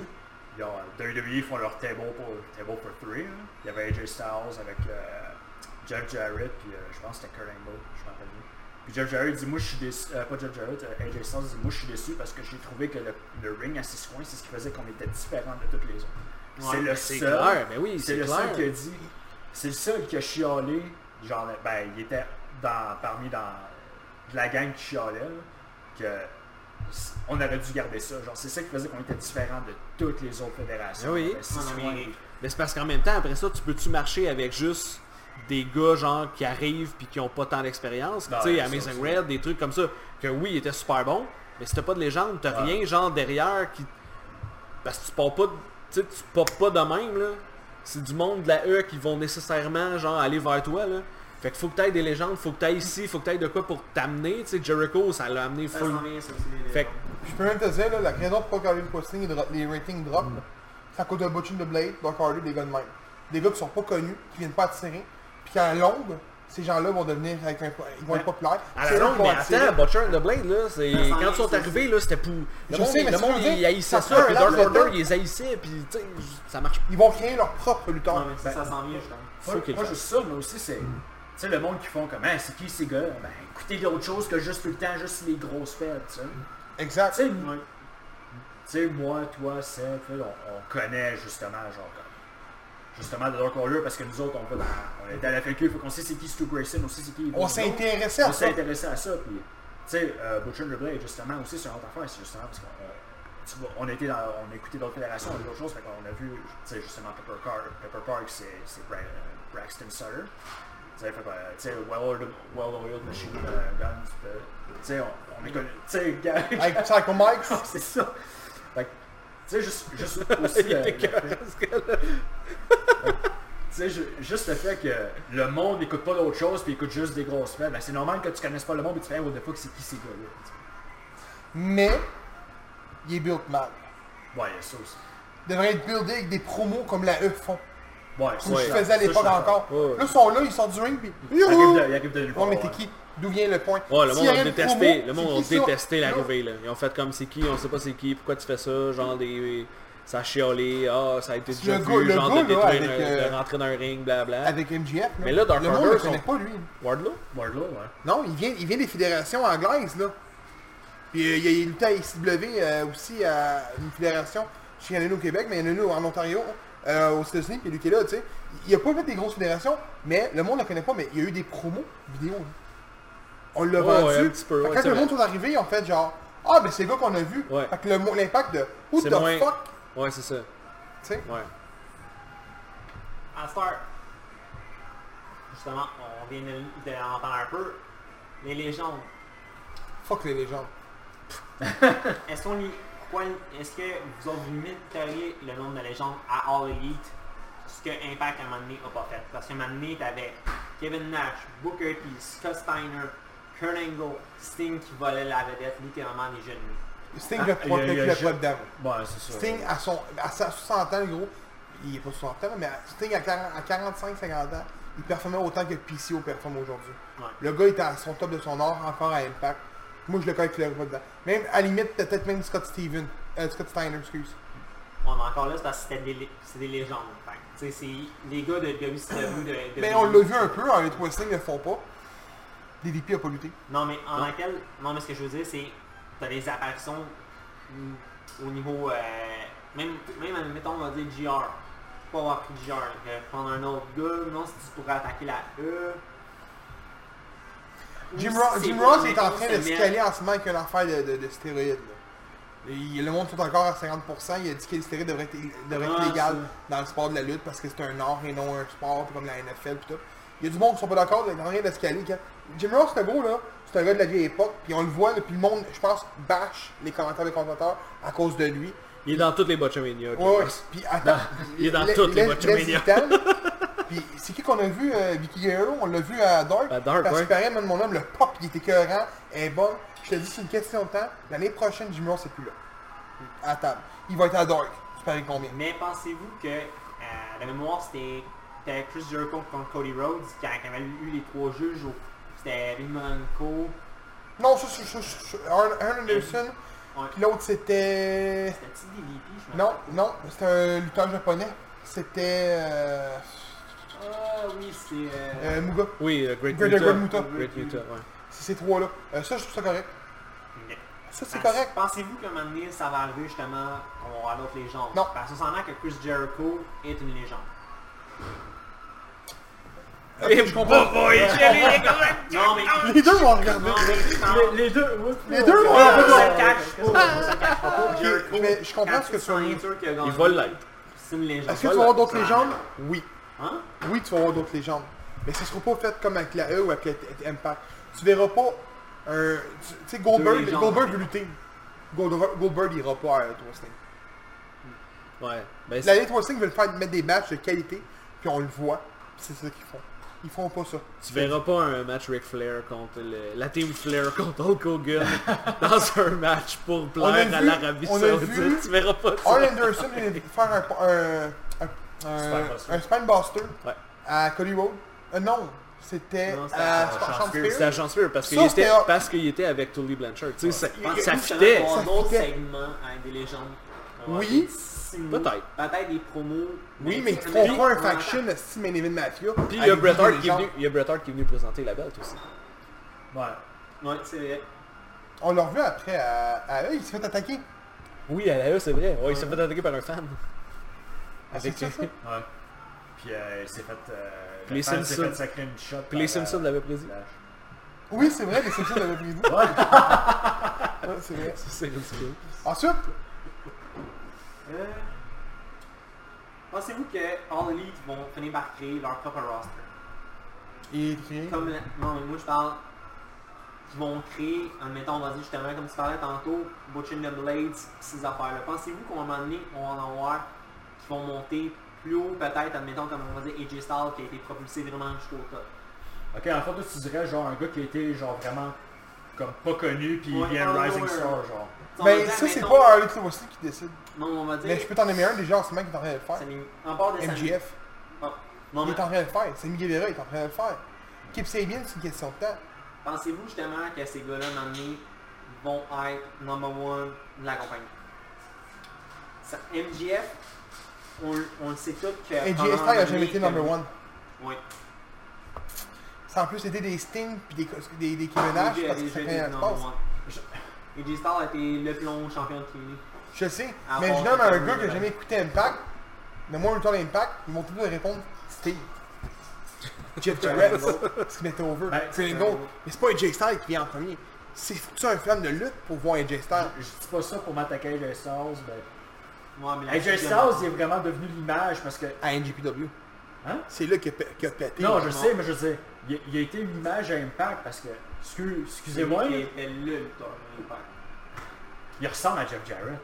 C: Ils ont, euh, WWE font leur table pour, table for three. là. Il y avait AJ Styles avec euh, Jeff Jarrett, puis euh, je pense que c'était Kurt Angle, je m'en rappelle bien. Puis Jeff Jarrett dit, moi je suis déçu, euh, pas Jeff Jarrett, euh, AJ Styles dit, moi je suis déçu parce que j'ai trouvé que le, le ring à six coins, c'est ce qui faisait qu'on était différents de toutes les autres.
B: Ouais,
C: c'est le
D: C'est
C: seul,
D: clair, mais oui,
C: c'est
D: c'est
C: le
D: clair.
C: seul qui a dit, c'est le seul qui a chialé, genre, ben il était dans, parmi dans, de la gang qui chialait, là, que s- on aurait dû garder ça. Genre, c'est ça qui faisait qu'on était différents de toutes les autres
D: Ah
C: fédérations. Ben,
D: oui.
C: On avait six
B: En
C: coins,
B: Amérique.
D: Mais c'est parce qu'en même temps, après ça, tu peux-tu marcher avec juste des gars genre qui arrivent puis qui ont pas tant d'expérience, tu
C: Non,
D: sais,
C: ça,
D: Amazing
C: ça.
D: Red, des trucs comme ça, que oui, ils étaient super bons, mais si t'as pas de légende, t'as
C: Ouais.
D: rien genre derrière qui... Parce que tu pars pas, de- tu sais, tu pars pas de même, là. C'est du monde de la E qui vont nécessairement genre aller vers toi, là. Fait que faut que t'ailles des légendes, faut que t'ailles ici, faut que t'ailles de quoi pour t'amener, tu sais, Jericho, ça l'a amené
B: Ça
D: full...
B: s'en vient, ça aussi. les-
D: Fait que,
A: Je peux même te dire, là, la raison pour Hardy le posting et de- les ratings drop, là, c'est à cause de Butching the Blade, Doc Hardy, des gars de même. Des gars qui sont pas connus, qui viennent pas attirer, puis qu'à longue, ces gens-là vont devenir, avec un- ils vont être populaires.
D: à
A: C'est
D: la
A: eux
D: longue,
A: qui vont
D: mais
A: attirer.
D: attends, Butcher and the Blade, là, c'est...
B: Ça s'en
D: Quand ils
B: vient,
D: sont
B: ça
D: arrivés, là, c'était pour... Le
A: Je
D: monde,
A: sais, mais
D: le
A: c'est
D: monde,
A: ce que je veux
D: il
A: dire.
D: haïssait
A: Ça fait
D: ça, puis
A: un laps
D: Dark
A: de
D: Order,
A: temps.
D: ils les haïssaient, puis tu sais, ça marche
A: Ils vont créer leur propre lutteur.
B: Non, mais ça, ça s'en vient, justement.
D: Faut
C: Moi,
D: qu'il
C: moi,
D: fasse.
C: juste ça, mais aussi c'est. Tu sais, le monde qui font comme, Hein, c'est qui ces gars? Ben, écoutez d'autres choses que juste tout le temps, juste les grosses fêtes, tu sais. Tu
A: exact.
C: sais. moi- Tu sais, moi, toi, Seth, tu sais, on, on connaît justement, genre, comme- justement, The Dark Order parce que nous autres, on va dans- on était à la FQ, faut qu'on sait c'est qui Stu Grayson, on sait c'est qui.
A: On
C: Bruno.
A: s'intéressait
C: On
A: à
C: s'est
A: ça.
C: intéressé à ça, puis, tu sais, euh, Butcher and the Blade, justement, aussi, c'est une autre affaire, c'est justement parce qu'on euh, tu vois, on était dans, on a écouté d'autres fédérations, on a vu d'autres choses, fait qu'on a vu, tu sais, justement, Pepper, Car- Pepper Park, c'est c'est Bra- euh, Braxton Sutter, tu sais, fait que, euh, tu sais, Well-Oiled well Machine euh, Guns, euh, tu sais, on, on est connu, tu sais, gars-
A: Avec Psycho Mike,
C: Ah, c'est ça, fait que, tu sais, juste, juste aussi, euh, tu sais, ju- juste le fait que le monde n'écoute pas d'autre chose puis écoute juste des grosses fêtes, ben c'est normal que tu connaisses pas le monde et tu fais, oh, de fuck, c'est qui ces gars-là? tu sais.
A: mais il est built mal.
C: Ouais, il y a ça aussi.
A: Il devrait être buildé avec des promos comme la E font.
C: Ouais, ça,
A: Comme
D: Ouais,
A: je
C: ça,
A: faisais à
C: ça, je
A: l'époque
C: suis
A: encore.
C: d'accord.
D: Ouais, ouais.
A: Là, ils sont là, ils sont du ring, puis...
C: Il arrive de, il arrive de nulle
A: Non,
C: part,
A: mais t'es
C: ouais.
A: qui D'où vient le point
D: Ouais, le
A: S'il
D: monde
A: y
D: a
A: avait une
D: détesté,
A: promo,
D: le monde
A: c'est
D: a
A: qui ça?
D: détesté
A: Là,
D: l'arrivée là. Ils ont fait comme c'est qui, on sait pas c'est qui, pourquoi tu fais ça, genre des ça a chialé, ah ça a été déjà
A: Le
D: vu,
A: gars- le
D: genre
A: gars,
D: de
A: là,
D: détruire
A: avec,
D: un-
A: euh,
D: de rentrer dans un ring, blabla.
A: Avec MGF, là,
D: Mais là, Dark
A: le monde
D: Order
A: ne connaît
D: sont-
A: pas lui.
D: Wardlow?
C: Wardlow, ouais.
A: Non, il vient, il vient des fédérations anglaises, là. Puis euh, il, a, il luttait à ICW euh, aussi à une fédération. Je sais qu'il y en a une au Québec, mais il y en a une en Ontario, euh, aux États-Unis, puis lui qui est là, tu sais. Il a pas fait des grosses fédérations, mais le monde ne le connaît pas, mais il y a eu des promos vidéo. là. On l'a
D: Ouais,
A: vendu.
D: ouais, un petit peu,
A: Fait que
D: ouais,
A: quand
D: c'est
A: le
D: vrai.
A: monde sont arrivés, en fait, genre, ah, ben c'est là qu'on a vu.
D: Ouais.
A: Fait que le mo- l'impact de, who
D: C'est
A: the
D: moins-
A: fuck,
D: Ouais c'est ça.
A: tu sais.
D: Ouais.
B: À Star, justement, on vient de- d'en parler un peu. Les légendes.
A: Fuck les légendes.
B: Est-ce qu'on lit- pourquoi- est-ce que vous autres vous limiteriez le nombre de légendes à All Elite ce que Impact à un moment donné n'a pas fait parce qu'à un moment donné t'avais Kevin Nash Booker T Scott Steiner Kurt Angle Sting qui volait la vedette littéralement des jeunes
A: Sting le
C: Ah, il y a- il y a
A: protège le
C: ju-
A: club d'avant.
C: Ouais, c'est ça.
A: Sting à, son, à sa 60 ans, gros, il est pas 60 ans, mais à- Sting à, 40 à 45-50 ans, il performait autant que PCO performe aujourd'hui.
B: Ouais.
A: Le gars était à son top de son art, encore à Impact. Moi, je le connais qu'il pas dedans. Même, à la limite, peut-être même Scott Steven, euh, Scott Steiner, excuse.
B: on est encore là c'est parce que c'était des, lé- c'est des légendes Fait que, tu sais, c'est les gars de WCW de, de
A: Mais on l'a vu un peu, en les trois Sting ne le font pas. DDP a pas lutté.
B: Non, mais en
D: Non.
B: laquelle. Non, mais ce que je veux dire, c'est. T'as des apparitions mm, au niveau. euh, même, même, mettons, on va dire GR. Pas avoir pris GR. là, que prendre un autre gars, non, si tu pourrais attaquer la E. Ou
A: Jim,
B: si
A: Ro-
B: c'est
A: Jim
B: pour
A: Ross
B: les
A: est en train de
B: se
A: se
B: mettre-
A: caler en ce moment avec une affaire de, de, de stéroïdes. là. Et il- le monde sont encore à 50%. Il a dit que les stéroïdes devraient être, devraient être
B: Ah,
A: légales dans le sport de la lutte parce que c'est un art et non un sport comme la NFL pis tout. Il y a du monde qui sont pas d'accord, il est en train de se caler. quand- Jim Ross, c'est gros là, c'est un gars de la vieille époque, puis on le voit, là, puis le monde, je pense, bâche les commentaires des commentateurs à cause de lui.
D: Il est dans toutes les Botchamania.
A: Ouais, ouais, puis attends,
D: il est dans
A: la-
D: toutes les
A: laisse-
D: Botchamania.
A: laisse le temps. Puis c'est qui qu'on a vu, euh, Vicky Guerrero, on l'a vu à Dark.
D: À Dark,
A: parce
D: ouais.
A: que pareil, même mon homme, le pop, il était écœurant, elle est bonne. Je te dis, c'est une question de temps. L'année prochaine, Jimmy Ross c'est plus là. À la table. Il va être à Dark. Tu paries combien
B: Mais pensez-vous que. euh, la mémoire, c'était. C'était Chris Jericho contre Cody Rhodes qui a- qui avait eu les trois juges. au- C'était Bill Monaco.
A: Non, ça, c'est- ça, c'est- c'est- Arn Arn Anderson.
B: Ouais.
A: Puis l'autre, c'était...
B: C'était-tu DDP, je me
A: Non,
B: rappelle.
A: non, c'était un lutteur japonais. C'était... Euh,
B: Ah oui, c'est. euh,
A: euh, Muga.
D: Oui, euh, Great
A: Great-
D: Muta.
A: Great Muta.
D: Great Muta, ouais.
A: C'est ces trois-là. Euh, ça, je trouve ça correct.
B: Ok.
A: Ça, c'est
B: Parce-
A: correct.
B: Pensez-vous qu'à un moment donné, ça va arriver justement qu'on va avoir d'autres légendes?
A: Non.
B: Parce qu'on s'en a que Chris Jericho est une légende.
D: Et je comprends.
B: Non, mais...
A: Les deux vont regarder.
B: Non, mais... non.
C: Les, les deux, oups,
A: Les deux vont
B: Ça
A: regarder.
B: le cache.
A: Ah,
B: Ça le cache pas. Jericho,
A: mais je comprends
B: quand
A: ce que
B: c'est
A: tu
B: un
A: veux dire.
B: hater qui a gagné,
D: Il vole l'être.
B: C'est une légende.
A: Est-ce que tu vas avoir d'autres légendes Oui.
B: Hein?
A: Oui, tu vas avoir d'autres légendes. Mais ça sera pas fait comme avec la E ou avec la T- Impact. Tu verras pas un. Tu tu sais, Goldberg,
B: Deux légendes.
A: Goldberg veut lutter. Goldberg, Goldberg ira pas à E Twisting.
D: Ouais. Ben, c'est-
A: L'année Twisting E veut le faire mettre des matchs de qualité, puis on le voit. puis C'est ça qu'ils font. Ils font pas ça.
D: tu verras pas un match Ric Flair contre le- la team Flair contre Hulk Hogan dans un match pour
A: On a
D: plaire à
A: vu-
D: l'Arabie
A: on a vu-
D: Saoudite. Tu verras pas ça.
A: Arn Anderson vient de faire un, un, un, un,
C: Spinebuster.
A: un spinebuster
D: Ouais.
A: à Cody Road. non, c'était
B: Non, c'était
A: à
B: à
A: Sean Spears.
D: C'est agent Spear parce qu'il
A: Ça,
D: était,
A: c'était-
D: parce qu'il était avec Tully Blanchard. Tu sais, ça, ça
B: Pensez-vous
D: fitait.
B: qu'on va avoir
A: Ça
B: d'autres
A: fitait.
B: segments avec des légendes?
A: Oui.
D: Peut-être.
B: Peut-être des promos.
A: Oui, mais ils
B: tu
A: font pas un faction si Main Event Mafia.
D: Puis il y, a
A: avec
D: Bret Hart
A: des
D: qui est
A: gens.
D: venu, il y a Bret Hart qui est venu présenter la belt aussi.
C: Ouais.
B: Ouais, c'est vrai.
A: On l'a revu après à, à eux, il s'est fait attaquer.
D: Oui, à la E, c'est vrai. Ouais, il s'est fait attaquer par un fan. Avec
A: Ah, c'est ça, ça?
C: Ouais. Puis euh, il s'est fait... Euh,
D: Puis les
C: le fan s'est
D: Simpsons.
C: fait sacrer une shot.
D: Puis les Simpsons l'avaient prédit.
A: Ah, Oui, c'est vrai, les Simpsons avaient pris vous. Ouais, c'est vrai.
D: Ça, C'est ridicule.
A: Ensuite,
B: Euh, Pensez-vous que All Elite vont finir par créer leur propre roster?
A: il crie.
B: Comme la- Non, mais moi je parle. Ils vont créer, admettons, on va dire justement, comme tu parlais tantôt, Butching the Blades, pis ces affaires-là. Pensez-vous qu'à un moment donné, on va en avoir qui vont monter plus haut, peut-être, admettons, comme on va dire, AJ Styles qui a été propulsé vraiment jusqu'au top.
C: Ok, en fait, toi, tu dirais genre un gars qui a été genre vraiment comme pas connu puis il
B: Ouais,
C: vient de
A: Ah,
B: out of
C: Rising
B: nowhere.
C: Star genre.
B: On va
A: Mais
B: dire,
A: Ben, ça, c'est
B: admettons-
A: pas Harley Twisting qui décide.
B: Non, on va dire.
A: Mais je peux t'en nommer un déjà en ce moment qui est en train de le faire.
B: Sami- En part de Sami-
A: MGF.
B: Ah, Non,
A: Il
B: mais
A: est en train de le faire. Sammy Guevara il est en train de le faire. Kip Sabian, c'est une question de temps.
B: pensez-vous justement que ces gars-là, un moment donné, vont être number one de la compagnie? Ça- MGF, on, on le sait tous que...
A: Et
B: Euh, pendant
A: J.S. Styles a
B: un
A: jamais été
B: moment donné,
A: number one.
B: que- Ouais.
A: Ça en plus c'était des Sting puis des, des, des Kevin Nash parce que ça crée un espace.
B: AJ Star a été le plus long champion de TNA.
A: Je sais,
B: Ah,
A: mais
B: bon,
A: je nomme un gars
B: c'est pas
A: qui a
B: vrai.
A: jamais écouté Impact, mais moi, temps d'Impact, ils vont tous me répondre Steve. Jeff Jarrett, ce qui m'était over.
C: Ben,
A: c'est
C: c'est
A: un
C: un
A: autre. Mais c'est pas AJ Styles qui vient en premier. C'est foutu un fan de lutte pour voir AJ Styles.
C: Je dis pas ça pour m'attaquer à AJ Styles, mais...
B: Ouais, mais la
C: AJ
B: deuxième-
C: Styles, il est vraiment devenu l'image parce que...
A: À NGPW.
C: Hein?
A: C'est là qu'il a, pe- qu'il a pété.
C: Non, je
B: non.
C: sais, mais je sais. Il, il a été une image à Impact parce que... excuse-
B: C'est
C: Excusez-moi,
B: moi qui
C: là,
B: était le lutteur. mon père.
C: il ressemble à Jeff Jarrett.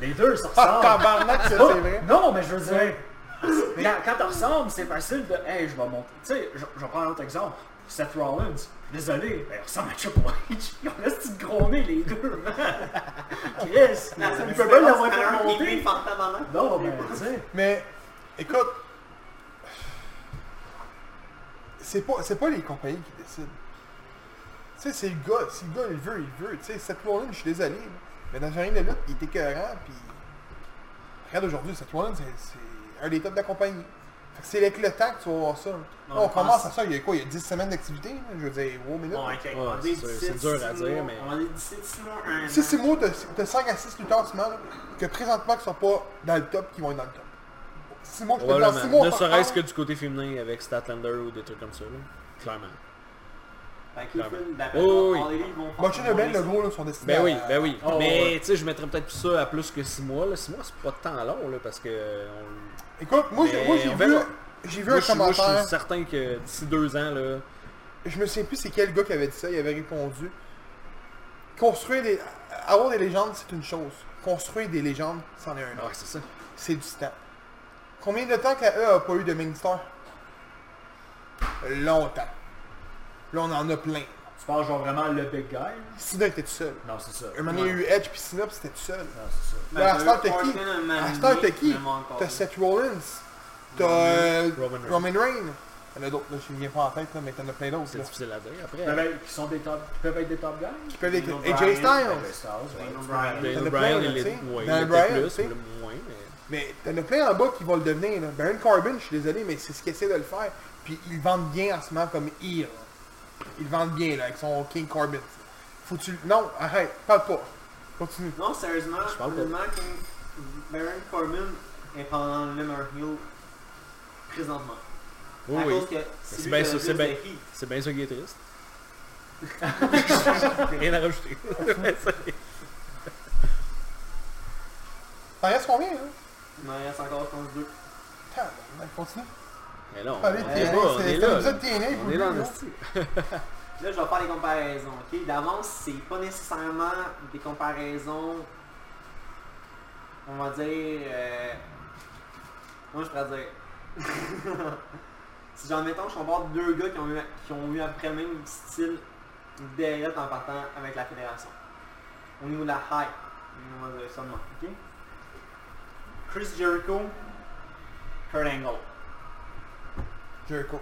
C: Les deux, se
A: Ah,
C: ressemblent.
A: tabarnak, ça, c'est vrai.
C: Non, mais je veux dire, quand, quand t'en ressembles, c'est facile de, hey, je vais monter. Tu sais, je, je vais prendre un autre exemple. Seth Rollins, désolé, ben, il ressemble à Triple H. Ils ont le petit gros nez, les deux. Chris,
B: La seule
C: il peut pas l'avoir
B: différence,
C: Ah, fait
B: c'est un qui est
C: monter.
B: fantasme avant l'autre.
C: Non, mais tu sais,
A: Mais, écoute, c'est pas, c'est pas les compagnies qui décident. Tu sais, c'est le gars. Si le gars, il veut, il veut. Tu sais, cette Rollins, je suis désolé. là, Mais dans un ring de lutte, il était cohérent. Puis, regarde aujourd'hui, cette Rollins, c'est, c'est un des tops de la compagnie. Fait que c'est avec le temps que tu vas voir ça. là. Là, on
B: on pense-
A: commence à ça, il y a quoi, il y a 10 semaines d'activité, là, je veux dire, wow, minutes.
B: Bon, ok, on va
D: Ouais,
B: dire
D: Ah, c'est-
B: 17,
D: c'est dur à
B: six
D: dire,
B: mois.
D: mais-
B: On va dire 17, six mois, un
A: Si
B: an.
A: c'est moi, t'as 5 à 6 lutteurs en ce moment, là, que présentement, qui sont pas dans le top, qui vont être dans le top. Si moi, je peux dans 6 mois,
D: Probablement. Ne
A: on s'en
D: serait-ce que
A: parle.
D: du côté féminin avec Statlander ou des trucs comme ça. là. Clairement.
B: Fait que les
D: Clairement.
B: films, d'après
D: Oui,
B: moi,
D: oui, oui.
B: Harley, ils vont faire-
A: Botchin et Ben,
B: ils vont
A: le gros, là, sont destinés
D: Ben oui,
A: à-
D: ben oui.
C: Oh,
D: mais
C: ouais.
D: tu sais, je mettrais peut-être ça à plus que 6 mois. 6 mois, c'est pas tant long là, parce que... euh, on-
A: Écoute, moi, j'ai, moi,
D: Mais
A: j'ai
D: on
A: vu,
D: verra.
A: j'ai vu
D: Moi,
A: un
D: je suis- moi, je
A: commentaire,
D: suis certain que d'ici 2 ans, là,
A: je me souviens plus c'est quel gars qui avait dit ça, il avait répondu. Construire des... Avoir des légendes, c'est une chose. Construire des légendes, c'en est un
D: ah,
A: autre.
D: c'est ça.
A: C'est du temps. Combien de temps que la E a pas eu de main star? Longtemps. Là, on en a plein.
C: tu parles genre vraiment le big guy. là?
A: Sina était tout seul.
C: Non, c'est ça.
A: Un
C: Non,
A: moment, donné, il y a eu Edge puis Sina, puis c'était tout seul.
C: c'est ça.
A: Là, à
B: Ben,
A: Star, t'as qui
B: Orton, un moment
A: À Star,
B: donné,
A: t'as qui
B: même encore.
A: T'as Seth Rollins. T'as euh,
D: Roman Reigns.
A: Roman Reigns. T'en as d'autres, là, je ne viens pas en tête, là, mais t'en as plein d'autres.
D: C'est
A: là.
D: difficile à dire après. euh,
C: Ils peuvent être- Qui sont des top, qui peuvent être des top guys.
A: Qui peuvent être
B: Daniel
A: AJ
B: Bryan.
A: Styles.
C: AJ Styles, ouais.
B: Daniel Bryan.
A: T'en as
D: Daniel
A: plein,
D: Bryan,
A: là,
D: il
A: tu
D: est
A: sais.
D: ouais, il
A: Daniel
D: était
A: Bryan, tu
D: plus,
A: sais.
D: mais le moins, mais...
A: Mais t'en as plein en bas qui vont le devenir. Là. Baron Corbin, je suis désolé, mais c'est ce qu'il essaie de le faire. Puis ils vendent bien en ce moment comme Heal. il le vende bien, là, avec son King Corbin. Faut que tu... Non, arrête, parle pas. Continue.
B: Non, sérieusement,
D: Je parle pas.
B: honnêtement, King- Baron Corbin est pendant le Lemmer Hill présentement.
D: Oui,
B: à
D: oui.
B: cause que é
D: c'est
B: c'est
D: bien
B: bien
D: ça, c'est
B: c'est
D: bien.
B: bien.
D: C'est bien ça qui est triste. Rien à rajouter.
A: T'en restes combien, là?
B: Il m'en reste encore, je pense, deux.
A: Tabarnak, continue.
D: Mais là, on,
A: Allez,
D: on
A: t'es
D: est
A: né,
D: là, on
A: c'est
D: est là.
A: c'est
D: là.
A: l'épisode t'es né,
D: On est là en
A: vous,
D: esti.
B: Là, je vais faire les comparaisons, ok? D'avance, c'est pas nécessairement des comparaisons, on va dire, euh, moi je pourrais dire, si j'en mettons, je compare deux gars qui ont eu, qui ont eu à peu près le même style d'erreur en partant avec la fédération. Au niveau de la hype, on va dire seulement, ok? Chris Jericho, Kurt Angle.
A: Jericho.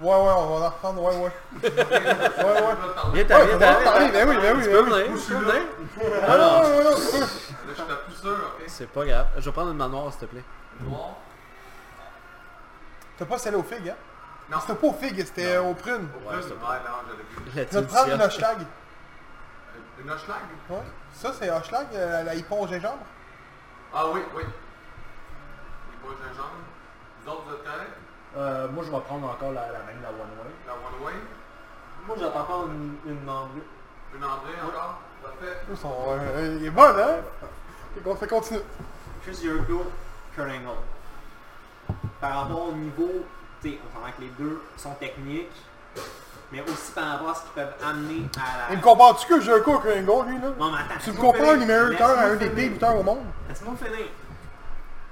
A: Ouais, ouais, on va en reprendre, ouais, ouais. ouais, ouais.
D: Viens, t'as, viens,
A: on va en
D: t'as.
A: parler, ben oui, ben oui,
D: Tu
A: ben
D: peux
A: oui.
D: venir, tu peux venir.
A: Non, non, non, non, non.
E: Là, je suis plus sûr, ok?
D: C'est pas grave. Je vais prendre une manoir, s'il te plaît.
E: Noir.
A: T'as pas celle aux figues, hein?
E: Non.
A: C'était pas aux figues, c'était aux prunes.
E: Ouais,
D: c'est
E: non,
D: pas-
E: j'avais vu.
D: La
A: Tu vas
D: team
A: te prendre
D: du
A: une
D: siège.
A: hashtag.
E: Une hochelag?
A: Ouais. Ça, c'est hashtag, euh, la hippon au gingembre.
E: Ah oui, oui. Les bois de gingembre. Vous autres, vous êtes corrects?
C: Euh, moi, je vais prendre encore la, la même, la One Way.
E: La one way?
B: Moi, j'attends pas une, une membre.
E: Une André encore? Parfait.
A: Ils sont, euh, il est bon, hein? Fait qu'on fait continue.
B: Chris Jericho, Kurt Angle. Par rapport au niveau, tu sais, on s'entend que les deux sont techniques, mais aussi par rapport à ce qu'ils peuvent amener à
A: Il
B: la...
A: me compare-tu que Jericho avec un gars, lui, là?
B: Non, mais attends,
A: Tu me
B: laisse-moi
A: compares
B: finir.
A: numéro 1 à un
B: Laisse-moi
A: des
B: finir.
A: pires lutteurs au monde?
B: Laisse-moi finir.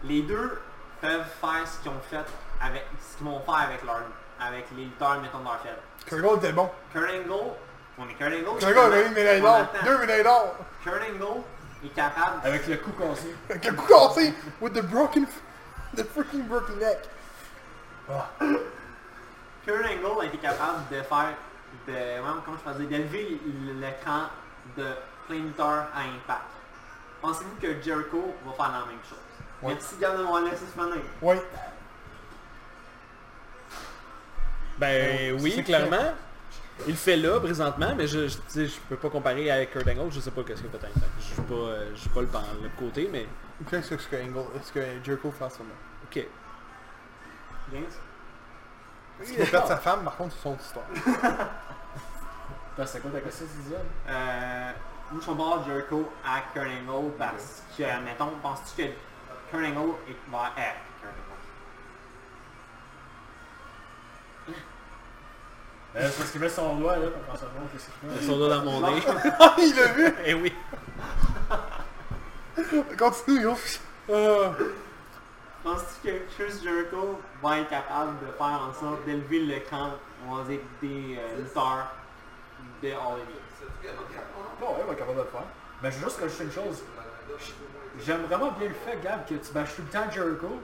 B: Les deux peuvent faire ce qu'ils ont fait avec... ce qu'ils vont faire avec leur... avec les lutteurs, mettons, de leur fête.
A: Kurt était bon.
B: Kurt Angle, on est Kurt Angle.
A: Kurt Angle a eu une médaille
B: on
A: d'or.
B: attend.
A: Deux médailles d'or.
B: Kurt Angle est capable
C: Avec le coup qu'on sait.
A: Avec le coup cassé. With the broken... The freaking broken neck.
B: Kurt Angle a été capable de faire, de, vraiment, comment je peux dire, d'élever le, le camp de plein de lutteurs à impact. Pensez-vous que Jericho va faire la même chose?
A: Ouais.
B: Merci Yann de m'avoir laissé finir.
A: Oui.
D: Ben
A: Donc,
D: oui,
A: c'est
D: clairement. Il le fait là présentement, mais je, je, tu sais, je peux pas comparer avec Kurt Angle, je sais pas qu'est-ce que peut-être. Je suis pas, euh, je suis pas le, pan- le côté, mais
A: Qu'est-ce que ce que Angle... Est-ce que Jericho fait en ce moment?
D: ok.
B: James?
A: Est-ce qu'il a perdu sa femme, par contre, c'est son histoire.
C: Attends, c'est quoi ta question, Zizia?
B: Euh, moi, je compare Jericho à Kurt Angle parce que, mettons, penses-tu que Kurt Angle est, va être Kurt Angle?
C: Euh, c'est parce qu'il met son doigt, là, pour qu'on se demande qu'est-ce qu'il fait.
D: Son doigt dans mon nez.
A: Ah, il l'a vu!
D: Eh oui.
A: Continue, gros. Euh,
B: Penses-tu que Chris Jericho va être capable de faire en sorte d'élever le camp, on va dire, des euh, lutteurs de All Elite?
E: C'est-tu qu'il y a d'autres cartes, non?
C: Bon, ouais, on est capable de le faire. Mais je veux juste rajouter une chose. J'aime vraiment bien le fait, Gab, que tu bâches tout le temps Jericho.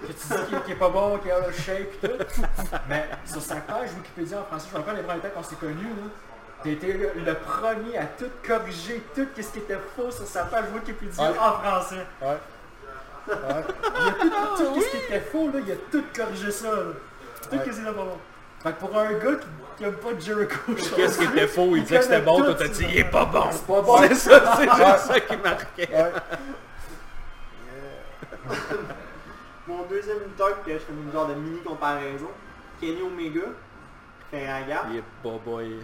C: Que tu dis qu'il qu'il est pas bon, qu'il est out of shape et tout. Mais sur sa page Wikipédia en français, je me rappelle les premiers temps qu'on s'est connus, là. T'as été le le premier à tout corriger, tout ce qui était faux sur sa page Wikipédia
A: Ouais.
C: en français.
A: ouais. Ouais.
C: Tout ce qui était faux, là, il a tout corrigé ça. là. Tout
A: Ouais.
C: ce qui était pas bon. Fait que pour un gars qui, qui aime pas Jericho, je
D: Qu'est-ce qui était faux, il disait que c'était bon, toi t'as dit il est pas bon.
C: C'est pas bon.
D: C'est ça, c'est juste ça qui marquait.
A: Ouais.
B: Mon deuxième lutteur que je fais une genre de mini comparaison, Kenny Omega, Ferraga,
D: Il est pas boy.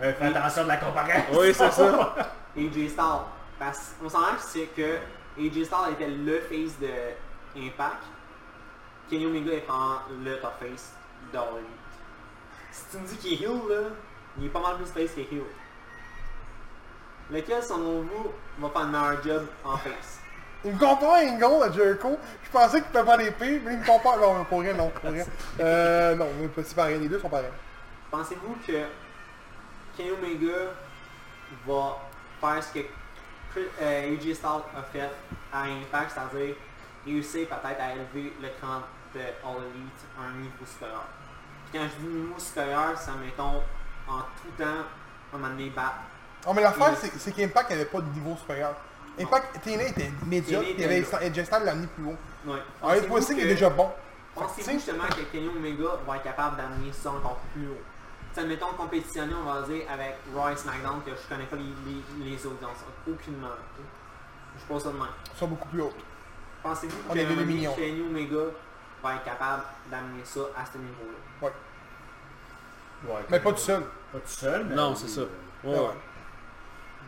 C: Euh, fais attention de la comparaison.
D: Oui, c'est ça.
B: AJ Styles. Parce qu'on s'en c'est que AJ Styles était le face de Impact. Kenny Omega est vraiment le top face dans Elite. Si tu me dis qu'il est heel là, il est pas mal plus face que heel. Lequel selon vous va faire le meilleur job en face?
A: Il me compare à Angle, à Jericho. Je pensais qu'il pouvait faire des pires, mais il me compare... Non, pour rien, non, pour rien. Euh, non, mais pas- c'est pareil, les deux sont pareils.
B: Pensez-vous que Kenny Omega va faire ce que Chris- euh, AJ Styles a fait à Impact, c'est-à-dire réussir peut-être à élever le camp de All Elite à un niveau supérieur? Puis quand je dis niveau supérieur, ça mettons en tout temps, on m'a donné battre.
A: Non, mais l'affaire, c'est, c'est qu'Impact n'avait pas de niveau supérieur. Impact, TNA était médiocre,
B: TNA
A: il avait
B: était
A: Gestal l'amener plus haut.
B: Ouais.
A: All Elite
B: Pensez-vous
A: Wrestling est
B: que-
A: déjà bon.
B: Pensez-vous justement que Kenny Omega va être capable d'amener ça encore plus haut? Si, admettons, compétitionner, on va dire, avec Roy SmackDown, que je connais pas les, les, les audiences, aucunement. ok? Je pense ça de même.
A: Ils sont beaucoup plus hautes.
B: Pensez-vous
A: On
B: que
A: est des
B: Kenny
A: millions.
B: Kenny Omega va être capable d'amener ça à ce niveau-là?
A: Ouais.
C: Ouais,
A: Mais pas tout seul. Euh,
C: Pas tout seul, mais...
D: Non, c'est ça. Ouais, ouais.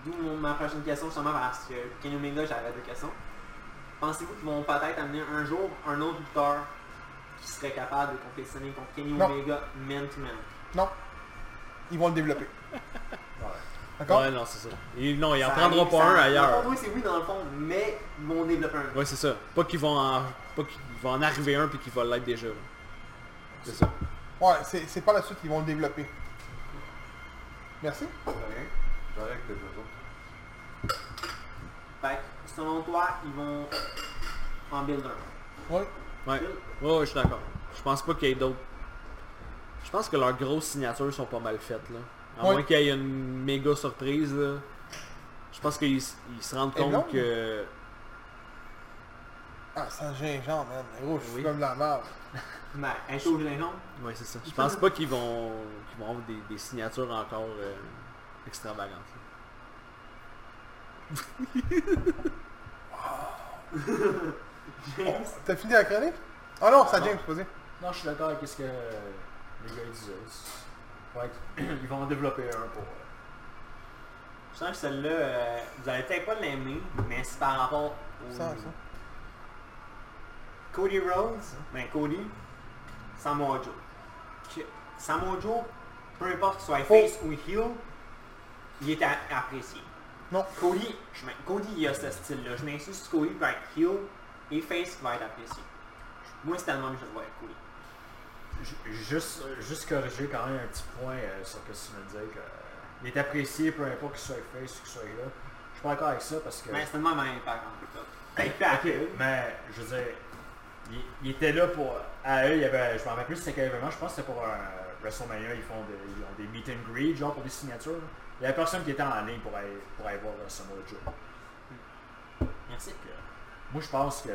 B: D'où mon- ma prochaine question justement parce que Kenny Omega, j'avais deux questions. Pensez-vous qu'ils vont peut-être amener un jour un autre lutteur qui serait capable de compétitionner contre Kenny
A: Non.
B: Omega man-to-man?
A: Non. Ils vont le développer. D'accord?
D: Ouais, non, c'est ça. Il- non, il en
B: Ça
D: prendra
B: arrive,
D: pas
B: ça
D: un
B: arrive. Dans le
D: ailleurs.
B: fond, oui, c'est oui dans le fond, mais ils vont développer un.
D: Ouais, c'est ça. Pas qu'ils vont en, pas qu'ils vont en arriver un puis qu'ils vont l'être déjà. là. C'est ça.
A: Ouais, c'est c'est par la suite qu'ils vont le développer. Merci.
E: Rien. Correct, les deux autres.
B: Fait que, selon toi, ils vont en build un.
A: Ouais.
D: Ouais. Ouais, ouais, je suis d'accord. Je pense pas qu'il y ait d'autres. Je pense que leurs grosses signatures sont pas mal faites là. À
A: Ouais.
D: moins qu'il y ait une méga surprise là. Je pense qu'ils s- ils se rendent
A: Et
D: compte
A: Eh non.
D: que.
A: Ah, ça gingembre, man. Gros, je suis
D: Oui.
A: comme la merde.
B: Ben, un show de nom.
D: Ouais, c'est ça. Je pense pas qu'ils vont qu'ils vont avoir des, des signatures encore euh, extravagantes. là.
A: T'as fini la chronique? Ah non, ça
C: Non.
A: vient exposé.
C: Non, je suis d'accord avec ce que euh, les gars disent. Ouais, ils vont en développer un pour... euh,
B: Je sens que celle-là, euh, vous allez peut-être pas l'aimer, mais c'est par rapport au...
A: Ça, ça.
B: Cody Rhodes, ben Cody, Samoa Joe. Que- Samoa Joe, peu importe qu'il soit face ou heel, il est a- apprécié.
A: Non.
B: Cody, je m'in- Cody, il a ce style-là. Je m'insiste sur Cody va être heel et face va être apprécié. Moi, c'est tellement que je le vois avec Cody.
C: ju- Juste, euh, juste corriger quand même un petit point euh, sur ce que tu veux dire. Que, euh, il est apprécié, peu importe qu'il soit face ou qu'il soit là. Je suis pas d'accord avec ça parce que...
B: Mais Ben, c'est tellement même hein, impact en fait. Impact.
C: Mais, je veux dire, il, il était là pour. À eux, il y avait. Je m'en rappelle plus c'était quel événement, je pense que c'était pour un WrestleMania, ils font des, ils ont des meet and greet, genre pour des signatures. Il y avait personne qui était en ligne pour aller, pour aller voir Samoa Joe.
B: Merci.
C: Donc, euh, moi, je pense que.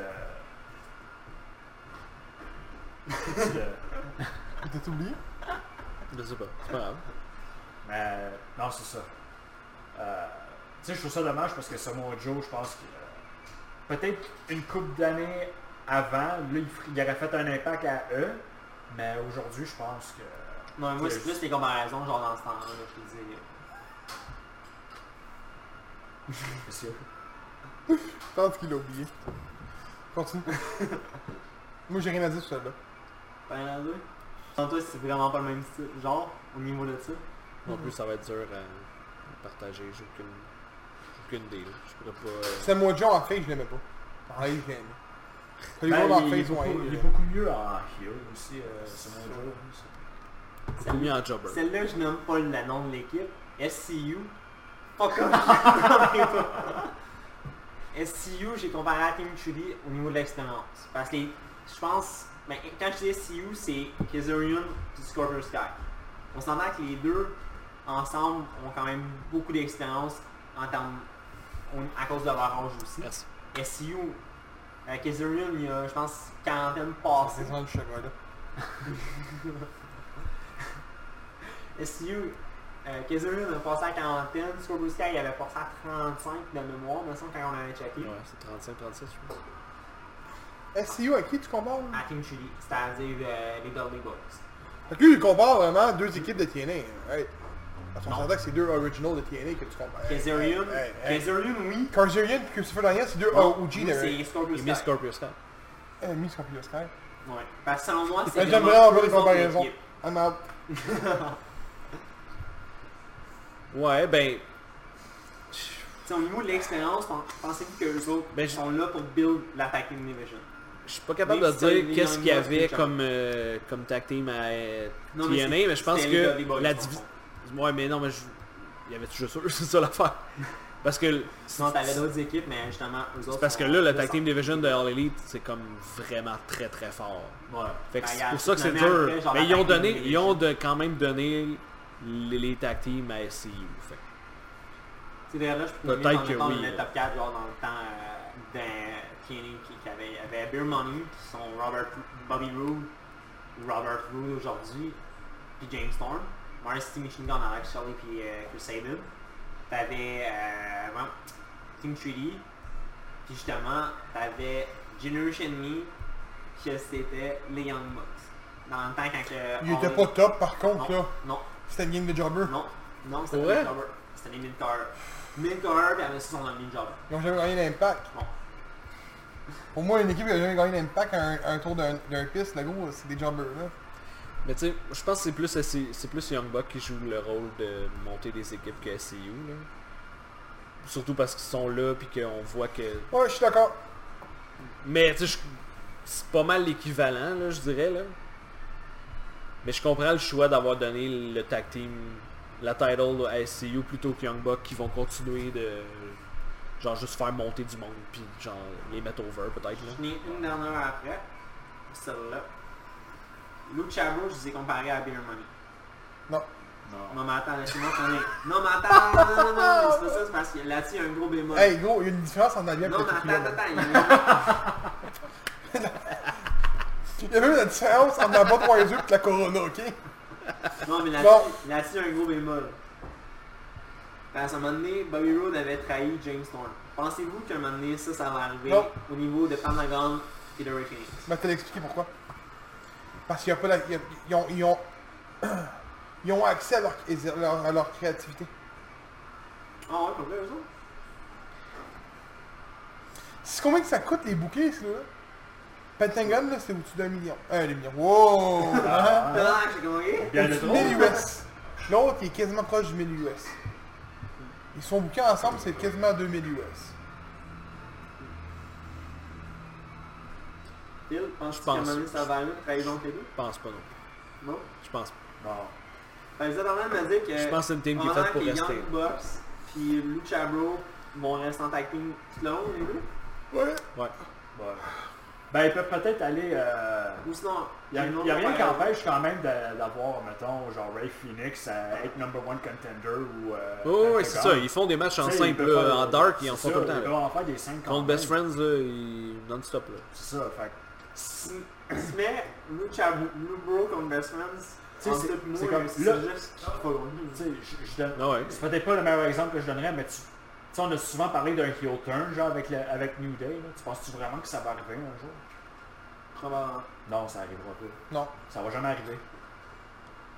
C: que-
A: T'as oublié?
D: Je sais pas. C'est pas grave.
C: mais, non, c'est ça. Euh, tu sais, je trouve ça dommage parce que Samoa Joe, je pense que. euh, Peut-être une couple d'années avant, là, il, ferait- il aurait fait un impact à eux, mais aujourd'hui, je pense que.
B: Non, mais moi, c'est
C: Yes.
B: plus les comparaisons, genre dans ce temps-là, là, je te dis. euh,
C: Monsieur.
A: Je pense qu'il l'a oublié. Continue. Moi, j'ai rien à dire sur celle-là.
B: Pas deux. Sans toi, c'est vraiment pas le même style, genre, au niveau de ça.
D: Non plus, ça va être dur à partager. J'ai aucune, j'ai aucune idée. là. Je pourrais pas. euh,
A: C'est moi, John en face, je l'aimais pas. En live, je l'aimais. T'as eu
C: Ben,
A: voir en
C: il, est
A: face,
C: beaucoup,
A: ouais.
D: euh,
A: euh,
C: il est
A: je-
C: beaucoup mieux en heel aussi, euh, c'est mon jeu.
D: J'ai mis en jobber.
B: Celle-là, je nomme pas le nom de l'équipe. SCU. Fuck off. SCU, j'ai comparé à Team Chili au niveau de l'expérience. Parce que je pense, ben, quand je dis SCU, c'est Kazarian et Scorpio Sky. On s'entend que les deux, ensemble, ont quand même beaucoup d'expérience en termes, on- à cause de leur âge aussi.
D: Merci.
B: SCU, euh, Kazarian, il a, je pense, quarantaine passée.
A: C'est ça, le chocolat.
B: SU, euh, Kazarian a passé à quarantaine, Scorpio Sky il avait passé à 35 de mémoire, me semble, quand on avait checké,
D: Ouais, c'est 35, 36, je pense.
A: SCU, à qui tu compares? là?
B: à Team Chili, c'est-à-dire euh, les Dudley Boys.
A: Fait que lui, il compare vraiment deux équipes de TNA. hein. Hey. Parce qu'on
B: Non.
A: s'entend que c'est deux originals de TNA que tu compares. Hey,
B: Kazarian,
A: hey, hey. Oh,
B: Kazarian, oui.
A: Kazarian et Christopher Daniel, c'est deux
B: Non,
A: OG
B: oui,
A: de
B: c'est Scorpio
D: Il met
B: Sky.
D: Scorpio Sky.
A: Euh, Miss Scorpio Sky.
B: Ouais. Parce que selon moi, c'est
A: Mais j'aime
B: vraiment
A: vraiment avoir
B: deux
A: des
B: autres
A: comparaisons.
B: équipes.
A: I'm out.
D: Ouais, ben,
B: T'sais, Au niveau de l'expérience, pen- pensez-vous que les autres
D: Ben, je-
B: sont là pour build l'attacking division?
D: je suis pas capable de
B: Même si t'as
D: dire
B: mis
D: qu'est-ce
B: Young
D: qu'il y
B: Bucks,
D: avait
B: c'est
D: comme, euh, comme tag team à euh,
B: Non, mais
D: TNA,
B: c'est-
D: mais, je pense
B: c'était les
D: que
B: Dudley Boys,
D: la
B: dans le
D: division...
B: fond.
D: Ouais, mais non, mais je... il y avait toujours ça, c'est ça l'affaire. Parce que...
B: Sinon, t'avais d'autres équipes, mais justement, eux autres.
D: c'est parce que
B: sont-
D: là, le
B: sont-
D: tag team division de All Elite, c'est comme vraiment très très fort.
B: Ouais.
D: Fait que
B: Ben,
D: c'est
B: regarde,
D: pour ça que c'est
B: finalement,
D: dur.
B: après, genre,
D: Mais ils ont
B: l'attaque
D: donné,
B: team
D: ils ont de- quand même donné les, les tag teams à SCU. Fait que-
B: C'est derrière là, je pourrais
D: Peut-être
B: mettre en
D: que
B: étant
D: oui,
B: le
D: là.
B: top 4 genre dans le temps euh, d'un Kenny, qui, qui avait, avait Beer Money, qui sont Robert, Bobby Roode, Robert Roode aujourd'hui, puis James Storm. Marty Steam Machine Gun, Alex Shelley, puis euh, Chris Sabin. T'avais euh, vraiment Team Treaty, puis justement, t'avais Generation Me, que euh, c'était les Young Bucks. Dans le temps quand que...
A: Il était
B: Harley-
A: pas top par contre, là.
B: Ah, Non, non,
A: C'était une game de jobber.
B: non, non, c'était
D: Ouais.
B: les Midcover. C'était les Midcover. Midcover, puis après ça, ils ont nommé Midcover.
A: Ils n'ont jamais gagné d'impact.
B: Bon.
A: Pour moi, une équipe qui a jamais gagné d'impact à un, à un tour d'un d'un piste, le gros, c'est des jobbers, là.
D: Mais tu sais, je pense que c'est plus, c'est c'est plus Young Buck qui joue le rôle de monter des équipes que SCU. Là. Surtout parce qu'ils sont là puis qu'on voit que.
A: Ouais, je suis d'accord.
D: Mais tu sais, je- c'est pas mal l'équivalent, là, je dirais. Là. Mais je comprends le choix d'avoir donné le tag team, la title à SCU plutôt que Young Buck qui vont continuer de. Genre juste faire monter du monde puis genre les mettre over peut-être là.
B: J'en ai une dernière après, celle-là. Lucha Bros, je les ai comparés à Beer Money.
A: Non.
B: Non mais attends, laissez-moi finir. Non mais attends, non, non, non, non, c'est pas ça, c'est parce que là-dessus, il y a un gros bémol.
A: Hey, gros, il y a une différence entre la bière et
B: non
A: le
B: mais attends,
A: tequila.
B: attends,
A: là.
B: attends, il y a un-
A: Il y a même la différence entre la Bud Weiser et la Corona, ok?
B: Non
A: Bon.
B: mais là-dessus, là-dessus, il y a un gros bémol. Parce qu'à un moment donné, Bobby Roode avait trahi James Storm. Pensez-vous qu'à un moment donné, ça, ça va arriver
A: Non.
B: au niveau de Pentagon et de Ray Phoenix?
A: Je vais te l'expliquer pourquoi. Parce qu'il y a pas la... il y a- Ils ont... Ils ont, ils ont accès à leur, leur- à leur créativité.
B: Ah ouais, compris, eux autres?
A: C'est combien que ça coûte les bouquets, celui-là? Pentagon, là, c'est au-dessus d'un million. Un million. Wow!
C: Ah.
A: Hein?
B: T'as l'air que j'ai compris?
C: Bien le
A: Au-dessus de
C: trop.
A: 1000 US. L'autre, il est quasiment proche du 1000 US. Ils sont bouqués ensemble, c'est quasiment 2000 US.
B: Phil, penses-tu
D: Je
B: qu'à un
D: pense.
B: moment donné, ça va arriver, trahison entre les deux?
D: Je pense pas non. plus.
B: Non?
D: Je pense pas.
C: Bon.
B: Ben, vous êtes en train de me dire que...
D: Je pense que c'est une team qui est
B: pendant
D: faite pour
B: que
D: rester.
B: Young Bucks puis Lucha Bro vont rester en tag team tout le long, les deux.
A: Ouais.
D: Ouais.
C: Ouais. Ben, ils peuvent peut-être aller... euh,
B: Ou sinon,
C: Il n'y a,
B: j'ai une
C: y a
B: autre
C: rien qui
B: affaire.
C: empêche quand même de- d'avoir, mettons, genre Ray Phoenix à être number one contender ou... Euh,
D: Oh, ouais,
C: Pentagon.
D: c'est ça. Ils font des matchs en
C: Tu sais, ils
D: simple,
C: peuvent
D: là,
C: faire-
D: en dark, ils en
C: c'est
D: font tout le
C: ça,
D: temps.
C: Ils
D: là.
C: peuvent en faire des cinq quand
D: Contre
C: même.
D: Best Friends, là, ils- non-stop. là.
C: C'est ça, fait que-
B: Si tu mets Lucha Bro contre Best Friends,
C: Tu sais,
B: entre
C: c'est-
B: toi et moi,
C: c'est comme-
B: c'est
C: là-
B: juste qu'il faut qu'on
C: Tu sais, je- je donne-
D: Ah ouais.
C: C'est peut-être pas le meilleur exemple que je donnerais, mais tu... tu sais, on a souvent parlé d'un heel turn, genre avec, le, avec New Day. là. Tu penses-tu vraiment que ça va arriver un jour?
B: probablement.
C: Non, ça arrivera pas.
A: Non.
C: Ça va jamais arriver.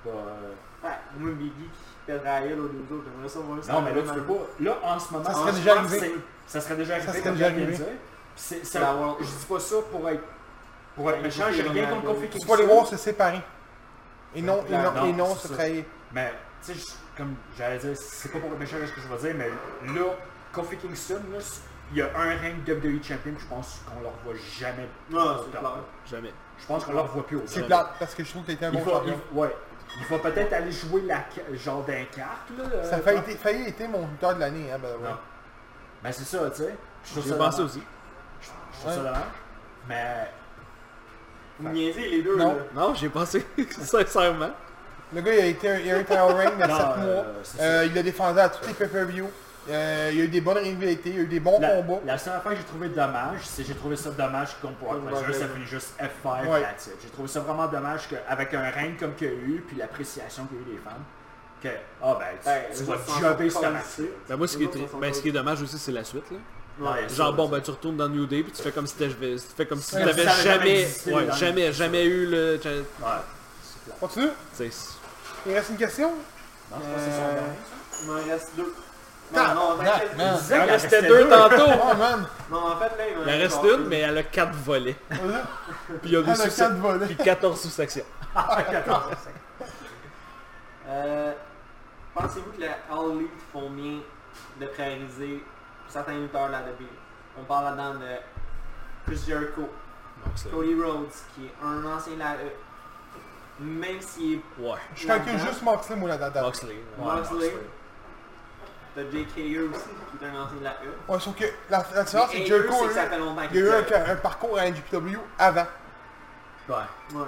C: Pas, euh,
B: Ouais, moi, Biggie qui pèterait la gueule aux deux autres, j'aimerais ça voir ça.
C: Non, mais là, tu peux pas. Là, en ce moment,
A: Ça
C: en
A: serait
C: ce
A: déjà
C: moment,
A: arrivé.
C: c'est- Ça serait déjà arrivé.
A: serait
C: comme
A: déjà
C: je viens de
A: arrivé.
C: dire. Puis c'est- c'est-
B: C'est la world-
C: Je dis pas ça pour être, pour être
B: Ouais,
C: méchant, j'ai
B: écoutez,
C: rien contre
B: Ronaldo.
C: Kofi
A: Tu
C: Kingston.
A: vas les voir se séparer. Et non, et
C: Ah,
A: non,
C: non,
A: et non
C: c'est
A: se
C: ça.
A: trahir.
C: Mais, tu sais, je- comme j'allais dire, c'est pas pour être méchant avec ce que je veux dire, mais là, Kofi Kingston, là, c'est- il y a un règne WWE Champion que je pense qu'on ne le revoit jamais.
B: Non, Ah, c'est
C: autant.
B: clair.
D: Jamais.
C: Je pense qu'on ne le revoit plus autant.
A: C'est plate, parce que je trouve que t'étais un
C: Il
A: bon
C: va,
A: champion.
C: il- ouais. Il va peut-être aller jouer la ca- genre d'un carte, là. euh,
A: Ça a failli, été- failli été mon lutteur de l'année, hein, ben ouais.
C: Non. Ben, c'est ça, tu sais. Je trouve
D: J'ai
C: ça
D: pensé
C: dommage.
D: aussi.
C: Je trouve ça
A: Ouais.
C: dommage. Mais
B: Vous me niaisez les deux,
A: Non.
B: là.
D: Non, j'ai pensé sincèrement.
A: Le gars, il a été un, il a eu un title reign de 7
C: Non,
A: mois.
C: euh, c'est
A: Euh, il a défendu à tous les pay-per-views. Euh, il y a eu des bonnes rivalités, il y a eu des bons
C: La,
A: combats.
C: la seule affaire que j'ai trouvé dommage, c'est que j'ai trouvé ça dommage comme pour
B: Ouais,
C: Outrager,
B: ouais,
C: ça
B: ouais.
C: finit juste F5
A: Ouais.
C: that's it. J'ai trouvé ça vraiment dommage qu'avec un règne comme qu'il y a eu, puis l'appréciation qu'il y a eu des fans, que, ah ben, tu,
B: Ben,
C: tu
B: les
C: vas
B: autres s'en
C: jobber
B: font
C: ce
B: pas
C: match.
B: ici.
D: Ben moi, ce qui,
B: Les
D: est,
B: autres s'en
D: tri-
B: font
D: ben,
B: pas.
D: ce qui est dommage aussi, c'est la suite. Là.
C: Ouais, ça,
D: Genre, bon,
C: ça.
D: ben tu retournes dans New Day, puis tu fais comme si t'avais- tu fais comme si
A: Ouais,
D: t'avais
C: ça avait jamais
D: jamais,
C: existé
D: ouais,
C: dans le-
D: jamais, jamais eu le... tu
C: Ouais. C'est plat.
A: Continue.
D: sais, c'est-
A: Il reste une question?
C: Non, je pense que c'est son
A: Euh,
C: dernier,
B: Il m'en reste deux.
A: Ah,
B: Non, non, t'inquiète.
A: man.
C: ça.
D: Il en
C: Il
D: restait deux tantôt.
A: Oh man!
B: Non, en fait, là, il m'en
D: Il en reste
B: genre
D: une, mais elle a quatre volets.
A: Voilà.
D: Puis il y a
A: Ah,
D: des
A: le
D: sous-sections.
A: quatre volets.
D: Puis 14 sous-sections.
B: Euh, Pensez-vous que la All Elite font bien de prioriser certains lutteurs de la WWE? On parle là-dedans de Chris Jericho,
D: Donc, c'est-
B: Cody Rhodes, qui est un ancien de la E, même s'il est
D: Ouais.
A: Je calcule juste Moxley, moi, la date.
D: Moxley. ouais.
B: Moxley, de JKR aussi, qui est un ancien de la E.
A: Ouais, sauf que la, la différence, c'est que
B: Et
A: Jericho,
B: eux, c'est que
A: lui,
B: ça fait longtemps
A: il a
B: qu'ils
A: eu
B: sont
A: un, un parcours à NGPW avant.
C: Ouais.
B: Ouais.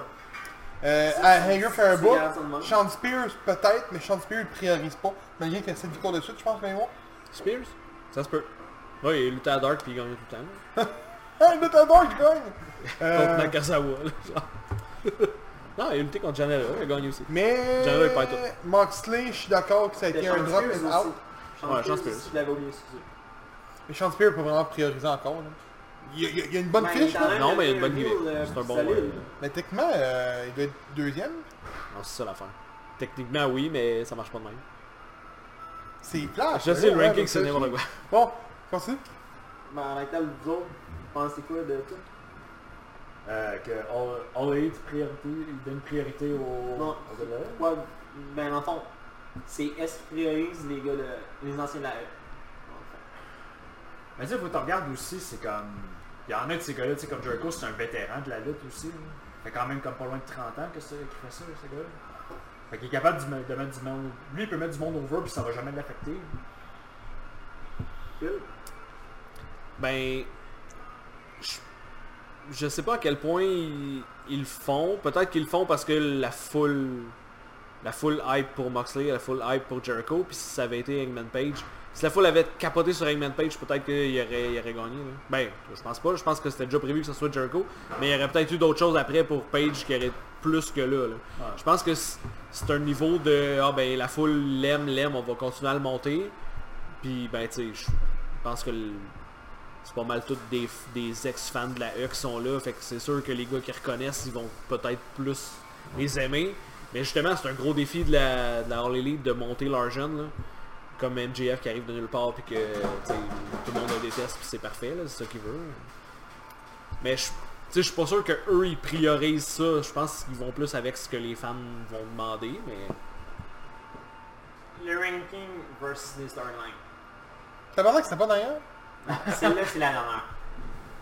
A: Euh, à Hager fait un
B: C'est
A: book.
B: grave, tout le monde.
A: Sean Spears, peut-être, mais Sean Spears, il priorise pas. Malgré qu'il y a 7 victoires de suite, je pense, mais bon.
D: Spears? Ça se peut. Ouais, il luttait à Dark, puis il gagnait tout le temps.
A: Un Matador qui gagne!
D: contre
A: Euh,
D: Nakazawa. là, genre. non, il a lutté contre Janela, il a gagné aussi.
A: mais
D: Janela, il perd tout.
A: Moxley, je suis d'accord que ça a été un drop and out.
D: Ouais, Sean
B: Chance Spears,
D: Spears.
B: je l'avais oublié, excusez.
A: Mais Sean Spear peut vraiment prioriser encore. là. Il y a, il y a- il y a une bonne
B: Ben,
A: fiche.
B: dans
A: Là.
B: un
D: Non, mais il y a une bonne
B: interview,
D: gimmick.
B: euh,
D: C'est un bon,
B: solide.
D: euh,
A: Mais techniquement, euh, il doit être deuxième.
D: Non, c'est ça l'affaire. Techniquement, oui, mais ça marche pas de même.
A: C'est flash.
D: Je sais, le ranking, c'est n'importe quoi.
A: Bon, continue.
B: Ben, en même temps, vous autres, pensez quoi de tout
C: Euh, que All, All Elite priorité, il donne priorité au...
B: Non.
C: au gars de la E.
B: Ouais, ben, dans le fond, c'est est-ce qu'ils priorisent les gars, de- les anciens de la E
C: Mais tu sais, faut que tu regardes aussi, c'est comme... Il y en a de ces gars-là, tu sais, comme Jericho, c'est un vétéran de la lutte aussi. là. Fait quand même comme pas loin de 30 ans que c'est- qu'il fait ça, ce gars-là. Fait qu'il est capable de, me- de mettre du monde... Lui, il peut mettre du monde over, puis ça va jamais l'affecter.
B: Cool.
D: Ben, je, je sais pas à quel point ils, ils le font. Peut-être qu'ils le font parce que la foule, la foule hype pour Moxley, la foule hype pour Jericho, puis si ça avait été Eggman Page, si la foule avait capoté sur Eggman Page, peut-être qu'il aurait, il aurait gagné. là. Ben, je pense pas. Je pense que c'était déjà prévu que ce soit Jericho, mais il y aurait peut-être eu d'autres choses après pour Page qui aurait plus que là. là.
C: Ouais.
D: Je pense que c- c'est un niveau de ah ben la foule l'aime, l'aime, on va continuer à le monter. Puis ben tu sais, je pense que le- c'est pas mal tous des, des ex-fans de la E qui sont là. Fait que c'est sûr que les gars qui reconnaissent, ils vont peut-être plus les aimer. Mais justement, c'est un gros défi de la, de la All Elite de monter leur jeune. Là. Comme MJF qui arrive de nulle part puis que tu sais, tout le monde le déteste puis c'est parfait, là, c'est ça qu'il veut. Mais je tu sais, je suis pas sûr que eux ils priorisent ça. Je pense qu'ils vont plus avec ce que les fans vont demander, mais.
B: Le ranking versus les storylines.
A: T'as pensé que c'était pas derrière?
B: Celle-là, c'est la dernière.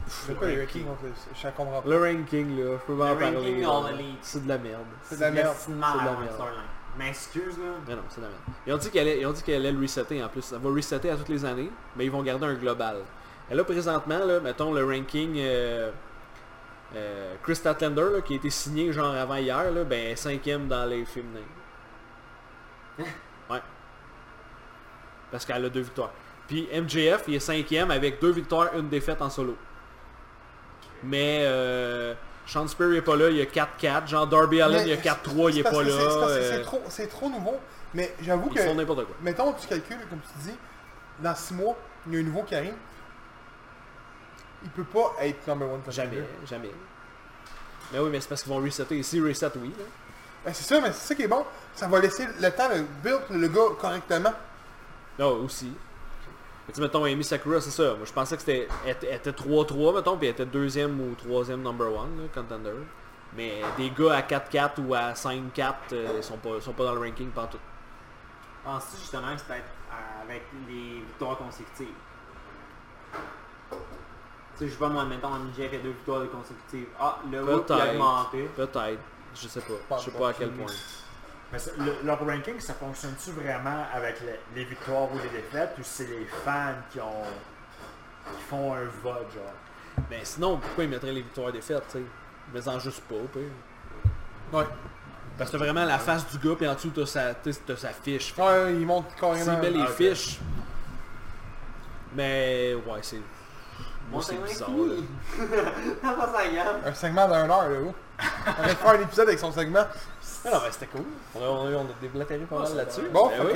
A: C'est quoi les rankings contre les... Je comprends pas.
D: Le ranking là, je peux pas en
B: Le ranking
D: parler.
B: All
D: là.
B: Elite.
D: C'est de la merde.
A: C'est de la merde.
B: C'est de mal
D: C'est de la
B: avant les
D: merde.
B: storylines. Mais excuse, là.
D: Mais non, c'est de la merde. Ils ont dit qu'elle allait, ils ont dit qu'elle allait le resetter en plus. Ça va resetter à toutes les années, mais ils vont garder un global. Et là, présentement, là, mettons le ranking euh, euh, Chris Statlander, là, qui a été signé genre avant hier, là, ben cinquième dans les féminins. Ouais. Parce qu'elle a deux victoires. Puis MJF, il est cinquième avec deux victoires, une défaite en solo. Mais euh, Sean Spear il est pas là, il y a 4-4. Genre Darby Allen, il y a 4-3, il est
A: parce
D: pas
A: que
D: là.
A: c'est- c'est parce que C'est
D: euh,
A: trop, c'est trop nouveau. Mais j'avoue
D: ils font
A: que,
D: n'importe quoi.
A: mettons, tu calcules, comme tu dis, dans 6 mois, il y a un nouveau qui arrive. Il peut pas être number one contender.
D: Jamais, jamais. Mais oui, mais c'est parce qu'ils vont resetter. Ici, reset, oui. là.
A: Ben, c'est ça, mais c'est ça qui est bon. Ça va laisser le temps de build le gars correctement.
D: Là aussi. Mais tu sais, mettons, Amy Sakura, c'est ça. Moi, je pensais que c'était elle était- elle était 3-3, mettons, puis elle était deuxième ou troisième number one, là, contender. Mais des gars à 4-4 ou à 5-4, euh, ils sont pas, ils sont pas dans le ranking partout.
B: Penses-tu justement que c'est peut-être euh, avec les victoires consécutives? Tu sais, je sais pas moi, mettons, MJF a deux victoires consécutives. Ah, le whoop il a
D: Peut-être.
B: augmenté.
D: Peut-être. Je sais pas. Je sais pas à quel point.
C: Mais ça- le- leur ranking, ça fonctionne-tu vraiment avec le- les victoires ou les défaites, ou c'est les fans qui ont... qui font un vote, genre?
D: Mais sinon, pourquoi ils mettraient les victoires et défaites, tu sais? Mais en juste pas, au pire.
A: Ouais.
D: Parce que t'as vraiment la face du gars, puis en dessous, t'as sa, t'as- t'as sa fiche.
A: Ouais, il monte carrément.
D: C'est belle les
C: Ah, ok.
D: fiches. Mais ouais, c'est. Moi, c'est
B: Montagne
D: bizarre.
B: Fini.
D: là.
B: Ça passe à la gamme.
A: Un segment d'un heure, là, oui. On va faire un épisode avec son segment.
D: Ah non, mais c'était cool. On a, on a, on a déblatéré pas
C: Ah,
D: mal
C: ça
D: là-dessus.
C: va.
A: Bon,
D: Ben
A: fait
D: oui.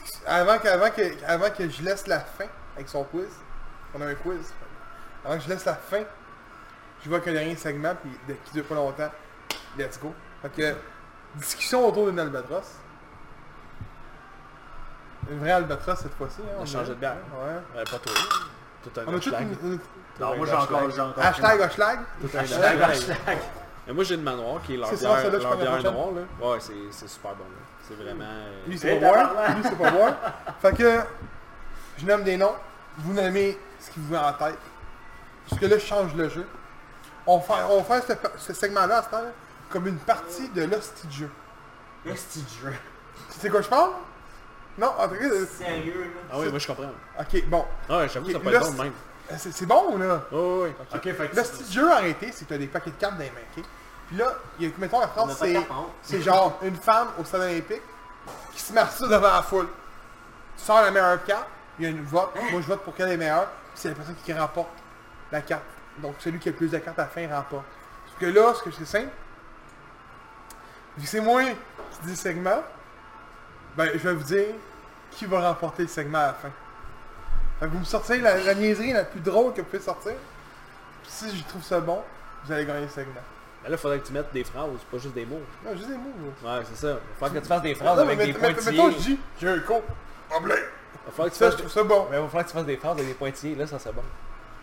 A: que... Avant que, avant, que, avant que je laisse la fin avec son quiz, on a un quiz. Avant que je laisse la fin, je vois que le dernier segment, puis de- qui dure pas longtemps, let's go. Fait que, discussion autour d'une albatros. Une vraie albatros cette fois-ci. hein,
D: On a changé de bière.
A: Ouais.
D: Ouais, pas toi. Tout un
A: On a tout
D: hashtag.
A: une... une-
C: Non,
D: Ouais,
C: moi j'ai
D: hashtag.
C: encore... j'ai encore-
A: Hashtag, hashtag.
D: Tout un
C: Hashtag,
D: hashtag.
C: hashtag.
D: Mais moi, j'ai une manoir qui est leur
A: C'est ça,
D: bière,
A: celle-là, je
D: leur
A: prends la
D: bière noire.
A: prochaine.
D: Là. Ouais, c'est, c'est super bon. Là. C'est vraiment. euh,
A: Lui,
C: Eh,
A: c'est pas voir.
C: tabarnak.
A: Lui, c'est pas voir. Fait que, je nomme des noms. Vous nommez ce qui vous vient en tête. Parce que là, je change le jeu. On fait, on fait ce, pa- ce segment-là, à ce temps-là, comme une partie de l'hostie de jeu.
C: Prestigieux.
A: Tu sais quoi je parle? Non? En tout cas, euh,
B: Sérieux, là.
D: Ah oui, moi, je comprends.
A: ok, bon.
D: Ah ouais, j'avoue,
A: Ok,
D: ça peut
A: là,
D: être bon de
A: c'est-
D: même.
A: Euh, C'est c'est bon, là?
D: Oh, oui, oui.
C: Ok, fait que
A: L'hostie de jeu, en réalité, c'est que t'as des paquets de cartes dans les mains, ok? Puis là, il y a, mettons, la
B: On a
A: France,
B: pas de
A: c'est...
B: carte, par contre.
A: C'est genre une femme au stade olympique qui se marche ça devant la foule. Tu sors la meilleure carte, il y a une vote, moi je vote pour quelle est meilleure. c'est la personne qui remporte la carte. Donc celui qui a le plus de cartes à la fin remporte. Parce que là, ce que c'est simple, vu que c'est moi qui dis le segment, ben je vais vous dire qui va remporter le segment à la fin. Fait que vous me sortez la, la niaiserie la plus drôle que vous pouvez sortir. Puis si je trouve ça bon, vous allez gagner le segment.
D: Mais Ah, là, faudrait que tu mettes des phrases, pas juste des mots.
A: Non, juste des mots, moi.
D: Ouais, c'est ça. Il faut que tu fasses des phrases
A: Non, mais
D: avec des
A: mettons- mettons-
D: pointillés.
A: mettons, je dis, j'ai un con. Problème.
D: Il faut que tu
A: Ça,
D: fasses
A: je trouve ça bon.
D: mais il va falloir que tu fasses des phrases avec des pointillés, là, ça c'est bon.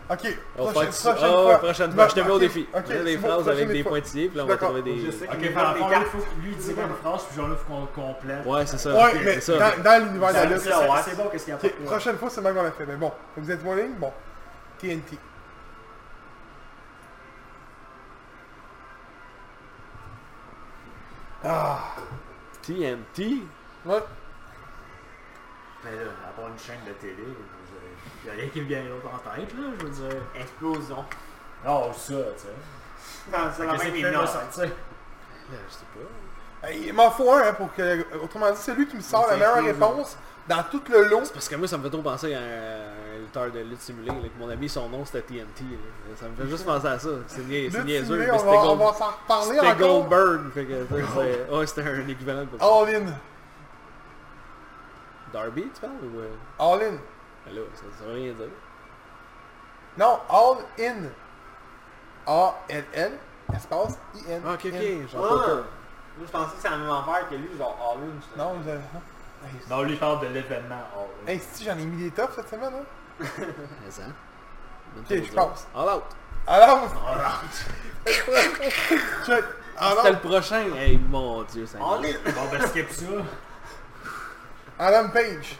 A: Ok,
D: On va
A: prochaine,
D: faire-
A: prochaine
D: Ah,
A: fois.
D: prochaine
A: Non,
D: fois, je te mets au
A: ok,
D: défi.
A: ok,
D: On a des
A: c'est bon,
D: phrases avec
A: prochaine
D: des
A: fois.
D: pointillers, puis là on va
A: D'accord.
D: trouver des...
B: Je sais
C: Ok,
B: qu'il
C: par
B: prend des
C: rapport à lui,
B: cartes.
C: faut que lui il dise une phrase, puis genre là, faut qu'on le complète.
D: Ouais, c'est ça.
A: Ouais,
D: C'est
A: mais
D: ça.
A: dans, dans l'univers de la
C: C'est-
A: lutte.
C: c'est- c'est- C'est bon, qu'est-ce qu'il y a
A: Ok,
C: pas-
A: prochaine fois, c'est moi qu'on l'a fait. Mais bon, vous êtes moins ligne? Bon. TNT. Ah,
D: TNT.
A: ouais.
C: Mais là, avoir une chaîne de télé, il y a rien qui me vient d'autre en tête, là, je veux dire.
B: Explosion.
C: Non, Ah, oh, ça, tu sais.
B: Quand ça
C: Qu'est-ce
B: ramène
C: qu'il
B: les
C: fait
B: notes.
C: là, sortir?
D: Là, je sais pas.
A: Eh, Il m'en faut un hein, pour que. Autrement dit, c'est lui qui me sort la meilleure réponse dans tout le lot.
D: C'est parce que moi, ça me fait trop penser à un lutteur de lutte simulée. là, que mon ami, son nom, c'était TNT. là. Ça me fait juste penser à ça. C'est nia- c'est
A: Lutte
D: niaiseux,
A: simulée,
D: mais
A: on
D: c'était
A: va, on
D: Gold-
A: va s'en reparler
D: C'était
A: encore.
D: Goldberg. fait que, tu sais, c'est- Ouais, c'était un équivalent pour
A: All in.
D: Darby, tu parles ou... euh,
A: All in.
D: ben Là, ça ça veut rien dire.
A: Non, all in. A-L-L, espace, I-N.
D: Ah, ok,
A: in.
D: ok.
B: Ah.
D: Genre pas
B: Moi, je pensais que c'est la même affaire que lui, genre all in. j'étais-
A: Non, vous avez...
C: Non, lui il parle de l'événement. oh, oui.
A: Hey, si j'en ai mis des tops cette semaine, hein?
D: Mais, hein.
A: Ok, je passe.
D: All out.
A: Alors,
C: Ah,
A: check.
D: C'était le
A: Adam,
D: prochain. Hey, mon dieu, ça
B: All in.
C: non. Bon, ben skip ça.
A: Adam Page.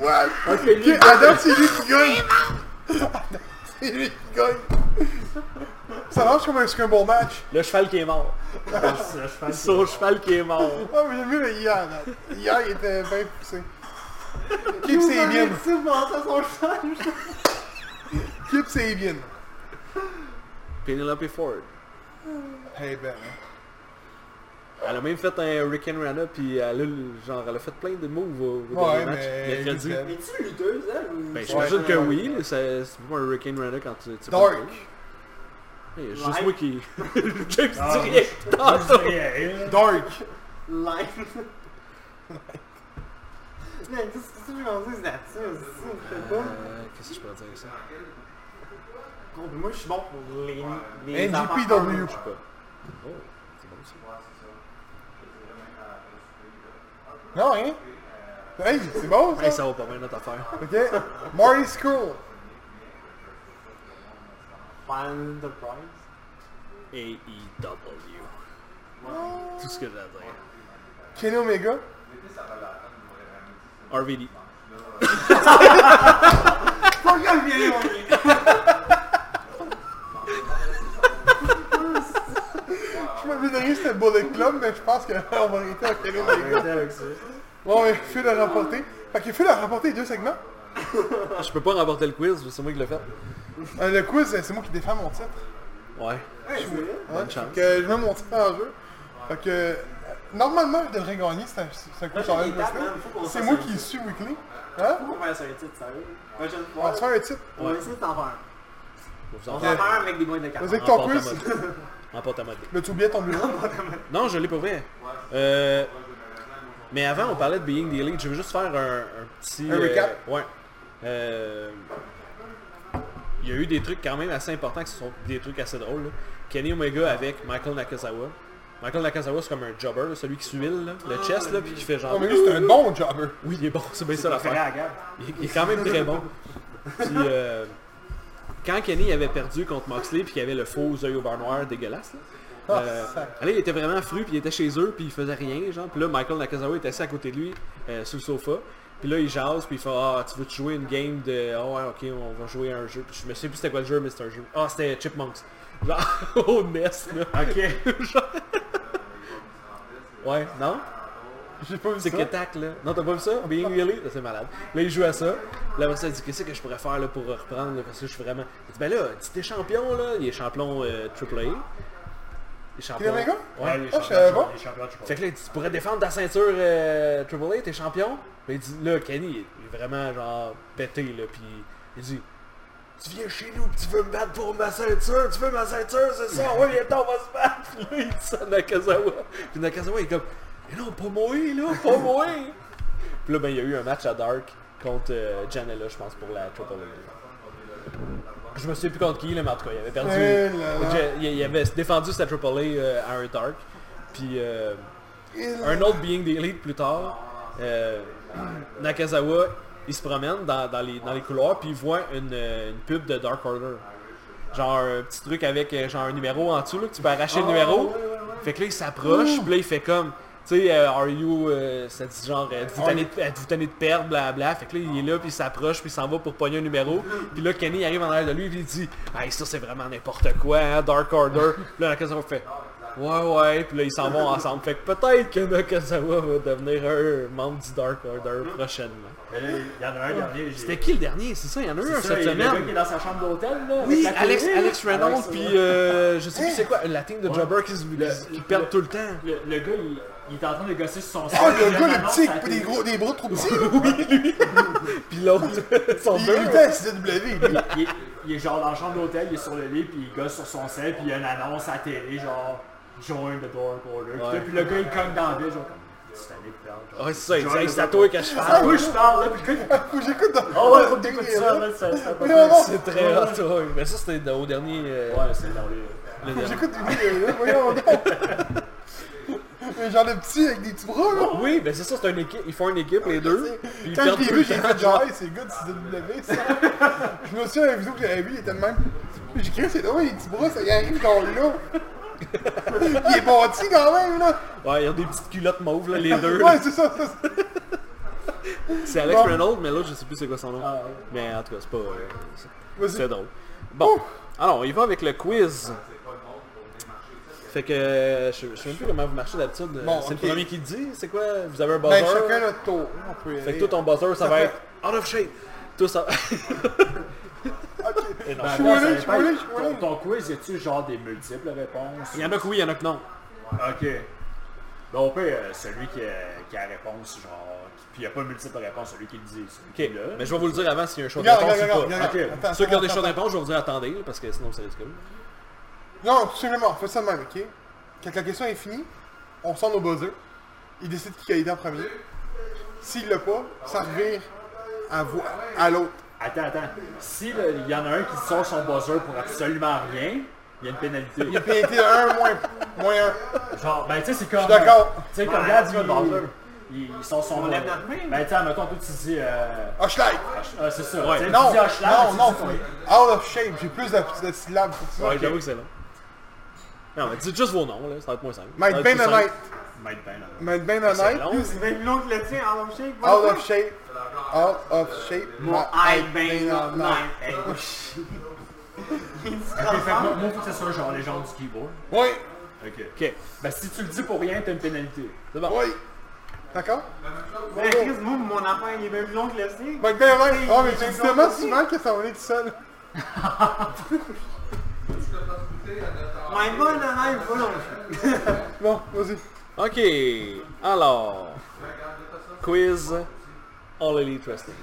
A: ouais.
D: Ok, lui,
A: Ok, Adam, c'est lui qui gagne. Adam, c'est lui qui gagne. Ça marche comme un scramble match.
D: Le cheval qui est mort.
C: Ça, je pense.
D: Son cheval qui est mort.
A: Ah, mais j'ai vu le hier, Adam. Hier, il était bien poussé. Keep c'est bien.
B: Tu penses à son cheval?
A: Keep c'est bien.
D: Penelope Ford.
A: Hey, ben.
D: Elle a même fait un Rick and Rana, puis elle a, le- genre, elle a fait plein de moves au, au
A: Ouais,
D: dernier match,
A: mais-
D: mercredi.
A: juste
B: Mais tu lutteuse, elle? ou-
D: Ben, j'imagine
A: Ouais.
D: que oui, là, c'est c'est pas un Rick and Rana quand tu... tu
A: Dark.
D: Il y a juste
B: Ouais.
D: moi qui... James
C: Ah,
D: dit rien.
C: Moi, je dis rien, hein.
A: Dark.
B: Life. Mais qu'est-ce que tu veux qu'on dise là-dessus? c'est ça, je sais pas.
D: Euh, Qu'est-ce que je peux dire avec ça?
B: Bon, Moi, je suis bon pour les... les
A: NGPW.
D: Je sais pas. Oh, c'est bon ça.
A: Non, hein? Hey, c'est bon
D: Hey,
A: ça?
D: ça va pas mal notre affaire.
A: Ok. Marty School.
B: Final Enterprise.
D: AEW. E Tout ce que j'ai à dire.
A: Kenny Omega.
D: RVD.
B: Pourquoi le vieil on
A: Je m'avais donné c'était Bullet Club, mais je pense qu'on va arrêter avec Kenny Omega.
C: Arrêtez avec ça.
A: Bon, mais Phil a remporté. Fait que Phil a remporté les deux segments.
D: Je peux pas remporter le quiz, c'est moi qui l'ai fait.
A: Euh, le quiz, c'est moi qui défends mon titre.
D: Ouais.
A: Ouais,
D: Bonne chance.
A: fait Ah, que je mets mon titre en jeu. Fait que euh, normalement je devrais gagner, c'est un, c'est un coup
B: Moi,
A: sur
B: j'ai
A: la
B: des dates, man, faut qu'on
A: C'est
B: fasse
A: moi
B: un
A: qui
B: titre.
A: suis weekly. Hein?
B: Pourquoi on va faire sur les titres, sérieux? Prochaine
A: On
B: fois,
A: va se faire un titre.
B: on va essayer de t'en faire un.
D: Vous
B: On
D: en
B: va
A: Ok.
B: en faire un avec des points de carte.
A: Vas-y.
D: En
A: Ton
D: porte à
A: quiz.
D: mode. En porte à mode.
A: Le tout bien tombe là.
D: Non, je l'ai pour vrai. Euh, mais avant, on parlait de Being the Elite. Je veux juste faire un, un petit...
A: Un
D: euh,
A: recap?
D: ouais. Euh, il y a eu des trucs quand même assez importants qui sont des trucs assez drôles. là. Kenny Omega avec Michael Nakazawa. Michael Nakazawa, c'est comme un jobber, là, celui qui s'huile, là, le chest, là, puis qui fait genre...
A: Non mais lui c'est un bon jobber.
D: Oui, il est bon, c'est bien ça
C: Préféré
D: l'affaire.
C: à la guerre.
D: Il, il est quand même très bon. Puis, euh, quand Kenny avait perdu contre Moxley puis qu'il avait le faux œil au beurre noir dégueulasse, là,
A: Ah,
D: euh,
A: sac.
D: là, il était vraiment fru puis il était chez eux puis il faisait rien genre puis là Michael Nakazawa était assis à côté de lui euh, sur le sofa puis là il jase puis il fait ah tu veux te jouer une game de ah ouais ok on va jouer à un jeu puis je me sais plus c'était quoi le jeu mais c'était un jeu ah c'était Chipmunks genre au NES là
C: Ok.
D: ouais non
A: J'ai pas vu ça.
D: c'est que tac là. Non t'as pas vu ça? Being Willy? C'est malade. Là il joue à ça. Là après ça il dit qu'est-ce que je pourrais faire là, pour reprendre là, parce que je suis vraiment. Il dit ben là, tu t'es champion là, il est champion euh, AAA. Les
A: T'es
D: champions.
A: un gars?
D: Ouais, les
A: Ah,
D: champions.
A: je savais pas.
C: Les champions, je
D: Fait que là, il dit, tu pourrais défendre ta ceinture euh, Triple A, t'es champion. Là, il dit, là, Kenny, il est vraiment genre pété, là, pis il dit, tu viens chez nous pis tu veux me battre pour ma ceinture, tu veux ma ceinture, c'est ça, ouais, viens on va se battre. Puis là, il dit ça à Nakazawa. Puis Nakazawa, il est comme, mais non, pas moi, là, pas moi. Puis là, ben, il y a eu un match à Dark contre euh, Janela, je pense, pour la Triple A. Je me souviens plus contre qui, là, mais en tout cas, il avait perdu.
A: Eh là là.
D: Je- il, il avait défendu sa Triple A euh, à un Dark. Puis... euh,
A: Il-
D: un autre Being the Elite plus tard, euh, Nakazawa, il se promène dans, dans les, dans les couloirs puis il voit une, euh, une pub de Dark Order. Genre un petit truc avec euh, genre un numéro en dessous là, que tu peux arracher le numéro. Fait que là il s'approche, puis là il fait comme, tu sais, euh, are you, euh, ça dit genre, euh, êtes-vous tanné, de- êtes-vous tanné de perdre, blablabla. Fait que là il est là, puis il s'approche, puis il s'en va pour pogner un numéro. Puis là Kenny il arrive en arrière de lui, puis il dit, hey ça c'est vraiment n'importe quoi, hein, Dark Order. Puis là Nakazawa fait, Ouais, ouais, puis là ils s'en vont ensemble. Fait que peut-être que Nakazawa va devenir un membre du Dark Order prochainement.
C: Il y en a un dernier. j'ai-
D: C'était qui le dernier C'est ça, il y en a eu un
C: C'est ça,
D: cette
C: il y a Le gars
D: semaine.
C: qui est dans sa chambre d'hôtel, là.
D: Oui,
C: avec la
D: Alex,
C: télé, là.
D: Alex Reynolds,
C: Alex,
D: puis
C: ouais.
D: euh, je sais plus c'est quoi, la team de Jobber qui, se- qui perd tout le temps.
C: Le, le gars, il, il est en train de gosser sur son
A: Oh,
C: sac.
A: le
C: il
A: gars, le
C: annonce
A: petit,
C: à la
A: pas
C: télé.
A: des gros, des bras trop petits, là.
D: Puis l'autre, son
A: Il
D: beurre.
A: luttait à CW, lui.
C: Il est, il est genre dans la chambre d'hôtel, il est sur le lit, puis il gosse sur son sel, puis il y a une annonce à la télé, genre Join the Dark Order. Puis là, Puis le gars, il cogne dans la ville, genre comme. Tu t'allais perdre. genre.
D: Ah Ouais, c'est ça, il
C: Join
D: dit,
C: the
D: c'est à
C: Dark
D: toi
C: Order.
D: que je
C: Ah,
D: parle.
C: oui, je parle, là, puis le gars,
A: Faut
C: il-
A: que j'écoute dans-
C: Ah ouais, faut que t'écoutes ça,
A: Ouais,
C: là, ça, ça pas
A: Non, non,
D: C'est très hot, Ah ouais. Mais ça, c'était au dernier... euh,
C: Ouais, c'est dans les.
D: le dernier.
A: J'écoute des vidéos, là, voyons donc. Mais genre le petit avec des petits bras, là.
D: Oui, ben c'est ça, c'est une équipe, ils font une équipe, les deux. puis ils
A: Quand
D: perdent
A: je l'ai
D: tout
A: vu,
D: le
A: j'ai
D: temps.
A: fait genre, hey, c'est good, CW, ça. Je me souviens de la vidéo que j'avais vue, il était le même. J'ai cru, c'est drôle, les petits bras, ça y arrive quand là. Il est bâti quand même, là.
D: Ouais, ils ont des petites culottes mauves, là, les deux.
A: Ouais, c'est ça, ça, ça.
D: C'est Ah Alex
A: Bon.
D: Reynolds, mais l'autre, je sais plus c'est quoi son nom. Mais en tout cas, c'est pas... euh, c'est- C'est
A: Vas-y.
D: drôle. Bon, alors, il va avec le quiz.
B: Ah,
D: Fait que euh, je, je sais même plus comment vous marchez d'habitude. Euh,
A: Bon,
D: c'est
A: ok.
D: le premier qui dit, c'est quoi Vous avez un buzzer
A: Ben, chacun notre tour. On peut y
D: Fait que
A: aller.
D: tout ton buzzer, ça va
A: fait-
D: être out of shape. Tout ça.
A: Ok.
C: Ben,
A: Je suis allé,
C: attends,
A: je
C: ça
A: suis
C: dépend.
A: allé, je suis allé.
C: Ton- Ton quiz, y a-tu genre des multiples réponses
D: il y en a que oui, il y en a que non.
C: Ok. Bon, on peut, euh, celui qui a, qui a la réponse, genre. qui- Puis il n'y a pas de multiple réponse, celui qui le dit. Celui
D: Ok,
C: qui l'a.
D: mais je vais vous le dire avant s'il y a un choix de
A: Regarde,
D: réponse
A: regarde, regarde,
D: ou pas.
A: regarde, regarde.
C: Ok.
A: Attends,
D: Ceux qui ont des
A: attends,
D: choix de réponse, je vais vous dire attendez, là, parce que sinon c'est ridicule.
A: Non, absolument, fais ça de même, ok? Quand la question est finie, on sort nos buzzers. Il décide qui a été en premier. S'il l'a pas, ça revient à, vo- à l'autre.
C: Attends, attends. Si le- il y en a un qui sort son buzzer pour absolument rien, il y a une pénalité.
A: Il a pénalité de 1 moins, moins 1.
D: Ah,
C: genre, ben tu sais, c'est
D: euh,
C: comme.
A: d'accord.
C: Tu sais, comme
B: Ouais,
C: là,
B: tu
C: tu
B: vois le buzzer.
C: Il, il sort son
B: On
C: buzzer.
B: lève notre main.
C: Ben tu sais, mettons, toi, tu dis. Euh,
A: Hochelaï!
C: H- ah, c'est ça. tu sais,
A: Non,
C: tu dis Hochelag,
A: non,
C: tu
A: non,
C: dis-
A: faut- out of shape, j'ai plus de, de syllabes pour ça.
D: Ouais, j'avoue que c'est long. Non, mais dites juste vos noms, là, ça va être moins simple. Ça va
A: Mike
D: être
A: Ben
D: plus simple.
A: honnête,
C: Mike Ben, là.
A: Mike Ben
D: C'est
A: honnête,
D: long.
A: plus-
B: Même long que le tien, en shape.
A: out of shape,
E: Euh,
D: Ah.
A: out of shape,
B: Mon eye
A: Mike
B: bang on
A: honnête.
C: Ok, fait que moi, moi, faut que ce soit genre les gens du keyboard.
A: Oui,
C: Ok.
D: Ok,
C: Ben si tu le dis pour rien, t'as une pénalité.
D: c'est bon.
A: oui. D'accord?
B: Mais Chris, moi, mon enfant, il est même long que le tien.
A: Mike Ben honnête, oh mais
B: Il-
A: tu dis
B: il-
A: tellement
B: il-
A: souvent que ça va être tout seul.
B: My man and I, pas long.
A: Bon, vas-y.
D: Ok, alors. Quiz All Elite Wrestling.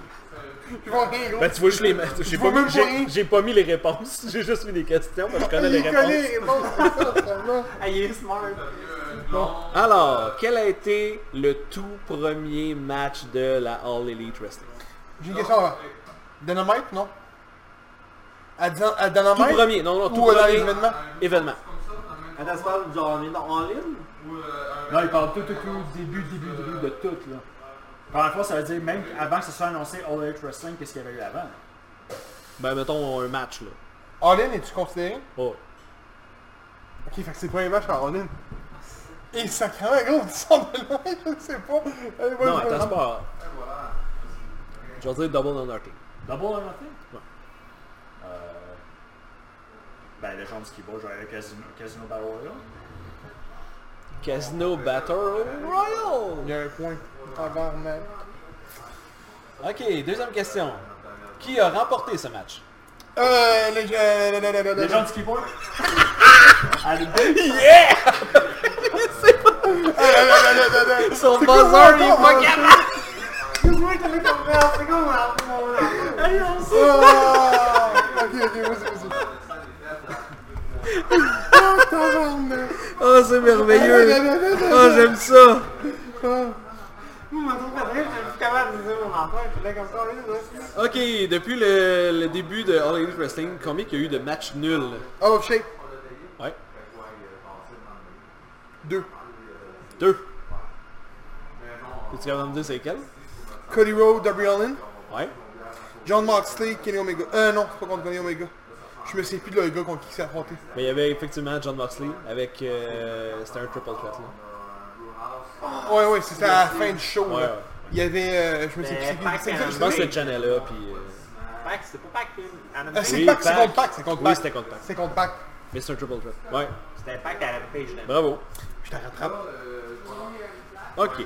A: Je vois rien, gros.
D: Ben tu vois, je les mets- j'ai
A: vois
D: pas,
A: même
D: mis-
A: pas rien.
D: j'ai- j'ai pas mis les réponses, j'ai juste mis les questions, parce que je connais les
A: Il connaît les
D: réponses.
A: réponses, c'est ça, vraiment.
B: Ah, il est smart.
D: Alors, quel a été le tout premier match de la All Elite Wrestling
A: J'ai une question avant. Dynamite, non? À, Dyna- à
D: Tout
A: Dynamite?
D: premier, non, non, tout
A: Ou à
D: premier
A: l'événement?
D: événement.
B: Attends, c'est pas genre, on est dans- en ligne?
E: euh,
C: Non, il parle tout, tout, tout, début, début, début de tout, là. Première fois, ça veut dire même avant que ce soit annoncé All Elite Wrestling, qu'est-ce qu'il y avait eu avant.
D: Ben mettons un match là.
A: All-in, es-tu considéré?
D: Oh.
A: Ok, fait que c'est le premier match en All-in. Et sacrément, gros, tu sors de là, je sais pas. Allez, moi,
D: Non,
A: je vais-
D: attends, c'est pas. Je vais dire Double Undertaking.
C: Double or nothing?
D: Ouais.
C: Euh... Ben, le genre du keyboard, j'aurais le Casino, Casino Battle Royale.
D: Casino Battle Royal.
A: Il y a un point. Encore, mec.
D: Ok, deuxième question. Qui a remporté ce match
A: Euh, les... euh, le- le- le- le-
C: Le
A: le-
C: genre du keyboard?
D: Yeah! Son buzzer, il est pas capable.
B: Excuse-moi, t'avais compris, c'est quoi mon mon
A: Ah! Ok, ok, vas-y, vas-y. Ah, tabarnak.
D: Oh, c'est merveilleux. Oh,
A: Ah,
D: j'aime ça.
B: Moi, mon Fabrice, j'ai plus capable de dire mon enfant, puis là, comme ça, on est là.
D: Ok, depuis le, le début de All Elite Wrestling, combien il y a eu de matchs nuls?
A: Oh, shape.
D: Ouais.
A: Deux.
D: Deux. Tu capable de me dire c'est lequel?
A: Cody Rhodes, Darby Allin.
D: Ouais.
A: John Moxley, Kenny Omega. Euh, non, c'est pas contre Kenny Omega. Je me sais plus de le gars contre qui il s'est affronté.
D: Mais il y avait effectivement John Moxley avec... euh, C'était un triple threat, là.
A: Ouais, ouais, c'était à la fin du show.
D: Ouais,
A: là.
D: ouais.
A: Il y avait. euh, je me sais plus.
B: Mais
A: c'est qui.
B: Pac, euh,
D: Je pense que c'est Janela, puis... euh,
B: Pac, c'est pas Pac, Kim. Adam
A: Ah,
B: Page.
A: c'est
D: oui,
A: Pac, c'est
D: Pac.
A: contre Pac, c'est contre
D: Oui,
A: Pac.
D: c'était contre Pac.
A: C'est contre Pac.
D: Mais c'est un triple threat. Ouais.
B: C'était Pac d'Adam Page, là.
D: Bravo. Euh,
A: Je te rattrape.
D: Ok.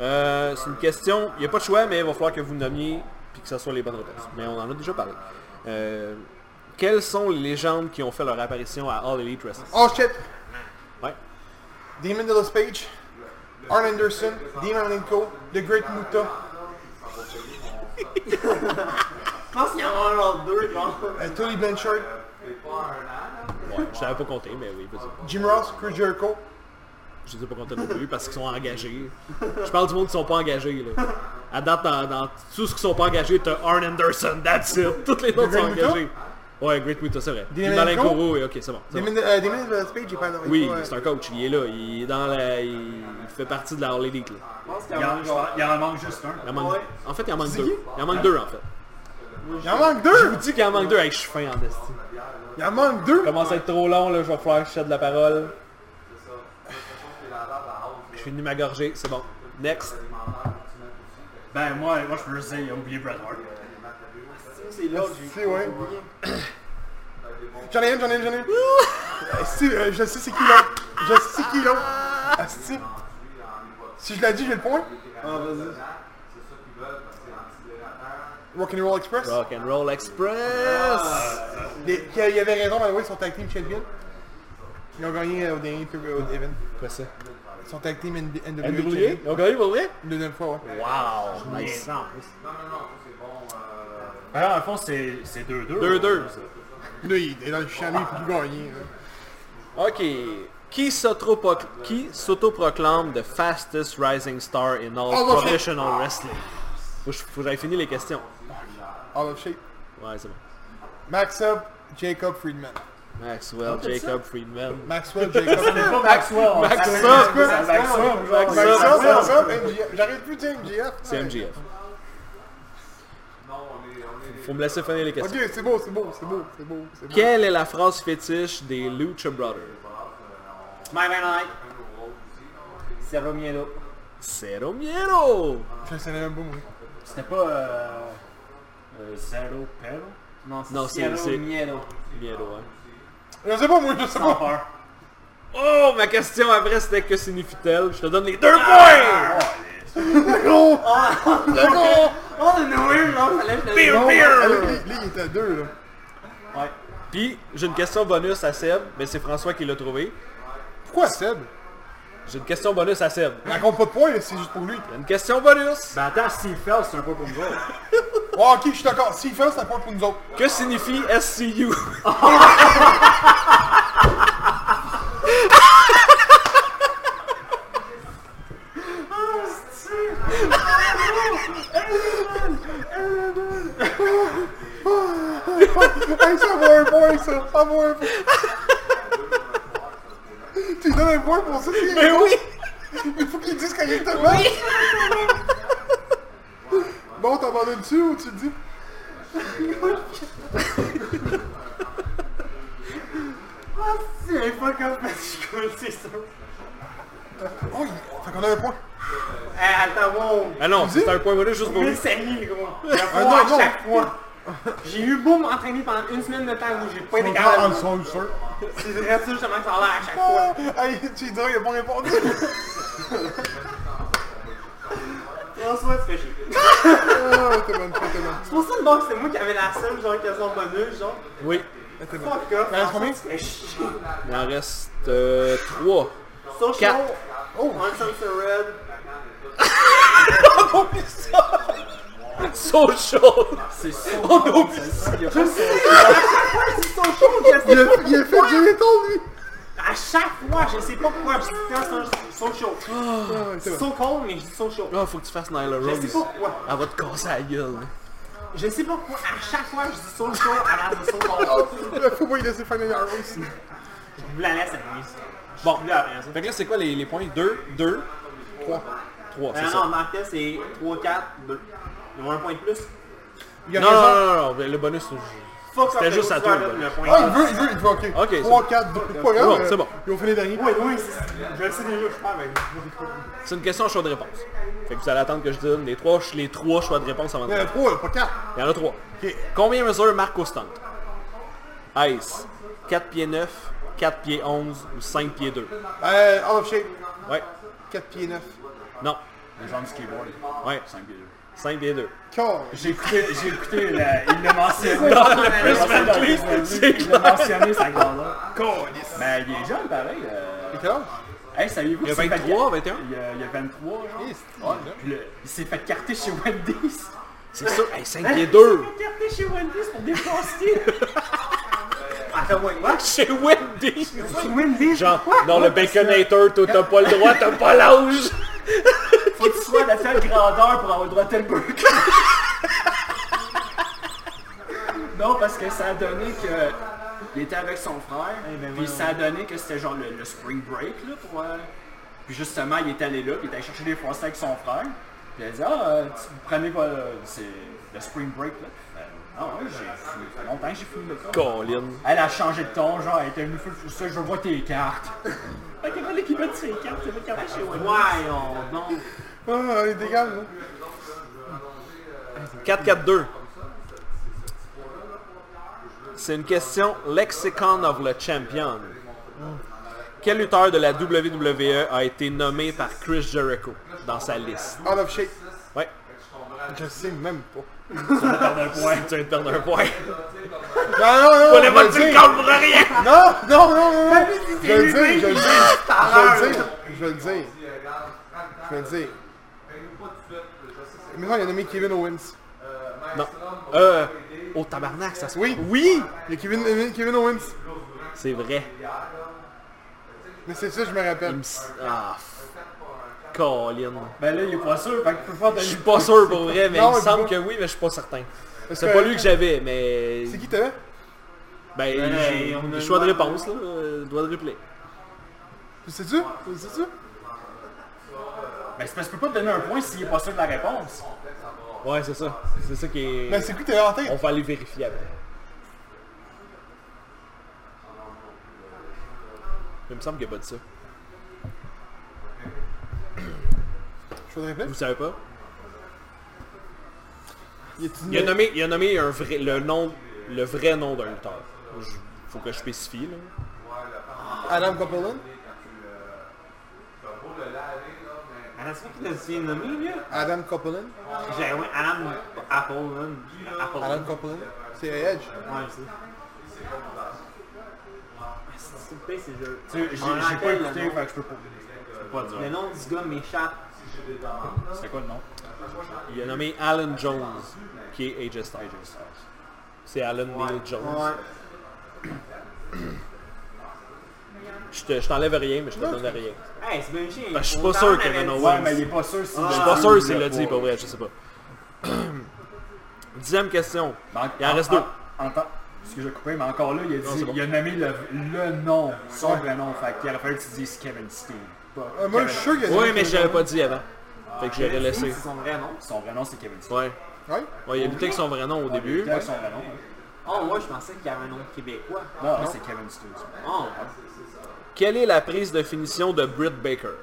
D: Euh, c'est une question, il n'y a pas de choix, mais il va falloir que vous nommiez puis que ce soit les bonnes réponses. Mais on en a déjà parlé. Euh, quelles sont les légendes qui ont fait leur apparition à All Elite Wrestling?
A: Oh shit!
D: Ouais.
A: Damon Dallas Page, Arn Anderson, Dean Arlenko, The Great Muta.
B: Je pense qu'il y en a un genre deux, genre.
A: euh, Tully Blanchard,
D: Ouais, je t'avais pas compté, mais oui, vas-y.
A: Jim Ross, Chris Jericho.
D: Je les ai pas comptés non plus parce qu'ils sont engagés. Je parle du monde qui sont pas engagés, là. À date, dans, dans tout ce qui sont pas engagés, t'as Arn Anderson, that's it. Toutes les autres sont
A: Great Muta?
D: engagés. Ouais, Great Muta, c'est vrai. Puis
A: Malenko?
D: Malenko, oui, oui, ok, c'est bon. c'est bon.
A: Damon, euh, Damon Dallas Page, j'ai pas adoré.
D: Oui,
A: Ouais.
D: c'est un coach, il est là, il est dans la... Il fait partie de la All Elite, là.
B: Je pense qu'il y
C: Il
B: en a
C: en,
B: un genre.
C: il en manque juste un.
D: Il en manque-
B: Ouais.
D: En fait, il en manque
A: C'est
D: deux.
A: qui?
D: Il en manque deux, en fait.
A: Il en euh, manque
D: Je
A: deux!
D: vous dis qu'il en manque deux. Hey, je suis fin en destin.
A: Il en manque deux!
D: Commence à être trop long, là. Je vais falloir que je cède la parole. Je finis ma gorgée. C'est bon. Next.
C: Ben moi, moi je peux juste dire, il a oublié Bret Hart.
B: C'est l'autre, j'ai
A: C'est ouais.
B: oublié.
A: J'en ai un, j'en ai un, j'en ai un. Asti, euh, je sais c'est qui l'autre. Je sais c'est qui l'autre. Asti. Si je l'ai dit, j'ai le point.
B: Ah, vas-y.
A: Rock'n'Roll Express.
D: Rock and Roll Express. Ah.
A: Les- qui il y avait raison, mais oui, ils sont tag team champion. Ils ont gagné euh, au dernier euh, au event.
D: Quoi ça?
A: Ils sont tag team NW- NWA.
D: NWA? Ils ont gagné pour vrai?
A: Une deuxième fois, ouais.
D: Wow. Nice.
B: Ça, en plus.
C: Ben là, en fond, c'est c'est 2-2.
D: 2-2.
A: Là, il est dans le champ, lui, il peut plus gagner. euh, là.
D: OK. Qui s'autoproc- qui s'autoproclame the fastest rising star in all
A: Oh, mon
D: professional wrestling? Faut que je- faut que j'aille finir les questions.
A: All of shape.
D: Ouais, c'est bon.
A: Max up, Jacob Friedman.
D: Maxwell, Jacob Friedman.
A: Maxwell, Jacob
C: C'est
A: Friedman.
C: pas Maxwell.
D: Maxwell.
C: Maxwell.
D: Maxwell.
C: Maxwell.
A: Max up,
D: Maxwell.
A: Max up, MJF. J'arrête plus de dire MJF.
D: C'est MGF. Faut me laisser finir les questions.
A: Ok, c'est beau, c'est beau, c'est beau, c'est beau, c'est beau.
D: Quelle est la phrase fétiche des Lucha Brothers?
B: My Man Night. C'est Romielo.
D: Cero miedo!
A: Je le savais même pas, moi.
C: C'était pas... Euh, euh, Zero Pedal?
B: Non,
D: Non,
B: c'est
D: c'est-
B: Sierra
D: c'est-
B: Romielo.
D: Miedo, hein.
A: Je sais pas, moi, je sais pas.
C: Sans peur.
D: Oh, ma question après c'était que signifie-t-elle? Je te donne les deux points!
A: Gros!
B: Oh, de nowhere, genre, fallait que je le
A: Non, allez, lui, lui, il était à deux, là.
B: Ouais.
D: Puis, j'ai une question bonus à Seb, mais c'est François qui l'a trouvé.
A: Pourquoi Seb?
D: J'ai une question bonus à Seb.
A: Il raconte pas de points, là, c'est juste pour lui.
D: Une question bonus!
C: Ben attends, s'il fell, c'est un peu comme ça.
A: Oh, ok, je suis d'accord. S'il fait, c'est un point pour nous autres.
D: Que signifie SCU?
A: Hey, ça vaut un point, ça. Ça vaut un point. tu lui donnes un point pour ça, c'est...
D: Mais oui!
A: Il faut qu'il dise correctement. bon, t'abandonnes-tu ou tu le dis?
B: Ah, C'est pas comme parce que je connais, c'est ça.
A: Oh, il- fait qu'on a un point.
B: Eh, attends, wow.
D: Ah non, c'est un point bonus juste pour
B: Je
D: lui.
B: saigné, gros.
A: Un
B: Un
A: non,
B: à
A: non.
B: chaque fois. J'ai eu beau m'entraîner pendant une semaine de temps où j'ai pas été
A: Ah,
B: capable.
A: ils sont sûrs.
B: C'est vrai, ça, justement, que ça a l'air à chaque fois.
A: Ah, hey, tu lui diras, il a pas répondu.
B: François, tu fais chier.
A: Ah, t'es bonne, t'es bonne.
B: C'est pour ça, donc, c'est moi qui avais la seule, genre, question bonus, genre.
D: Oui.
A: Attends, bon.
B: Fuck off.
A: Il en reste combien?
B: Fais chier.
D: Il en reste euh, 3.
B: Social.
D: Quatre.
A: Oh!
B: One Sunset Red.
D: Social!
C: C'est ça.
D: On oublie ça!
C: Il y a pas ça.
A: Il a, il a fait du ton lui!
B: À chaque fois, je sais pas pourquoi je dis tant so- social.
A: Ah, ouais, c'est bon.
B: So cold, mais je dis social.
D: Ah, faut que tu fasses Nyla
B: Je sais
D: Rose.
B: pas pourquoi.
D: Elle va te casser la gueule.
B: Je sais pas pourquoi. À chaque fois, je dis social à la de so cold.
A: Faut pas y laisser faire les arrows.
B: Je vous la laisse à nuit.
D: Bon.
B: Je suis là après ça.
D: Fait que là, c'est quoi les, les points? 2, 2,
A: 3.
D: 3, c'est
B: Euh,
D: ça.
B: non, Martel, c'est 3, 4, 2. Ils ont un point de plus.
A: Il y a
D: Non, non,
A: raison.
D: non, non, non, le bonus, je-
B: Fuck
D: C'était
B: off,
D: juste
B: le
D: à
B: gros
D: toi,
B: gars,
D: le
B: le point.
A: Ah, il veut, il veut, il veut, ok.
D: Ok, c'est
A: 3,
D: bon.
A: 4, 2, c'est pas grave.
D: bon,
A: euh,
D: c'est bon.
A: Ils ont fait les derniers.
B: Ah Oui, oui, c'est- je le sais déjà, je suis pas avec.
D: c'est une question à choix de réponse. Fait que vous allez attendre que je donne les trois, les trois choix de réponse avant de
A: Il y en a
D: faire.
A: 3, pas 4.
D: Il y en a trois.
A: Ok.
D: Combien mesure Marco Stunt? Ice, 4 pieds 9, 4 pieds 11 ou 5 pieds 2?
A: Euh, out of shape.
D: Ouais.
A: 4 pieds 9.
D: Non.
C: Les gens du skateboard.
D: Ouais.
C: 5 pieds deux.
D: 5 pieds 2.
A: Car.
C: J'ai écouté, j'ai écouté, la- il l'a mentionné.
D: Dans
C: Il l'a
D: le Chris
C: mentionné dans
D: Van Cleef,
C: Chris Van Cleef,
D: c'est
C: Il l'a mentionné, ça là
A: Calice.
C: Mais il est jeune, pareil. euh.
A: Quel âge?
C: Hey, saviez-vous
D: Il y a
C: que c'est
D: 23,
C: fait-
D: 21?
C: Il y a, il y a 23, genre.
A: Christ, il est
C: Ouais,
A: jeune.
C: puis le- il s'est fait carter chez Wendy's.
D: C'est sûr. Hey, 5
A: Hein?
D: pieds 2!
C: Il s'est fait carter chez Wendy's pour des pastilles.
B: Attends, ouais, what?
D: Chez Wendy!
B: Tu win des
D: Genre,
B: Quoi?
D: non, le Baconator, toi, t'as pas le droit, t'as pas l'âge!
C: Faut que tu sois de telle grandeur pour avoir le droit à tel burger. non, parce que ça a donné que... Il était avec son frère,
B: Eh ben,
C: puis
B: voyons.
C: ça a donné que c'était genre le, le spring break, là, pour... euh, Puis justement, il est allé là, puis il est allé chercher des Français avec son frère. Puis il a dit, ah, euh, tu- vous prenez pas le, c'est le spring break, là. Ben, non, ouais, j'ai fini, ça fait longtemps que j'ai fini le corps.
D: Colin.
C: Elle a changé de ton, genre, elle était venue fou fou ça, je vois tes cartes. Fait qu'elle va l'équipe de ses cartes, elle va carter chez Wendy.
B: Voyons donc.
A: Ah, il dégage, là.
D: 4-4-2. C'est une question Lexicon of the Champion. Quel lutteur de la WWE a été nommé par Chris Jericho dans sa liste?
A: Out of shape.
D: Ouais.
A: Je sais même pas.
D: Tu viens de perdre un
A: Non,
D: point.
A: non, non,
D: On est
A: je le
D: pas
A: dis.
D: tu comptes pour rien!
A: Non, non, non, non, non. Je le dis, je le dis. Je le dis, je le dis. Je le dis. Mais non, il a nommé Kevin Owens.
D: Non. Euh. Oh tabarnak, ça se
A: Oui.
D: Oui!
A: Il y a Kevin, Kevin- Kevin Owens.
D: C'est vrai.
A: Mais c'est ça, je me
D: Il
A: rappelle.
D: me s- Ah. f- Colin.
C: Ben là, il est pas sûr, fait qu'il peut faire de
D: Je suis pas sûr pour vrai, mais
A: Non,
D: il me
A: il
D: semble
A: va-
D: que oui, mais je suis pas certain.
A: Parce
D: C'est
A: que-
D: pas lui que j'avais, mais...
A: C'est qui t'avais?
D: Ben,
B: Ouais,
D: j'ai-
B: on a
D: le
B: le
D: choix de
B: droit de-
D: réponse, là. euh, Doigt de replay.
A: C'est-tu? C'est-tu?
C: Ben c'est parce que je peux pas te donner un point s'il est pas sûr de la réponse.
D: Ouais, c'est ça. C'est ça qui est...
A: Mais Ben, c'est qui t'avais en
D: On
A: tête?
D: va aller vérifier après. Il me semble qu'il n'y a pas de ça.
A: Je voudrais plaire.
D: Vous savez pas?
A: Il est-tu
D: Il a nommé, il a nommé un vrai, le, nom, le vrai nom d'un lutteur. Je- faut que je spécifie, là.
A: Adam Copeland?
B: Adam, c'est qui t'a bien nommé, là?
A: Adam Copeland?
B: J'ai ouais, Adam Apple, là. Apple.
A: Adam Copeland? C'est Edge.
B: Ouais, je sais. Ah, c'est- C'est pire, c'est le-
C: Tu sais, j'ai-
B: On
C: j'ai pas
B: rappelle le
C: écouté,
B: nom.
C: fait que je peux pas.
B: Le nom du gars m'échappe.
C: C'est quoi le nom?
D: Il a nommé Alan Jones, qui est AJ Styles. C'est Alan Neil Jones. Je te- je t'enlève rien, mais je te donne rien.
B: Hey, c'est bien chien.
D: Ben, je suis pas
B: Autant
D: sûr
B: on
D: qu'il y avait
B: avait
D: un
B: dit-
D: autre.
C: Ouais, mais il est pas sûr si.
D: Ah,
A: Ah.
D: Je suis pas sûr s'il l'a dit, pas vrai, je sais pas. Dixième question.
A: Bah.
D: Il en reste deux.
C: Entends. Ce que j'ai coupé, mais encore là, il a dit,
D: c'est bon.
C: il a nommé le, le nom, son vrai nom, fait qu'il aurait fallu que tu dises Kevin Steen. pas
A: Euh, Moi,
C: Kevin-
A: je suis sûr qu'il y a
D: Oui, mais je l'avais pas dit avant. Fait que je l'aurais laissé.
B: C'est son vrai nom.
C: Son vrai nom, c'est Kevin Steen.
D: Ouais.
A: Ouais?
D: Ouais, il a lutté avec son vrai nom au début.
C: Quel est son vrai nom? hein?
B: Oh, ouais, je pensais qu'il y avait un nom québécois.
C: Non, c'est Kevin Steen. son-
B: Oh,
D: Quelle est la prise de finition de Britt Baker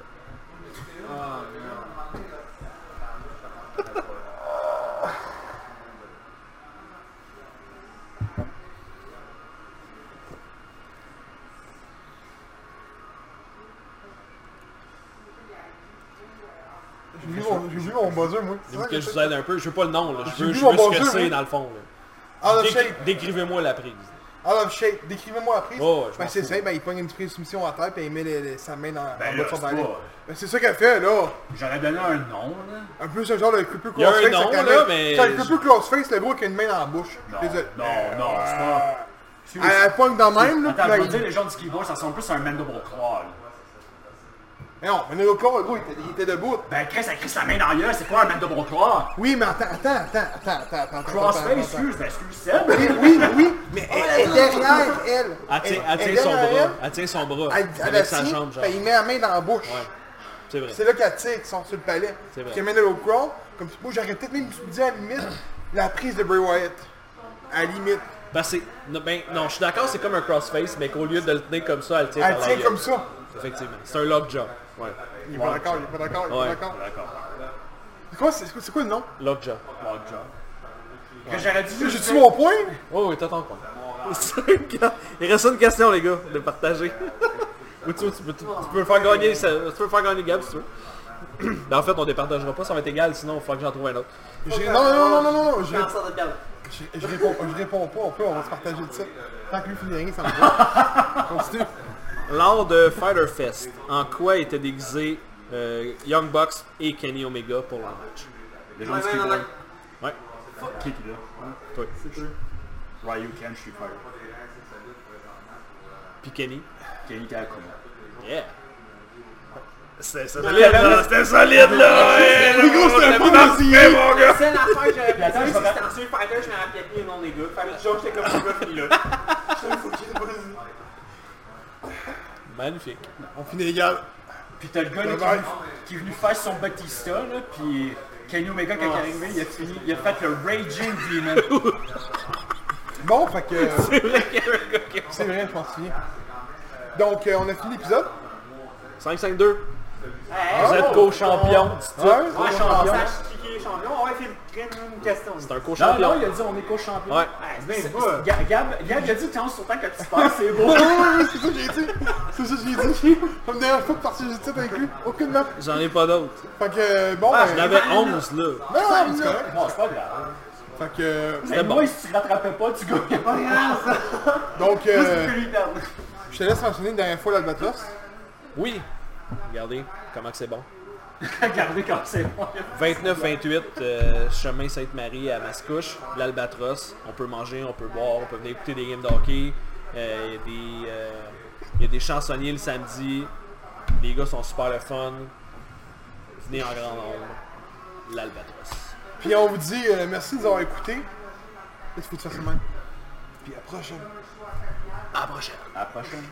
A: J'ai vu mon- j'ai vu mon buzzer, moi. C'est vrai
D: Je veux que
A: que
D: je
A: c'est-
D: vous aide un peu, je veux pas le nom, là. je
A: J'ai
D: veux,
A: vu
D: je
A: mon hein.
D: veux ce que
A: bonjour,
D: c'est
A: oui.
D: dans le fond. là.
A: Out of
D: Décri-
A: shape.
D: Décrivez-moi la prise.
A: Out of shape. Décrivez-moi la prise.
D: Oh, ouais, je
A: ben,
D: m'en
A: c'est
D: fous.
A: simple, ben, il pogne une petite prise de soumission à terre, puis il met les- les- sa main dans
C: Ben
A: en
C: là,
A: bas de son
C: c'est
A: balai.
C: pas-
A: Ben, c'est ça qu'elle fait, là.
C: J'aurais donné un nom, là.
A: Un peu ce genre de couple
D: Il y a un
A: close face.
D: nom,
A: avec la
D: là,
A: main-
D: mais-
A: C'est un couple close face, le gros qui a une main dans la bouche.
C: Non,
A: Désolé.
D: Euh,
C: non, non, c'est pas...
A: Elle, elle pogne dans même, là,
C: Attends,
A: puis là,
C: je vais
A: il-
C: dire, les gens du skateboard, ça ressemble plus à un mandible claw, là.
A: Mais non, mais le corps, le gros, il était, il était debout.
C: Ben, Chris, elle crisse la main dans l'œil, c'est quoi un mandible claw?
A: Oui, mais attends, attends, attends, attends, attends, attends. attends, attends,
C: Crossface,
A: attends.
C: excuse, ben, excuse, Seb.
A: Oui, oui, oui, mais elle, elle est derrière elle.
D: Elle tient, elle tient
A: est
D: son
A: derrière
D: bras. Elle tient son bras.
A: Elle, elle, elle
D: avec sa
A: assis,
D: jambe, genre.
A: ben, il met la main dans la bouche.
D: Ouais. C'est vrai.
A: C'est là qu'elle tire, qu'ils sont sur le palais.
D: C'est vrai.
A: Puis mène au crawl. Comme moi, j'aurais peut-être même dit à la limite la prise de Bray Wyatt. À la limite.
D: Parce que, non, ben, non, je suis d'accord, c'est comme un crossface, mais qu'au lieu de le tenir comme ça, elle tient
A: Elle
D: par la
A: tient
D: gueule.
A: comme ça.
D: Effectivement. C'est un lockjaw. Ouais.
A: Il est pas d'accord, il est pas d'accord, il est
D: Ouais.
A: pas d'accord. C'est quoi, c'est, c'est quoi le nom
D: Lockjaw.
C: Que j'aurais dû juste
A: J'ai-tu mon point
D: Oh, oui, t'attends quoi. Il reste une question, les gars, de partager. Ou tu, tu peux, tu- tu peux faire gagner, ça- tu peux faire gagner Gab si tu veux. Ben, en fait, on départagera pas, ça va être égal, sinon il faudra que j'en trouve un autre.
A: J'ai- Non, non, non, non, non, non, je,
B: Dans ça de calme.
A: je- je réponds, je réponds pas, on peut, on va se partager le titre. Tant que lui finit rien, ça me va. Continue.
D: Lors de Fighter Fest, en quoi étaient déguisés euh, Young Bucks et Kenny Omega pour leur match
C: Les
B: Ouais, ouais, non, non.
D: Ouais,
C: Qui qui là?
D: toi.
C: Ryu Ken Street Fighter.
D: Puis Kenny.
C: Kenny Kawakami.
D: Yeah. C'était solide, là! C'était solide, là! Les gars, c'était un peu d'antier, mon gars!
B: C'est l'affaire que j'avais pas
C: attends,
B: dit,
C: je vais-
B: c'était en Street Fighter, je me rappelais plus le nom des gars. Faire le joke, j'étais comme le gars fini là.
D: Magnifique.
A: On finit égal.
C: Puis t'as le gars là, qui,
A: Bye-bye.
C: qui est venu faire son Batista, là, puis Kenny Omega, quand il est arrivé, il a, fini, il a fait le Raging Demon.
A: Bon, fait que. C'est vrai, c'est vrai, je m'en souviens. Donc, euh, on a fini l'épisode.
D: 5-5-2.
B: Hey, ah,
D: Vous êtes co-champion.
A: Ouais,
B: on va
A: c'est
B: changer,
A: champion.
B: sache qui est champion. Ouais, ah, c'est une- une question.
D: C'est un
C: non, Ah, non,
D: co-champion.
C: il a dit on est co-champion.
D: Ouais.
B: Ouais, c'est bien beau.
C: Ga- Gab, Gab, il a dit que t'en sur temps que tu passes, c'est beau.
A: Ouais, ouais, ouais, c'est ça que j'ai dit. C'est ça que j'ai dit. Ça me dérange pas de partager le titre avec lui. Aucunement.
D: J'en ai pas d'autres.
A: Fait que, euh, ben bon,
D: Il
A: ben,
D: y en avait 11, là.
A: non, non, non.
C: Bon, c'est pas grave.
A: Fait que, euh,
C: Mais
D: bon.
C: moi, si tu rattrapais pas, tu gagnais pas.
A: donc, euh,
B: lui perdre.
A: je te laisse mentionner une dernière fois l'Albatros.
D: Oui. Regardez comment que c'est bon.
C: Regardez quand c'est bon.
D: 29-28, euh, chemin Sainte-Marie à Mascouche, l'Albatros. On peut manger, on peut boire, on peut venir écouter des games de hockey. Euh, Il y, a des, euh, il y a des chansonniers le samedi. Les gars sont super le fun. Venez en grand nombre. L'Albatros.
A: Puis on vous dit euh, merci de nous avoir écoutés. Et tu fais ça semaine. Puis à la prochaine.
C: À la prochaine.